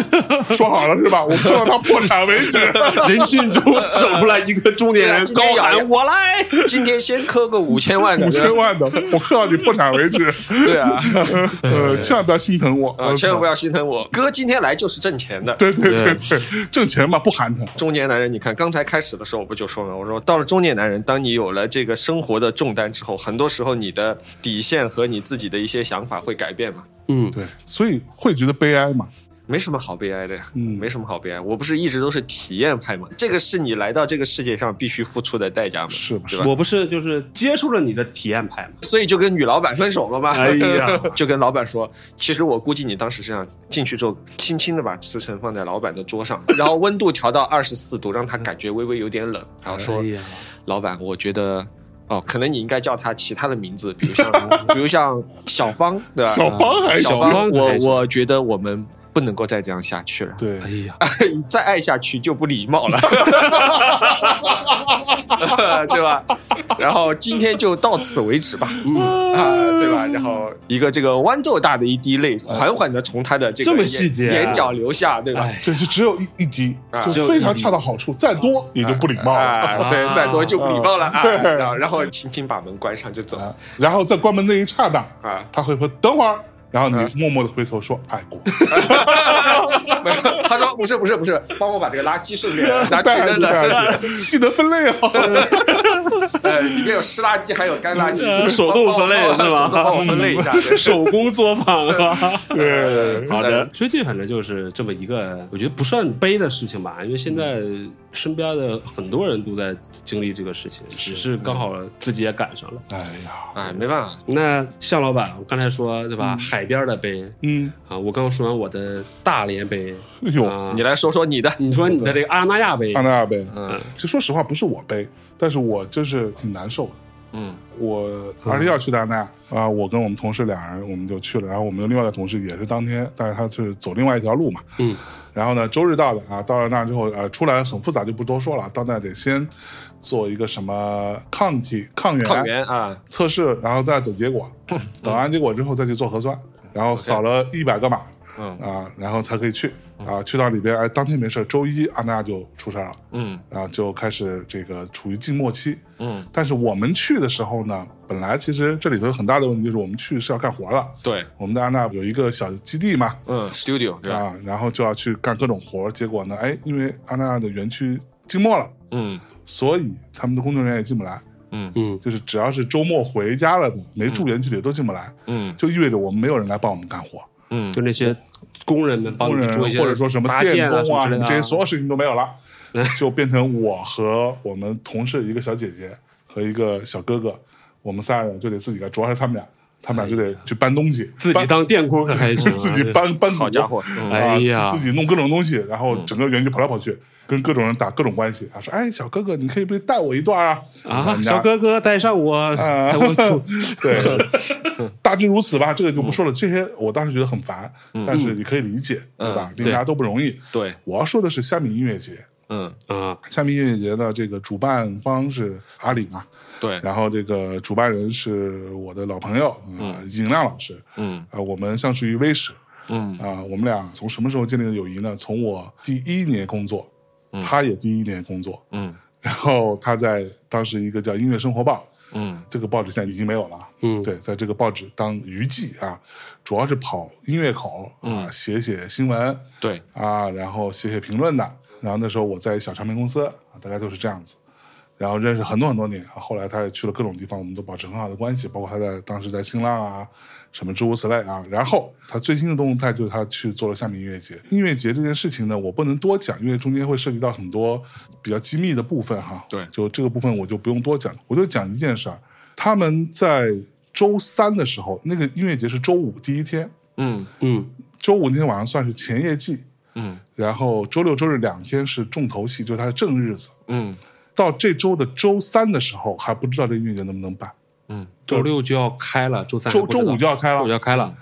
S1: (laughs) 说好了是吧？我磕到他破产为止。
S5: 人群中走出来一个中年人，
S2: 啊今
S5: 高
S2: 天咬
S5: 喊
S2: 人
S5: 我来。
S2: (laughs) 今天先磕个五千 (laughs) 万的，
S1: 五千万的，我磕到你破产为止。
S2: 对啊，
S1: 呃， (laughs) 千万不要心疼我，
S2: (laughs) 啊，千万不要心疼我， (laughs) 哥今天来就是挣钱的。
S1: 对对对对，挣钱嘛不寒碜。
S2: 中年男人，你看刚才开始的时候我不就说嘛，我说到了中年男人，当你有了这个生活的重担之后，很多时候你的底线和你自己的一些想法会改变嘛。
S3: 嗯
S1: 对，所以会觉得悲哀嘛。
S2: 没什么好悲哀的呀，
S1: 嗯
S2: 没什么好悲哀。我不是一直都是体验派吗？这个是你来到这个世界上必须付出的代价嘛，
S1: 是吧
S2: 对吧？
S3: 我不是就是接触了你的体验派吗？
S2: 所以就跟女老板分手了嘛。
S5: 哎呀，
S2: (laughs) 就跟老板说，其实我估计你当时是这样进去之后，轻轻的把辞呈放在老板的桌上，然后温度调到二十四度，让他感觉微微有点冷，然后说
S3: 哎呀，
S2: 老板，我觉得。哦，可能你应该叫他其他的名字，比如像，比如像小芳，对吧？嗯
S1: 小芳还
S2: 啊小
S1: 小
S3: 芳
S2: 芳，我
S3: 还行
S2: 我觉得我们不能够再这样下去了。
S1: 对
S3: 哎，呀，
S2: (laughs) 再爱下去就不礼貌了， (laughs) 对吧？然后今天就到此为止吧，啊，对吧？然后一个这个豌豆大的一滴泪，缓缓的从他的这个
S3: 这么
S2: 眼
S3: 细节啊
S2: 眼角流下，对吧？
S3: 哎
S1: 对，就只有一一滴
S2: 啊，
S1: 就非常恰到好处，再多也就不礼貌了。
S2: 啊，对，再多就不礼貌了啊！
S1: 对
S2: 然后然后轻轻把门关上就走
S1: 啊，然后在关门那一刹那，
S2: 啊。
S1: 他会说等会儿，然后
S2: 嗯
S1: 你默默的回头说爱过，
S2: 没有他说不是不是不是，帮我把这个垃圾顺便拿去
S1: 带
S2: 扔
S1: 上带
S2: 了，
S1: 上去，记得分类
S2: (laughs)
S1: 哦。
S2: 呃，里面有湿垃圾还有干垃圾，
S5: 手动分
S2: (laughs)
S5: 类
S2: 帮我
S5: 是吧
S2: 手动帮我分类一下，
S3: 嗯
S2: 对
S5: 手工作坊
S3: (laughs)
S5: 啊！
S2: (laughs)
S1: 对，
S5: 好的，
S3: 所以这反正就是这么一个，我觉得不算悲的事情吧，因为现在身边的很多人都在经历这个事情，只是刚好自己也赶上了。
S1: 哎呀，
S2: 哎，没办法，
S3: 那向老板，我刚才说对吧？海边的杯
S1: 嗯，
S3: 啊，我刚刚说完我的大连杯
S1: 哎呦，
S3: 啊，
S2: 你来说说你的，
S3: 你说你的这个阿那亚杯
S1: 阿那亚杯，
S2: 嗯
S1: 其实说实话不是我背，但是我就是挺难受的。
S2: 嗯，
S1: 我二十一号去的安那亚啊，我跟我们同事俩人我们就去了，然后我们有另外一个同事也是当天，但是他是走另外一条路嘛，
S3: 嗯，
S1: 然后呢周日到的啊，到了那之后啊，出来很复杂就不多说了，到那得先做一个什么抗体抗原
S2: 抗原啊，
S1: 测试，然后再等结果，
S2: 嗯
S1: 等完结果之后再去做核酸，然后扫了一百个码
S2: 嗯
S1: 啊，然后才可以去啊，去到里边哎，当天没事儿，周一安那亚就出事儿了。
S2: 嗯
S1: 然后就开始这个处于静默期，
S2: 嗯，
S1: 但是我们去的时候呢，本来其实这里头有很大的问题，就是我们去是要干活了。
S2: 对，
S1: 我们的安娜有一个小基地嘛，
S2: 嗯，studio 对吧？
S1: 啊，然后就要去干各种活儿。结果呢，哎，因为安娜的园区静默了，
S2: 嗯
S1: 所以他们的工作人员也进不来。
S2: 嗯
S3: 嗯
S1: 就是只要是周末回家了的，没住园区里都进不来，
S2: 嗯
S1: 就意味着我们没有人来帮我们干活，
S2: 嗯
S3: 就那些工人们帮
S1: 工
S3: 你
S1: 人啊
S3: 做一些
S1: 或者说什么
S3: 搭
S1: 电
S3: 建
S1: 工
S3: 啊什么
S1: 啊，
S3: 之
S1: 什么
S3: 类的啊，
S1: 这些所有事情都没有了，就变成我和我们同事一个小姐姐和一个小哥哥，我们仨人就得自己干，主要是他们俩，他们俩就得去搬东西，
S3: 哎自己
S1: 搬
S3: 当电工可还行啊，
S1: (laughs) 自己搬搬土
S2: 好家伙嗯
S1: 啊
S3: 哎呀嗯
S1: 自自己弄各种东西，然后整个园区跑来跑去，跟各种人打各种关系，啊，说哎小哥哥，你可以不可以带我一段啊？
S3: 啊，
S1: 人家
S3: 小哥哥带上我，
S1: 啊
S3: 带我出
S1: (laughs) 对，大致如此吧，这个就不说了。这些我当时觉得很烦，但是你可以理解，对吧？
S2: 嗯
S1: 因为大家都不容易。
S2: 对，
S1: 我要说的是虾米音乐节，
S2: 嗯，
S3: 啊，
S1: 夏明音乐节的这个主办方是阿里嘛，
S2: 对，
S1: 然后这个主办人是我的老朋友啊，尹亮老师，
S2: 嗯
S1: 啊，我们相识于微视
S2: 嗯
S1: 啊，我们俩从什么时候建立的友谊呢？从我第一年工作，
S2: 嗯
S1: 他也第一年工作，
S2: 嗯
S1: (laughs) 然后他在当时一个叫《音乐生活报》
S2: 嗯
S1: 这个报纸现在已经没有了，
S3: 嗯
S1: 对，在这个报纸当娱记啊，主要是跑音乐口啊，
S2: 嗯
S1: 写写新闻
S2: (laughs) 对，
S1: 啊，然后写写评论的。然后那时候我在小唱片公司啊，大家都是这样子，然后认识很多很多年。啊后来他也去了各种地方，我们都保持很好的关系，包括他在当时在新浪啊，什么诸如此类啊。然后他最新的动态就是他去做了下面音乐节。音乐节这件事情呢，我不能多讲，因为中间会涉及到很多比较机密的部分哈。
S2: 对
S1: 就这个部分我就不用多讲，我就讲一件事儿。他们在周三的时候，那个音乐节是周五第一天，
S2: 嗯
S3: 嗯
S1: 周五那天晚上算是前夜祭，
S2: 嗯
S1: 然后周六周日两天是重头戏，就是它的正日子。
S2: 嗯
S1: 到这周的周三的时候，还不知道这音乐节能不能办。
S2: 嗯
S3: 周六就要开了，周三还
S1: 周
S3: 不知
S1: 周
S3: 道
S1: 五就要开
S3: 周五就
S1: 了，
S3: 要开了，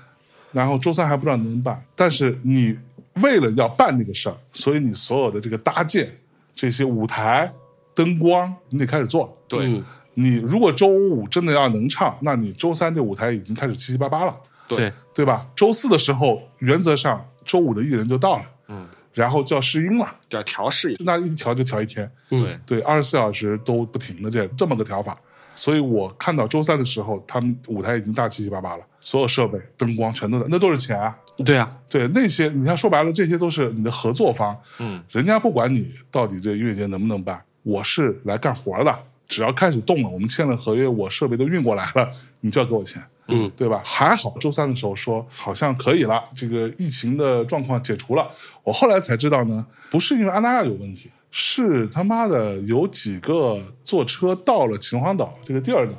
S1: 然后周三还不知道能不能办。但是你为了要办这个事儿，所以你所有的这个搭建、这些舞台、灯光，你得开始做。
S2: 对
S3: 嗯
S1: 你如果周五真的要能唱，那你周三这舞台已经开始七七八八了。
S3: 对，
S1: 对吧？周四的时候，原则上周五的艺人就到了，
S2: 嗯，
S1: 然后就要试音了，
S2: 就要调试一下，
S1: 就那一调就调一天，
S2: 对，
S1: 对，二十四小时都不停的这这么个调法。所以我看到周三的时候，他们舞台已经大七七八八了，所有设备、灯光全都在，那都是钱啊。
S3: 对啊，
S1: 对，那些你看说白了，这些都是你的合作方，
S2: 嗯
S1: 人家不管你到底这音乐节能不能办，我是来干活的。只要开始动了，我们签了合约，我设备都运过来了，你就要给我钱。
S3: 嗯，
S1: 对吧？还好周三的时候说好像可以了，这个疫情的状况解除了。我后来才知道呢，不是因为阿那亚有问题，是他妈的有几个坐车到了秦皇岛这个地儿的，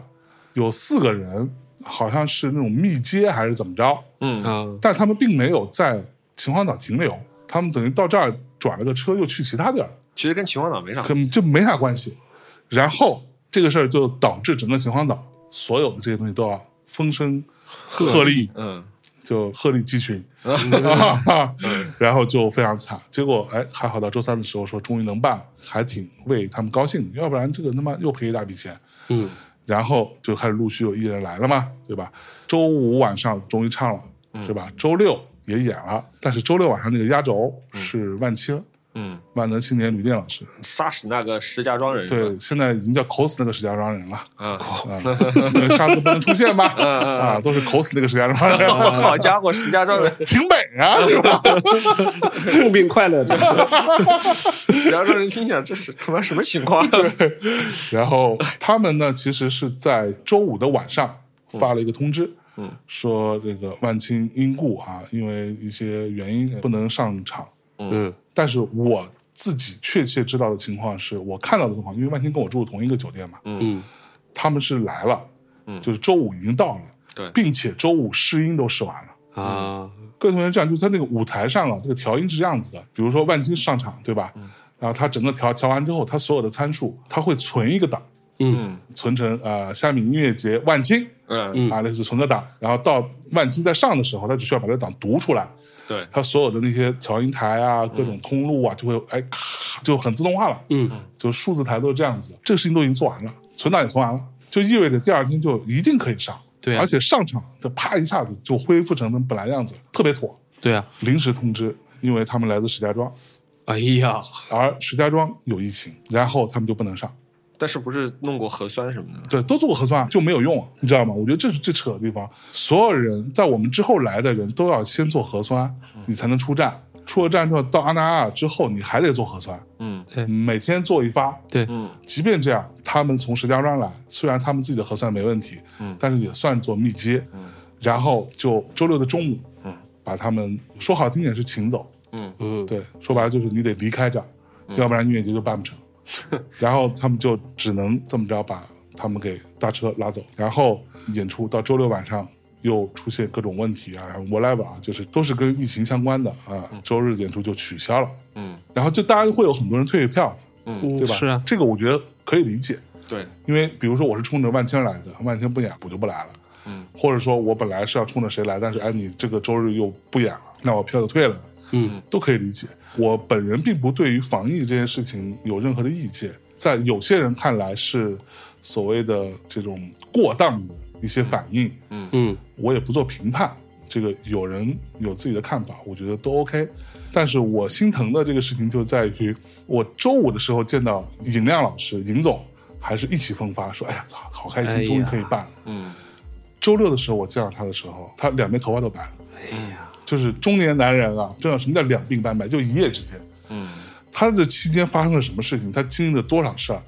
S1: 有四个人好像是那种密接还是怎么着，
S2: 嗯
S3: 啊，
S1: 但是他们并没有在秦皇岛停留，他们等于到这儿转了个车又去其他地儿了。
S2: 其实跟秦皇岛没啥，
S1: 根本就没啥关系。然后这个事儿就导致整个秦皇岛所有的这些东西都要风声鹤唳，
S2: 嗯
S1: 就鹤立鸡群， (laughs) 啊然后就非常惨。结果哎，还好到周三的时候说终于能办了，还挺为他们高兴的，要不然这个他妈又赔一大笔钱。
S3: 嗯
S1: 然后就开始陆续有艺人来了嘛，对吧？周五晚上终于唱了，是吧？周六也演了，但是周六晚上那个压轴是万青，
S2: 嗯，
S1: 万能青年旅店老师，
S2: 杀死那个石家庄人，
S1: 对，现在已经叫口死那个石家庄人了，
S2: 嗯，
S1: 啊，那个沙子不能出现吧？啊，都是口死那个石家庄人，
S2: (laughs) 好家伙，石家庄人，
S1: 挺美啊，是吧？
S3: 痛并快
S2: 嗯
S3: 乐着，
S2: 石家庄人心想这是他妈什么情况？啊
S1: 然后他们呢，其实是在周五的晚上发了一个通知，
S2: 嗯，
S1: 说这个万青因故啊，因为一些原因不能上场。
S3: (laughs) 嗯
S1: 但是我自己确切知道的情况是，我看到的情况，因为万青跟我住同一个酒店嘛，
S3: 嗯，
S1: 他们是来了，
S2: 嗯
S1: 就是周五已经到了，
S2: 对
S1: 并且周五试音都试完了。
S3: 啊，
S1: 各位同学，这样就是他那个舞台上啊，这个调音是这样子的，比如说万金上场，对吧？然后他整个调调完之后，他所有的参数他会存一个档，
S2: 嗯
S1: 存成呃虾米音乐节万金
S2: 嗯，
S1: 啊，类似存个档，然后到万金在上的时候，他只需要把这个档读出来，
S2: 对，
S1: 他所有的那些调音台啊、各种通路啊，就会哎咔就很自动化了，
S3: 嗯，
S1: 就数字台都是这样子，这个事情都已经做完了，存档也存完了，就意味着第二天就一定可以上，
S3: 对啊
S1: 而且上场就啪一下子就恢复成他们本来样子了，特别妥。
S3: 对啊，
S1: 临时通知，因为他们来自石家庄，
S3: 哎呀，
S1: 而石家庄有疫情，然后他们就不能上。
S2: 但是不是弄过核酸什么的？
S1: 对，都做过核酸就没有用啊，你知道吗？我觉得这是最扯的地方。所有人在我们之后来的人都要先做核酸，
S2: 嗯
S1: 你才能出站。出了站之后，到阿那亚之后，你还得做核酸，
S2: 嗯
S1: 每天做一发。
S3: 对，
S2: 嗯
S1: 即便这样，他们从石家庄来，虽然他们自己的核酸没问题，
S2: 嗯
S1: 但是也算做密接。
S2: 嗯
S1: 然后就周六的中午，
S2: 嗯
S1: 把他们说好听点是请走，
S2: 嗯
S3: 嗯，
S1: 对，说白了就是你得离开这儿，要不然音乐节就办
S2: (laughs)
S1: 不成。然后他们就只能这么着把他们给搭车拉走，然后演出到周六晚上又出现各种问题啊，whatever 啊，就是都是跟疫情相关的啊，周日演出就取消了。
S2: 嗯
S1: 然后就大家会有很多人退票，
S2: 嗯，
S3: 嗯
S1: 对吧？
S3: 是啊，
S1: 这个我觉得可以理解，
S2: 对，
S1: 因为比如说我是冲着万千来的，万千不演我就不来了，
S2: 嗯，
S1: 或者说我本来是要冲着谁来，但是哎你这个周日又不演了，那我票就退了。
S3: 嗯，
S1: 都可以理解。我本人并不对于防疫这件事情有任何的意见，在有些人看来是所谓的这种过当的一些反应，
S3: 嗯
S1: 我也不做评判。这个有人有自己的看法，我觉得都 OK。但是我心疼的这个事情就在于，我周五的时候见到尹亮老师、尹总，还是意气风发，说：“哎呀，操，好开
S3: 哎
S1: 心，
S3: 呀
S1: 终于可以办了。
S2: 嗯
S1: 周六的时候我见到他的时候，他两边头发都白了。
S3: 哎呀，
S1: 就是中年男人啊，这叫什么叫两鬓斑白？就一夜之间，
S2: 嗯
S1: 他这期间发生了什么事情，他经历了多少事儿，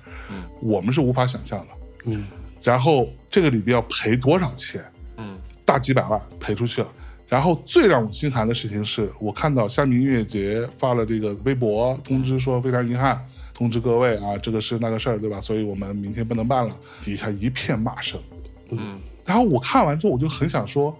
S1: 我们是无法想象的。
S3: 嗯，
S1: 然后这个里边要赔多少钱？
S2: 嗯
S1: 大几百万赔出去了。然后最让我心寒的事情是，我看到虾米音乐节发了这个微博通知说，非常遗憾，通知各位啊，这个是那个事儿，对吧？所以我们明天不能办了。底下一片骂声。
S2: 嗯
S1: 然后我看完之后，我就很想说，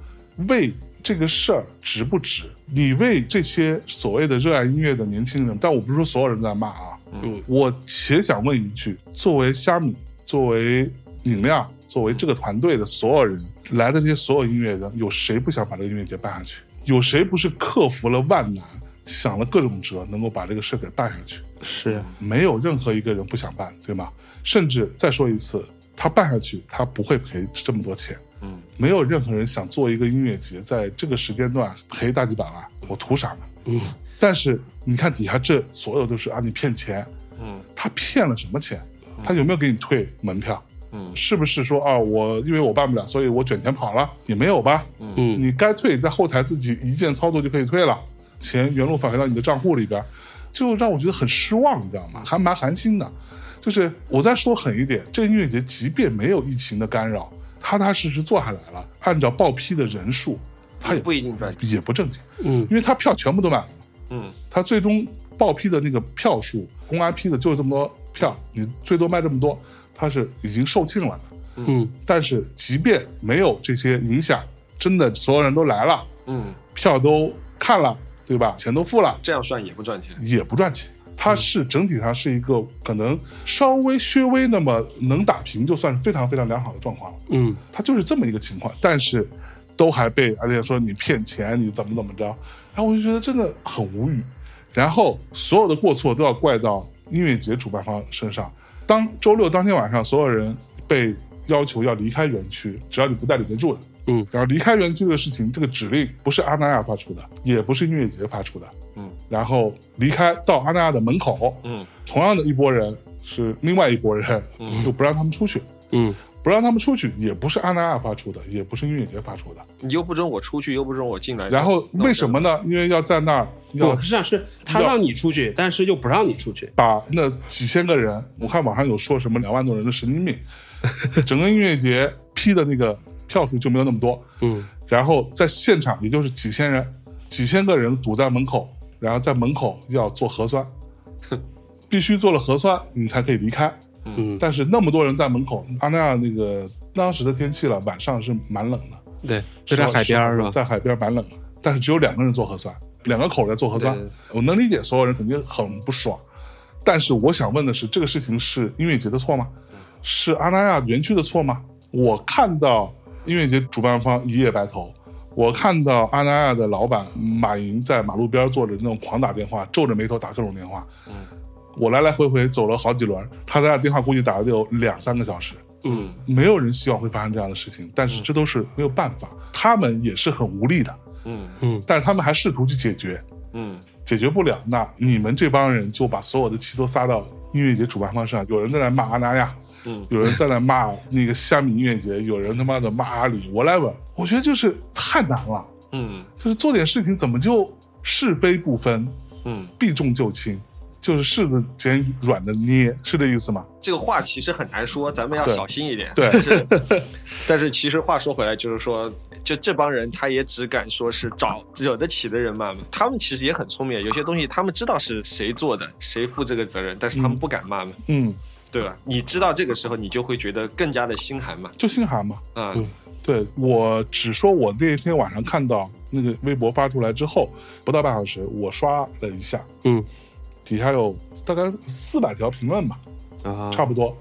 S1: 为这个事儿值不值？你为这些所谓的热爱音乐的年轻人，但我不是说所有人都在骂啊，
S3: 嗯
S1: 我且想问一句：作为虾米，作为饮料，作为这个团队的所有人，来的这些所有音乐人，有谁不想把这个音乐节办下去？有谁不是克服了万难，想了各种辙，能够把这个事儿给办下去？
S3: 是啊
S1: 没有任何一个人不想办，对吗？甚至再说一次，他办下去，他不会赔这么多钱。
S2: 嗯，
S1: 没有任何人想做一个音乐节，在这个时间段赔大几百万，我图啥呢？
S3: 嗯，
S1: 但是你看底下这所有都是啊，你骗钱，
S2: 嗯
S1: 他骗了什么钱？他有没有给你退门票？
S2: 嗯
S1: 是不是说啊，我因为我办不了，所以我卷钱跑了？也没有吧。
S3: 嗯
S1: 你该退，在后台自己一键操作就可以退了，钱原路返回到你的账户里边，就让我觉得很失望，你知道吗？还蛮寒心的。就是我再说狠一点，这个音乐节即便没有疫情的干扰，踏踏实实做下来了，按照报批的人数，他也
S2: 不一定赚钱。
S1: 也不挣钱，
S3: 嗯
S1: 因为他票全部都买了。
S2: 嗯
S1: 他最终报批的那个票数，公安批的就是这么多票，你最多卖这么多，他是已经售罄了的。
S6: Hmm.
S3: 嗯
S1: 但是即便没有这些影响，真的所有人都来了，
S2: 嗯，
S1: 票都看了，对吧？钱都付了，
S2: 这样算也不赚钱。
S1: 也不赚钱。它是整体上是一个可能稍微稍微那么能打平，就算是非常非常良好的状况了。
S3: 嗯
S1: 它就是这么一个情况，但是都还被而且说你骗钱，你怎么怎么着，然后我就觉得真的很无语。然后所有的过错都要怪到音乐节主办方身上。当周六当天晚上，所有人被要求要离开园区，只要你不带领队住的，
S3: 嗯，
S1: 然后离开园区这个事情，这个指令不是阿那亚发出的，也不是音乐节发出的，
S2: 嗯，
S1: 然后离开到阿那亚的门口，
S2: 嗯
S1: 同样的一拨人是另外一拨人，
S2: 嗯
S1: 就不让他们出去，
S3: 嗯
S1: 不让他们出去，也不是阿那亚发出的，也不是音乐节发出的。
S2: 你又不准我出去，又不准哎我进来。
S1: 然后为什么呢？因为要在那儿要
S3: 不是这样，是他
S1: 要
S3: 让你出去，但是又不让你出去。
S1: 把那几千个人，我看网上有说什么两万多人的神经病， (laughs) 整个音乐节批的那个票数就没有那么多。
S3: 嗯
S1: 然后在现场，也就是几千人、几千个人堵在门口，然后在门口要做核酸，必须做了核酸你才可以离开。
S3: 嗯，
S1: 但是那么多人在门口，阿那亚那个当时的天气了，晚上是蛮冷的。
S3: 对，就在海边儿是吧？
S1: 在海边蛮冷的，但是只有两个人做核酸，两个口在做核酸
S3: 对，
S1: 我能理解所有人肯定很不爽。但是我想问的是，这个事情是音乐节的错吗？是阿那亚园区的错吗？我看到音乐节主办方一夜白头，我看到阿那亚的老板马云在马路边坐着那种狂打电话，皱着眉头打各种电话。
S2: 嗯，
S1: 我来来回回走了好几轮，他在那电话估计打了得有两三个小时。
S3: 嗯
S1: 没有人希望会发生这样的事情，但是这都是没有办法，他们也是很无力的，
S2: 嗯
S3: 嗯
S1: 但是他们还试图去解决，
S2: 嗯
S1: 解决不了，那你们这帮人就把所有的气都撒到音乐节主办方身上，有人在那骂阿那亚，
S2: 嗯
S1: 有人在那骂那个虾米音乐节，有人他妈的骂阿里，whatever，我觉得就是太难了，
S2: 嗯
S1: 就是做点事情怎么就是非不分，
S2: 嗯，
S1: 避重就轻，就是柿子捡软的捏，是这意思吗？
S2: 这个话其实很难说，咱们要
S1: 对
S2: 小心一点。 (laughs)
S1: 对
S2: 但是但是其实话说回来，就是说，就这帮人他也只敢说是找惹得起的人骂嘛。他们其实也很聪明，有些东西他们知道是谁做的，谁负这个责任，但是他们不敢骂嘛，
S1: 嗯，
S2: 对吧？你知道这个时候，你就会觉得更加的心寒嘛。
S1: 就心寒嘛。
S2: 啊、
S3: 嗯
S1: 对我只说我那天晚上看到那个微博发出来之后，不到半小时，我刷了一下，
S3: 嗯
S1: 底下有大概四百条评论吧，
S3: 啊，
S1: 差不多。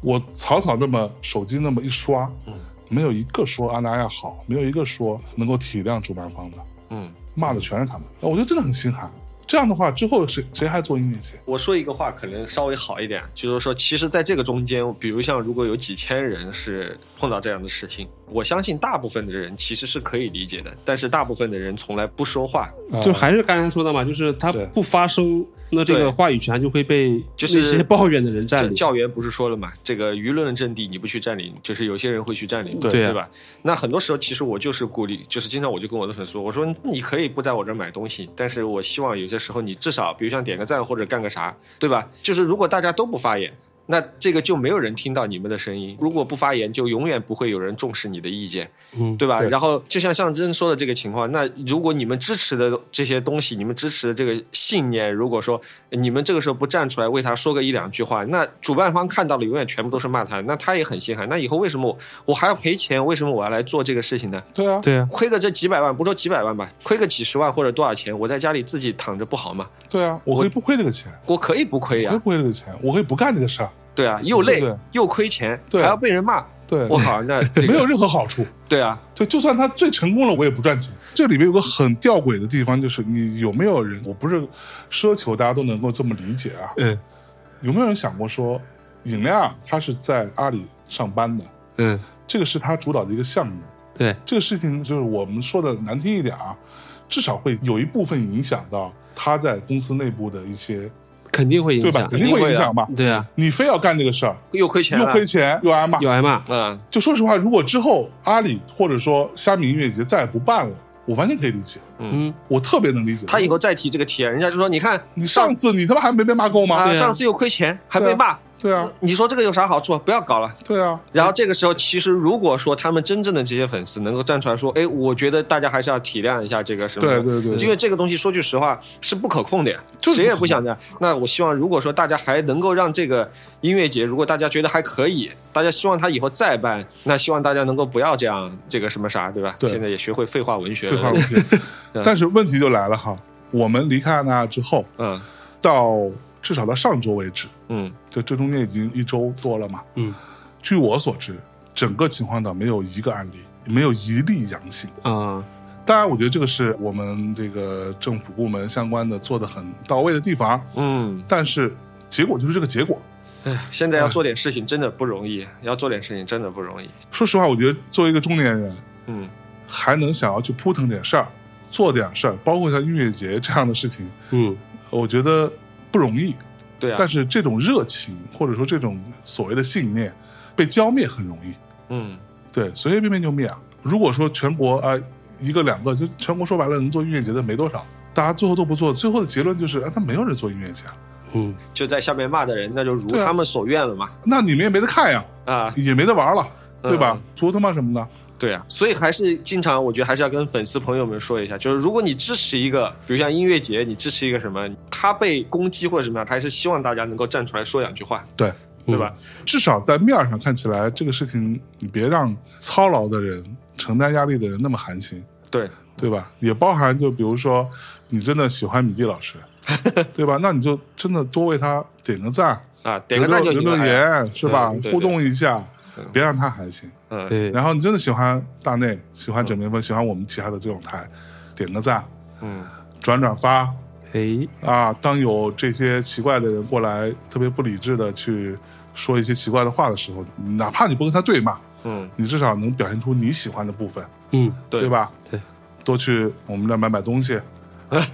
S1: 我草草那么手机那么一刷，
S2: 嗯
S1: 没有一个说阿那亚好，没有一个说能够体谅主办方的，
S2: 嗯
S1: 骂的全是他们，我觉得真的很心寒。这样的话，之后谁谁还做音乐节？
S2: 我说一个话可能稍微好一点，就是说，其实在这个中间，比如像如果有几千人是碰到这样的事情，我相信大部分的人其实是可以理解的，但是大部分的人从来不说话，
S1: 啊
S3: 就还是刚才说的嘛，就是他
S1: 对
S3: 不发声，那这
S2: 对
S3: 个话语权就会被
S2: 就是
S3: 那些抱怨的人占
S2: 这
S3: 领。
S2: 教员不是说了嘛，这个舆论阵地你不去占领，就是有些人会去占领，
S1: 对
S3: 对啊
S2: 吧？那很多时候其实我就是鼓励，就是经常我就跟我的粉丝说，我说你可以不在我这儿买东西，但是我希望有些时候你至少，比如像点个赞或者干个啥，对吧？就是如果大家都不发言。那这个就没有人听到你们的声音。如果不发言，就永远不会有人重视你的意见。
S3: 嗯，
S2: 对吧？
S1: 对
S2: 然后就像象征说的这个情况，那如果你们支持的这些东西，你们支持的这个信念，如果说你们这个时候不站出来为他说个一两句话，那主办方看到了永远全部都是骂他，那他也很心寒。那以后为什么我我还要赔钱？为什么我要来做这个事情呢？
S1: 对啊，
S3: 对啊，
S2: 亏个这几百万，不说几百万吧，亏个几十万或者多少钱，我在家里自己躺着不好吗？
S1: 对啊，我可以不亏这个钱，
S2: 我可以不亏
S1: 我
S2: 呀、
S1: 可以不亏这个钱，我可以不干这个事儿，
S2: 对啊，又累
S1: 嗯对对
S2: 又亏钱，
S1: 对啊
S2: 还要被人骂，
S1: 对，
S2: 我靠，那、这个、
S1: (laughs) 没有任何好处。
S2: 对啊，
S1: 对，就算他最成功了，我也不赚钱。这里面有个很吊诡的地方，就是你有没有人？我不是奢求大家都能够这么理解啊。
S3: 嗯
S1: 有没有人想过说，尹亮他是在阿里上班的，
S3: 嗯，
S1: 这个是他主导的一个项目，
S3: 对，
S1: 这个事情就是我们说的难听一点啊，至少会有一部分影响到他在公司内部的一些，
S3: 肯定会影
S1: 对吧
S3: 响？。
S1: 肯定会影啊响嘛。
S3: 对啊，
S1: 你非要干这个事儿，
S2: 又亏钱
S1: 又
S2: 了，
S1: 亏钱又挨骂。
S3: 有挨骂。
S2: 嗯，
S1: 就说实话，如果之后阿里或者说虾米音乐节再也不办了，我完全可以理解，
S3: 嗯，
S1: 我特别能理解。
S2: 他以后再提这个体验，人家就说你看
S1: 你上次你他妈还没被骂够吗？
S2: 啊，
S3: 对啊
S2: 上次又亏钱还被骂，
S1: 对啊，
S2: 你说这个有啥好处？不要搞了。
S1: 对啊，
S2: 然后这个时候，其实如果说他们真正的这些粉丝能够站出来说，哎，我觉得大家还是要体谅一下这个什么
S1: 对
S2: 的，
S1: 对对
S2: 因为这个东西说句实话是不可控的呀，
S1: 就是
S2: 谁也
S1: 不
S2: 不
S1: 可控
S2: 想这样。那我希望，如果说大家还能够让这个音乐节，如果大家觉得还可以，大家希望他以后再办，那希望大家能够不要这样这个什么啥，对吧？
S1: 对
S2: 现在也学会废话文学
S1: 废
S2: 了，
S1: 话文学。
S2: (laughs)
S1: 但是问题就来了哈，我们离开安那亚之后，
S2: 嗯
S1: 到至少到上周为止，
S2: 嗯，
S1: 就这中间已经一周多了嘛。
S3: 嗯，
S1: 据我所知，整个秦皇岛没有一个案例，没有一例阳性。
S3: 啊，
S1: 当然，我觉得这个是我们这个政府部门相关的做的很到位的地方，
S2: 嗯，
S1: 但是结果就是这个结果。
S2: 现在要做点事情真的不容易，要做点事情真的不容易。
S1: 说实话，我觉得作为一个中年人，
S2: 嗯，
S1: 还能想要去扑腾点事儿，做点事儿，包括像音乐节这样的事情，呃
S3: 嗯，
S1: 我觉得不容易。
S2: 对啊，
S1: 但是这种热情或者说这种所谓的信念被浇灭很容易，
S2: 嗯，
S1: 对，随随便便就灭啊。如果说全国啊、一个两个，就全国说白了能做音乐节的没多少，大家最后都不做，最后的结论就是啊，他没有人做音乐节啊，
S3: 嗯，
S2: 就在下面骂的人，那就如
S1: 对啊
S2: 他们所愿了嘛。
S1: 那你们也没得看呀，
S2: 啊，
S1: 也没得玩了，对吧
S2: 嗯？
S1: 图他妈什么呢？
S2: 对啊，所以还是经常，我觉得还是要跟粉丝朋友们说一下，就是如果你支持一个，比如像音乐节，你支持一个什么，他被攻击或者什么样，他还是希望大家能够站出来说两句话，
S1: 对，
S2: 对吧？
S1: 至少在面儿上看起来，这个事情你别让操劳的人、承担压力的人那么寒心，
S2: 对，
S1: 对吧？也包含就比如说，你真的喜欢米蒂老师， (laughs) 对吧？那你就真的多为他点个赞，
S2: 啊，点个赞就
S1: 留
S2: 行
S1: 留
S2: 了。
S1: 留
S2: 哎
S1: 言是吧
S2: 嗯？对
S1: 互动一下
S2: 对，
S1: 别让他寒心。
S2: 嗯，
S3: 对，
S1: 然后你真的喜欢大内，喜欢枕边风，喜欢我们其他的这种台，点个赞，
S2: 嗯，
S1: 转转发
S3: 哎，
S1: 啊！当有这些奇怪的人过来，特别不理智的去说一些奇怪的话的时候，哪怕你不跟他对骂，
S2: 嗯，
S1: 你至少能表现出你喜欢的部分，
S3: 嗯，
S2: 对
S1: 对？吧？
S3: 对，
S1: 多去我们那买买
S2: (laughs)
S1: 东西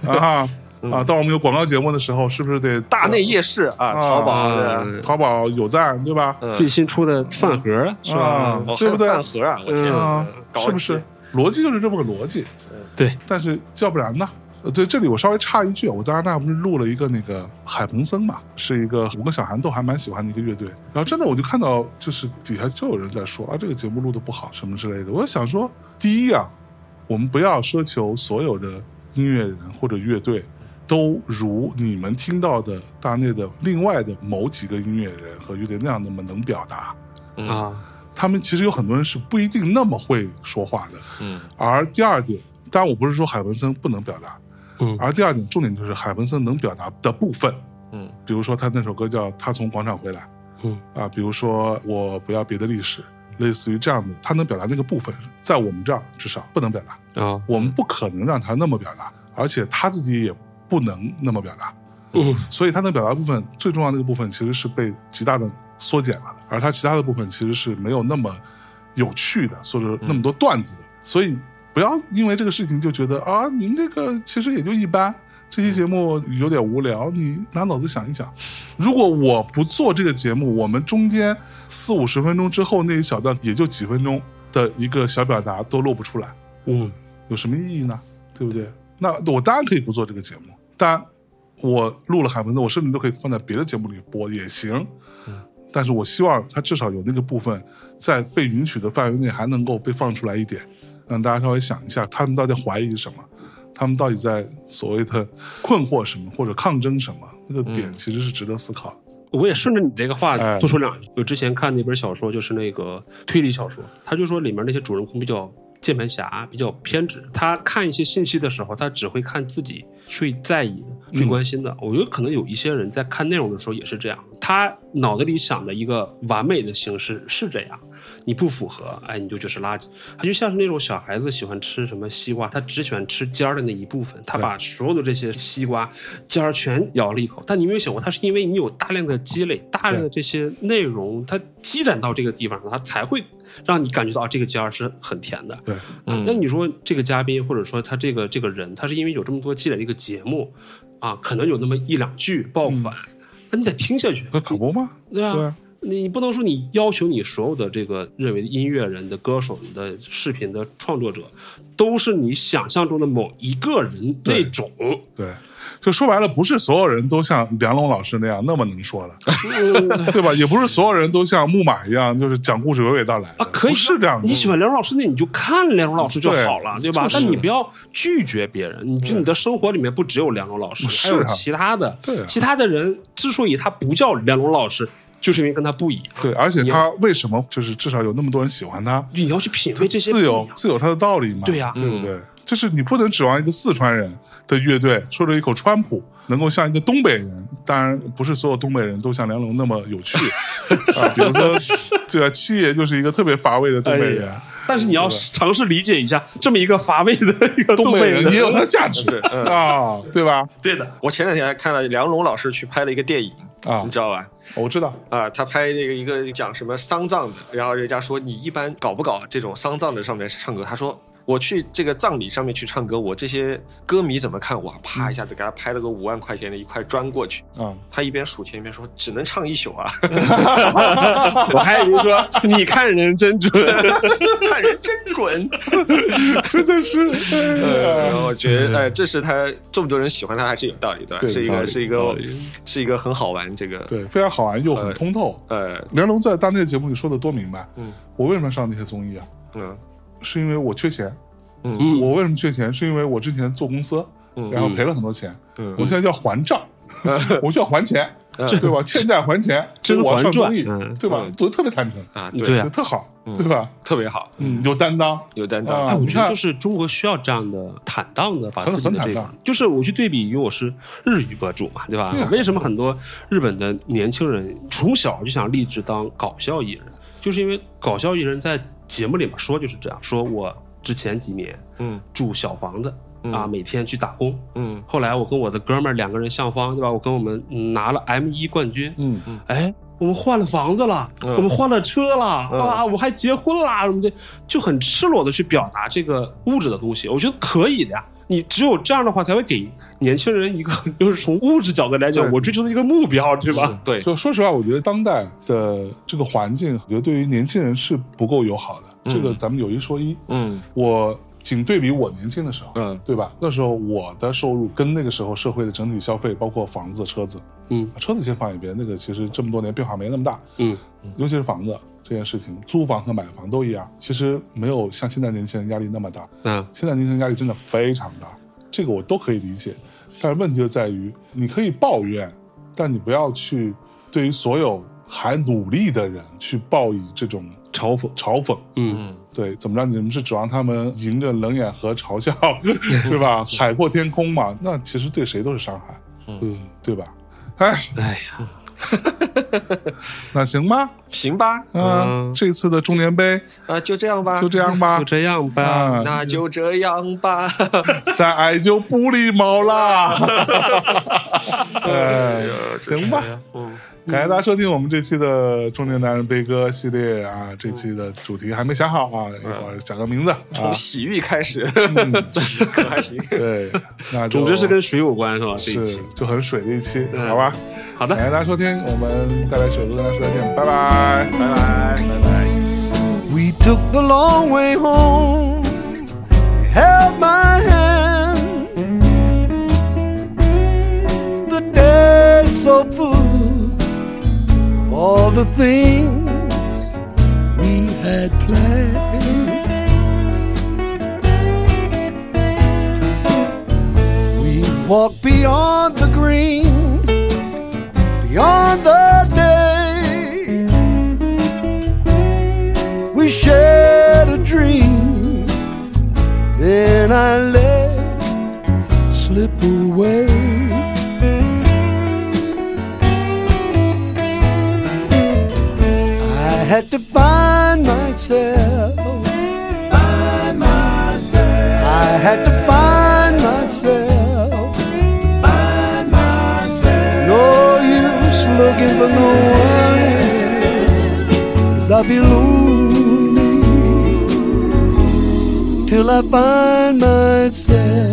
S1: 啊啊！当我们有广告节目的时候，是不是得
S2: 大内夜市啊，
S1: 啊
S2: 淘宝
S3: 啊
S2: 对
S1: 淘宝有赞对吧？
S2: 嗯
S3: 最新出的饭盒是吧？
S1: 啊
S2: 哦，还
S1: 对不
S2: 有
S1: 对？
S2: 饭盒啊，我天
S1: 啊
S2: 啊，搞
S1: 是不是？逻辑就是这么个逻辑，
S3: 对，
S1: 但是要不然呢？呃，对，这里我稍微插一句，啊我在阿那不是录了一个那个海鹏森嘛，是一个我跟小韩都还蛮喜欢的一个乐队。然后真的我就看到，就是底下就有人在说啊，这个节目录的不好什么之类的。我就想说，第一啊，我们不要奢求所有的音乐人或者乐队都如你们听到的大内的另外的某几个音乐人和乐队那样那么能表达。
S2: 嗯
S3: 啊，
S1: 他们其实有很多人是不一定那么会说话的。
S2: 嗯，
S1: 而第二点，当然我不是说海文森不能表达，
S3: 嗯
S1: 而第二点重点就是海文森能表达的部分，
S2: 嗯，
S1: 比如说他那首歌叫《他从广场回来》，
S3: 嗯
S1: 啊，比如说我不要别的历史，类似于这样的，他能表达那个部分，在我们这儿至少不能表达。
S3: 啊，
S1: 我们不可能让他那么表达，而且他自己也不能那么表达。
S3: 嗯，
S1: 所以他的表达部分最重要的那个部分其实是被极大的缩减了的，而他其他的部分其实是没有那么有趣的，或者那么多段子的。所以不要因为这个事情就觉得啊，你们这个其实也就一般， (laughs) 这期节目有点无聊，你拿脑子想一想。如果我不做这个节目，我们中间四五十分钟之后那一小段也就几分钟的一个小表达都露不出来。
S3: 嗯，
S1: 有什么意义呢？对不对？那我当然可以不做这个节目，但我录了海文字，我甚至都可以放在别的节目里播也行。但是我希望它至少有那个部分在被允许的范围内还能够被放出来一点，让大家稍微想一下，他们到底怀疑什么，他们到底在所谓的困惑什么或者抗争什么，那个点其实是值得思考的。
S3: 我也顺着你这个话
S1: 哎
S3: 多说两句。我之前看那本小说，就是那个推理小说，他就说里面那些主人公比较键盘侠，比较偏执。他看一些信息的时候，他只会看自己最在意的、最关心的。我觉得可能有一些人在看内容的时候也是这样，他脑子里想的一个完美的形式是这样，你不符合，哎，你就就是垃圾。他就像是那种小孩子喜欢吃什么西瓜，他只喜欢吃尖儿的那一部分，他把所有的这些西瓜尖儿全咬了一口。但你有没有想过，他是因为你有大量的积累，大量的这些内容，它积攒到这个地方，它才会让你感觉到啊这个尖儿是很甜的。
S1: 对，
S3: 嗯，那你说这个嘉宾或者说他这个这个人，他是因为有这么多积累的一个节目啊，可能有那么一两句爆款，那你得听下去。
S1: 那可不吗？
S3: 对啊，
S1: 对啊
S3: 你不能说你要求你所有的这个认为音乐人的歌手、你的视频的创作者，都是你想象中的某一个人那
S1: 对
S3: 种。
S1: 对，就说白了，不是所有人都像梁龙老师那样那么能说的，嗯 (laughs) 对吧？也不是所有人都像木马一样，就是讲故事娓娓道来的，
S3: 啊，可以
S1: 不是这样的。
S3: 你喜欢梁龙老师，那你就看梁龙老师就好了，对吧？但你不要拒绝别人，你就你的生活里面不只有梁龙老师，
S1: 是
S3: 还有
S1: 啊
S3: 其他的。
S1: 对啊
S3: 其他的人之所以他不叫梁龙老师，就是因为跟他不一样。
S1: 对，啊而且他为什么就是至少有那么多人喜欢他，
S3: 你要去品味这些不
S1: 自
S3: 一
S1: 有
S3: 样。
S1: 自有他的道理嘛？
S3: 对呀
S1: 对不对？就是你不能指望一个四川人的乐队说着一口川普，能够像一个东北人。当然，不是所有东北人都像梁龙那么有
S3: (laughs)
S1: 趣啊。比如说，对吧？七爷就是一个特别乏味的东北
S3: 哎
S1: 人，
S5: 但是你要尝试理解一下这么一个乏味的一个
S1: 东
S5: 北
S1: 北人也有
S3: (laughs)
S1: 他的价值
S2: 对嗯
S1: 啊，对吧？
S5: 对的，
S2: 我前两天还看了梁龙老师去拍了一个电影，
S1: 啊
S2: 你，知道吧？
S1: 我知道，
S2: 啊，他拍那个一个讲什么丧葬的，然后人家说你一般搞不搞这种丧葬的上面唱歌？他说我去这个葬礼上面去唱歌，我这些歌迷怎么看我？
S1: 嗯
S2: 啪一下子给他拍了个五万块钱的一块砖过去，
S1: 啊，
S2: 他一边数钱一边说只能唱一宿
S1: (laughs)
S2: 啊，
S5: 我还以为说你看人真准，
S2: 看人真
S1: (laughs)
S2: 准。
S1: 真的是，哎
S2: 呃，然
S1: 呀
S2: 后我觉得，哎，这是他这么多人喜欢他还是有道理的，
S1: 对
S2: 是一
S1: 有道
S2: 个
S1: 理
S2: 是一
S1: 有道
S2: 个
S1: 理
S2: 是一个很好玩这个
S1: 对，非常好玩又很
S2: 呃
S1: 通透。
S2: 呃
S1: 梁龙在当天的节目里说的多明白，
S2: 嗯
S1: 我为什么要上那些综艺啊？
S2: 嗯
S1: 是因为我缺钱。
S2: 嗯
S1: 我为什么缺钱？是因为我之前做公司，
S2: 嗯
S1: 然后赔了很多钱，
S2: 嗯
S1: 我现在要还账， (laughs) 我需要还钱，
S2: 嗯
S1: 对吧？欠债还钱，所
S3: 甄
S1: 以我要上
S3: 嬛传
S1: 综艺，
S3: 嗯
S1: 对吧
S2: 嗯？
S1: 做的特别坦诚，
S2: 啊
S3: 对
S2: 对，
S3: 啊
S1: 就特好，对吧？
S2: 特别好，
S1: 嗯，有担当，
S2: 有担
S1: (laughs) 啊
S2: 当。
S3: 哎，我
S1: 你
S3: 觉得
S1: 看
S3: 就是中国需要这样的坦荡的，把
S1: 很
S3: 自己的
S1: 很
S3: 这
S1: 坦
S3: 个
S1: 荡，
S3: 就是我去对比，因为我是日语博主嘛，对吧
S1: 对啊？
S3: 为什么很多日本的年轻人从小就想立志当搞笑艺人，就是因为搞笑艺人在节目里面说就是这样，说我之前几年
S2: 嗯
S3: 住小房子啊，
S2: 嗯
S3: 每天去打工，
S2: 嗯
S3: 后来我跟我的哥们儿两个人相方，对吧？我跟我们嗯拿了 M 一冠军，
S1: 嗯，
S3: 哎，我们换了房子了，
S2: 嗯
S3: 我们换了车了，
S2: 嗯
S3: 啊，我还结婚啦什么的，就很赤裸的去表达这个物质的东西，我觉得可以的呀。你只有这样的话，才会给年轻人一个， (laughs) 就是从物质角度来讲
S1: 对，
S3: 我追求的一个目标，对吧？
S2: 对，
S1: 就说实话，我觉得当代的这个环境，我觉得对于年轻人是不够友好的。这个咱们有一说一，
S2: 嗯
S1: 我仅对比我年轻的时候，
S2: 嗯
S1: 对吧？那时候我的收入跟那个时候社会的整体消费，包括房子、车子，
S3: 嗯
S1: 车子先放一边，那个其实这么多年变化没那么大，
S3: 嗯，
S1: 尤其是房子这件事情，租房和买房都一样，其实没有像现在年轻人压力那么大。
S3: 嗯
S1: 现在年轻人压力真的非常大，这个我都可以理解，但是问题就在于，你可以抱怨，但你不要去对于所有还努力的人去报以这种
S3: 嘲讽，
S1: 嘲讽。
S3: 嗯
S2: 嗯
S1: 对，怎么着？你们是指望他们迎着冷眼和嘲
S3: (laughs)
S1: 笑，是吧？海阔天空嘛，那其实对谁都是伤害，
S3: 嗯，
S1: 对吧？哎，
S3: 哎
S1: (laughs)
S3: 呀，
S1: 那行吧，
S2: 行吧，
S1: 啊，
S3: 嗯
S1: 这次的中年杯
S2: 啊，就这样吧，
S1: 就这样吧
S3: (laughs) 就，这样吧。
S1: 啊，
S2: (laughs) 那就这样吧。
S1: 再矮就不礼貌
S3: (laughs)
S1: 啦。哎，行吧，
S3: 嗯，
S1: 感谢大家收听我们这期的中年男人悲歌系列啊，
S3: 嗯
S1: 这期的主题还没想好啊，一会儿想个名字啊
S2: 从。 (laughs) 洗浴开始，
S1: 嗯
S2: 可还行。
S1: 对，那就
S3: 总之是跟水有关是吧？这一
S1: 是
S3: 期。
S1: 就很水的一期，
S3: 嗯
S1: 好吧？
S3: 好的
S1: 感。谢大家收听，我们带来首歌跟大家说再见，拜拜，拜拜，拜拜。
S6: We took the long way home. You held my hand. The day so full of all the things we had planned. We walked beyond the green, beyond the day. We shared a dream. Then I let slip away. I had to find myself. Find myself. I had to find myself. Find myself. No use looking for no one else. Cause I'll be lonely till I find myself.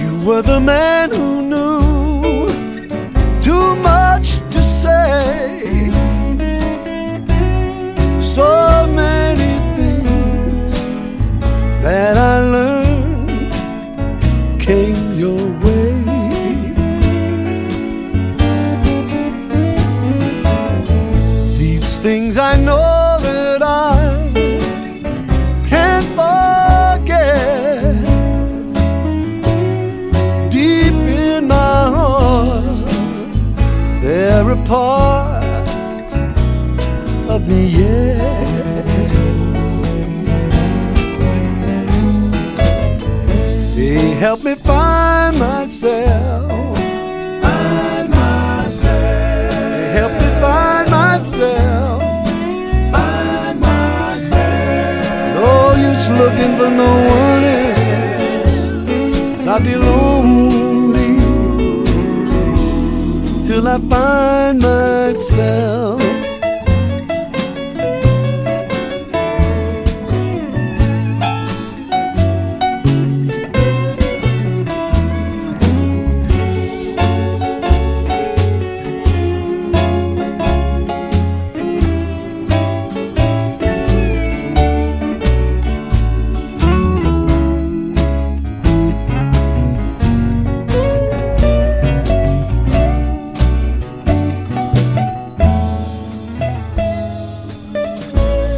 S6: You were the man who knew too much to say. So many things that I learned came your way. These things I know that I can't forget. Deep in my heart, they're a part of me, yeah. They help me find myself. Find myself. They help me find myself. Find myself. No use looking for no one else. 'Cause I'll be lonely till I find myself.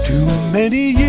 S6: Too many years.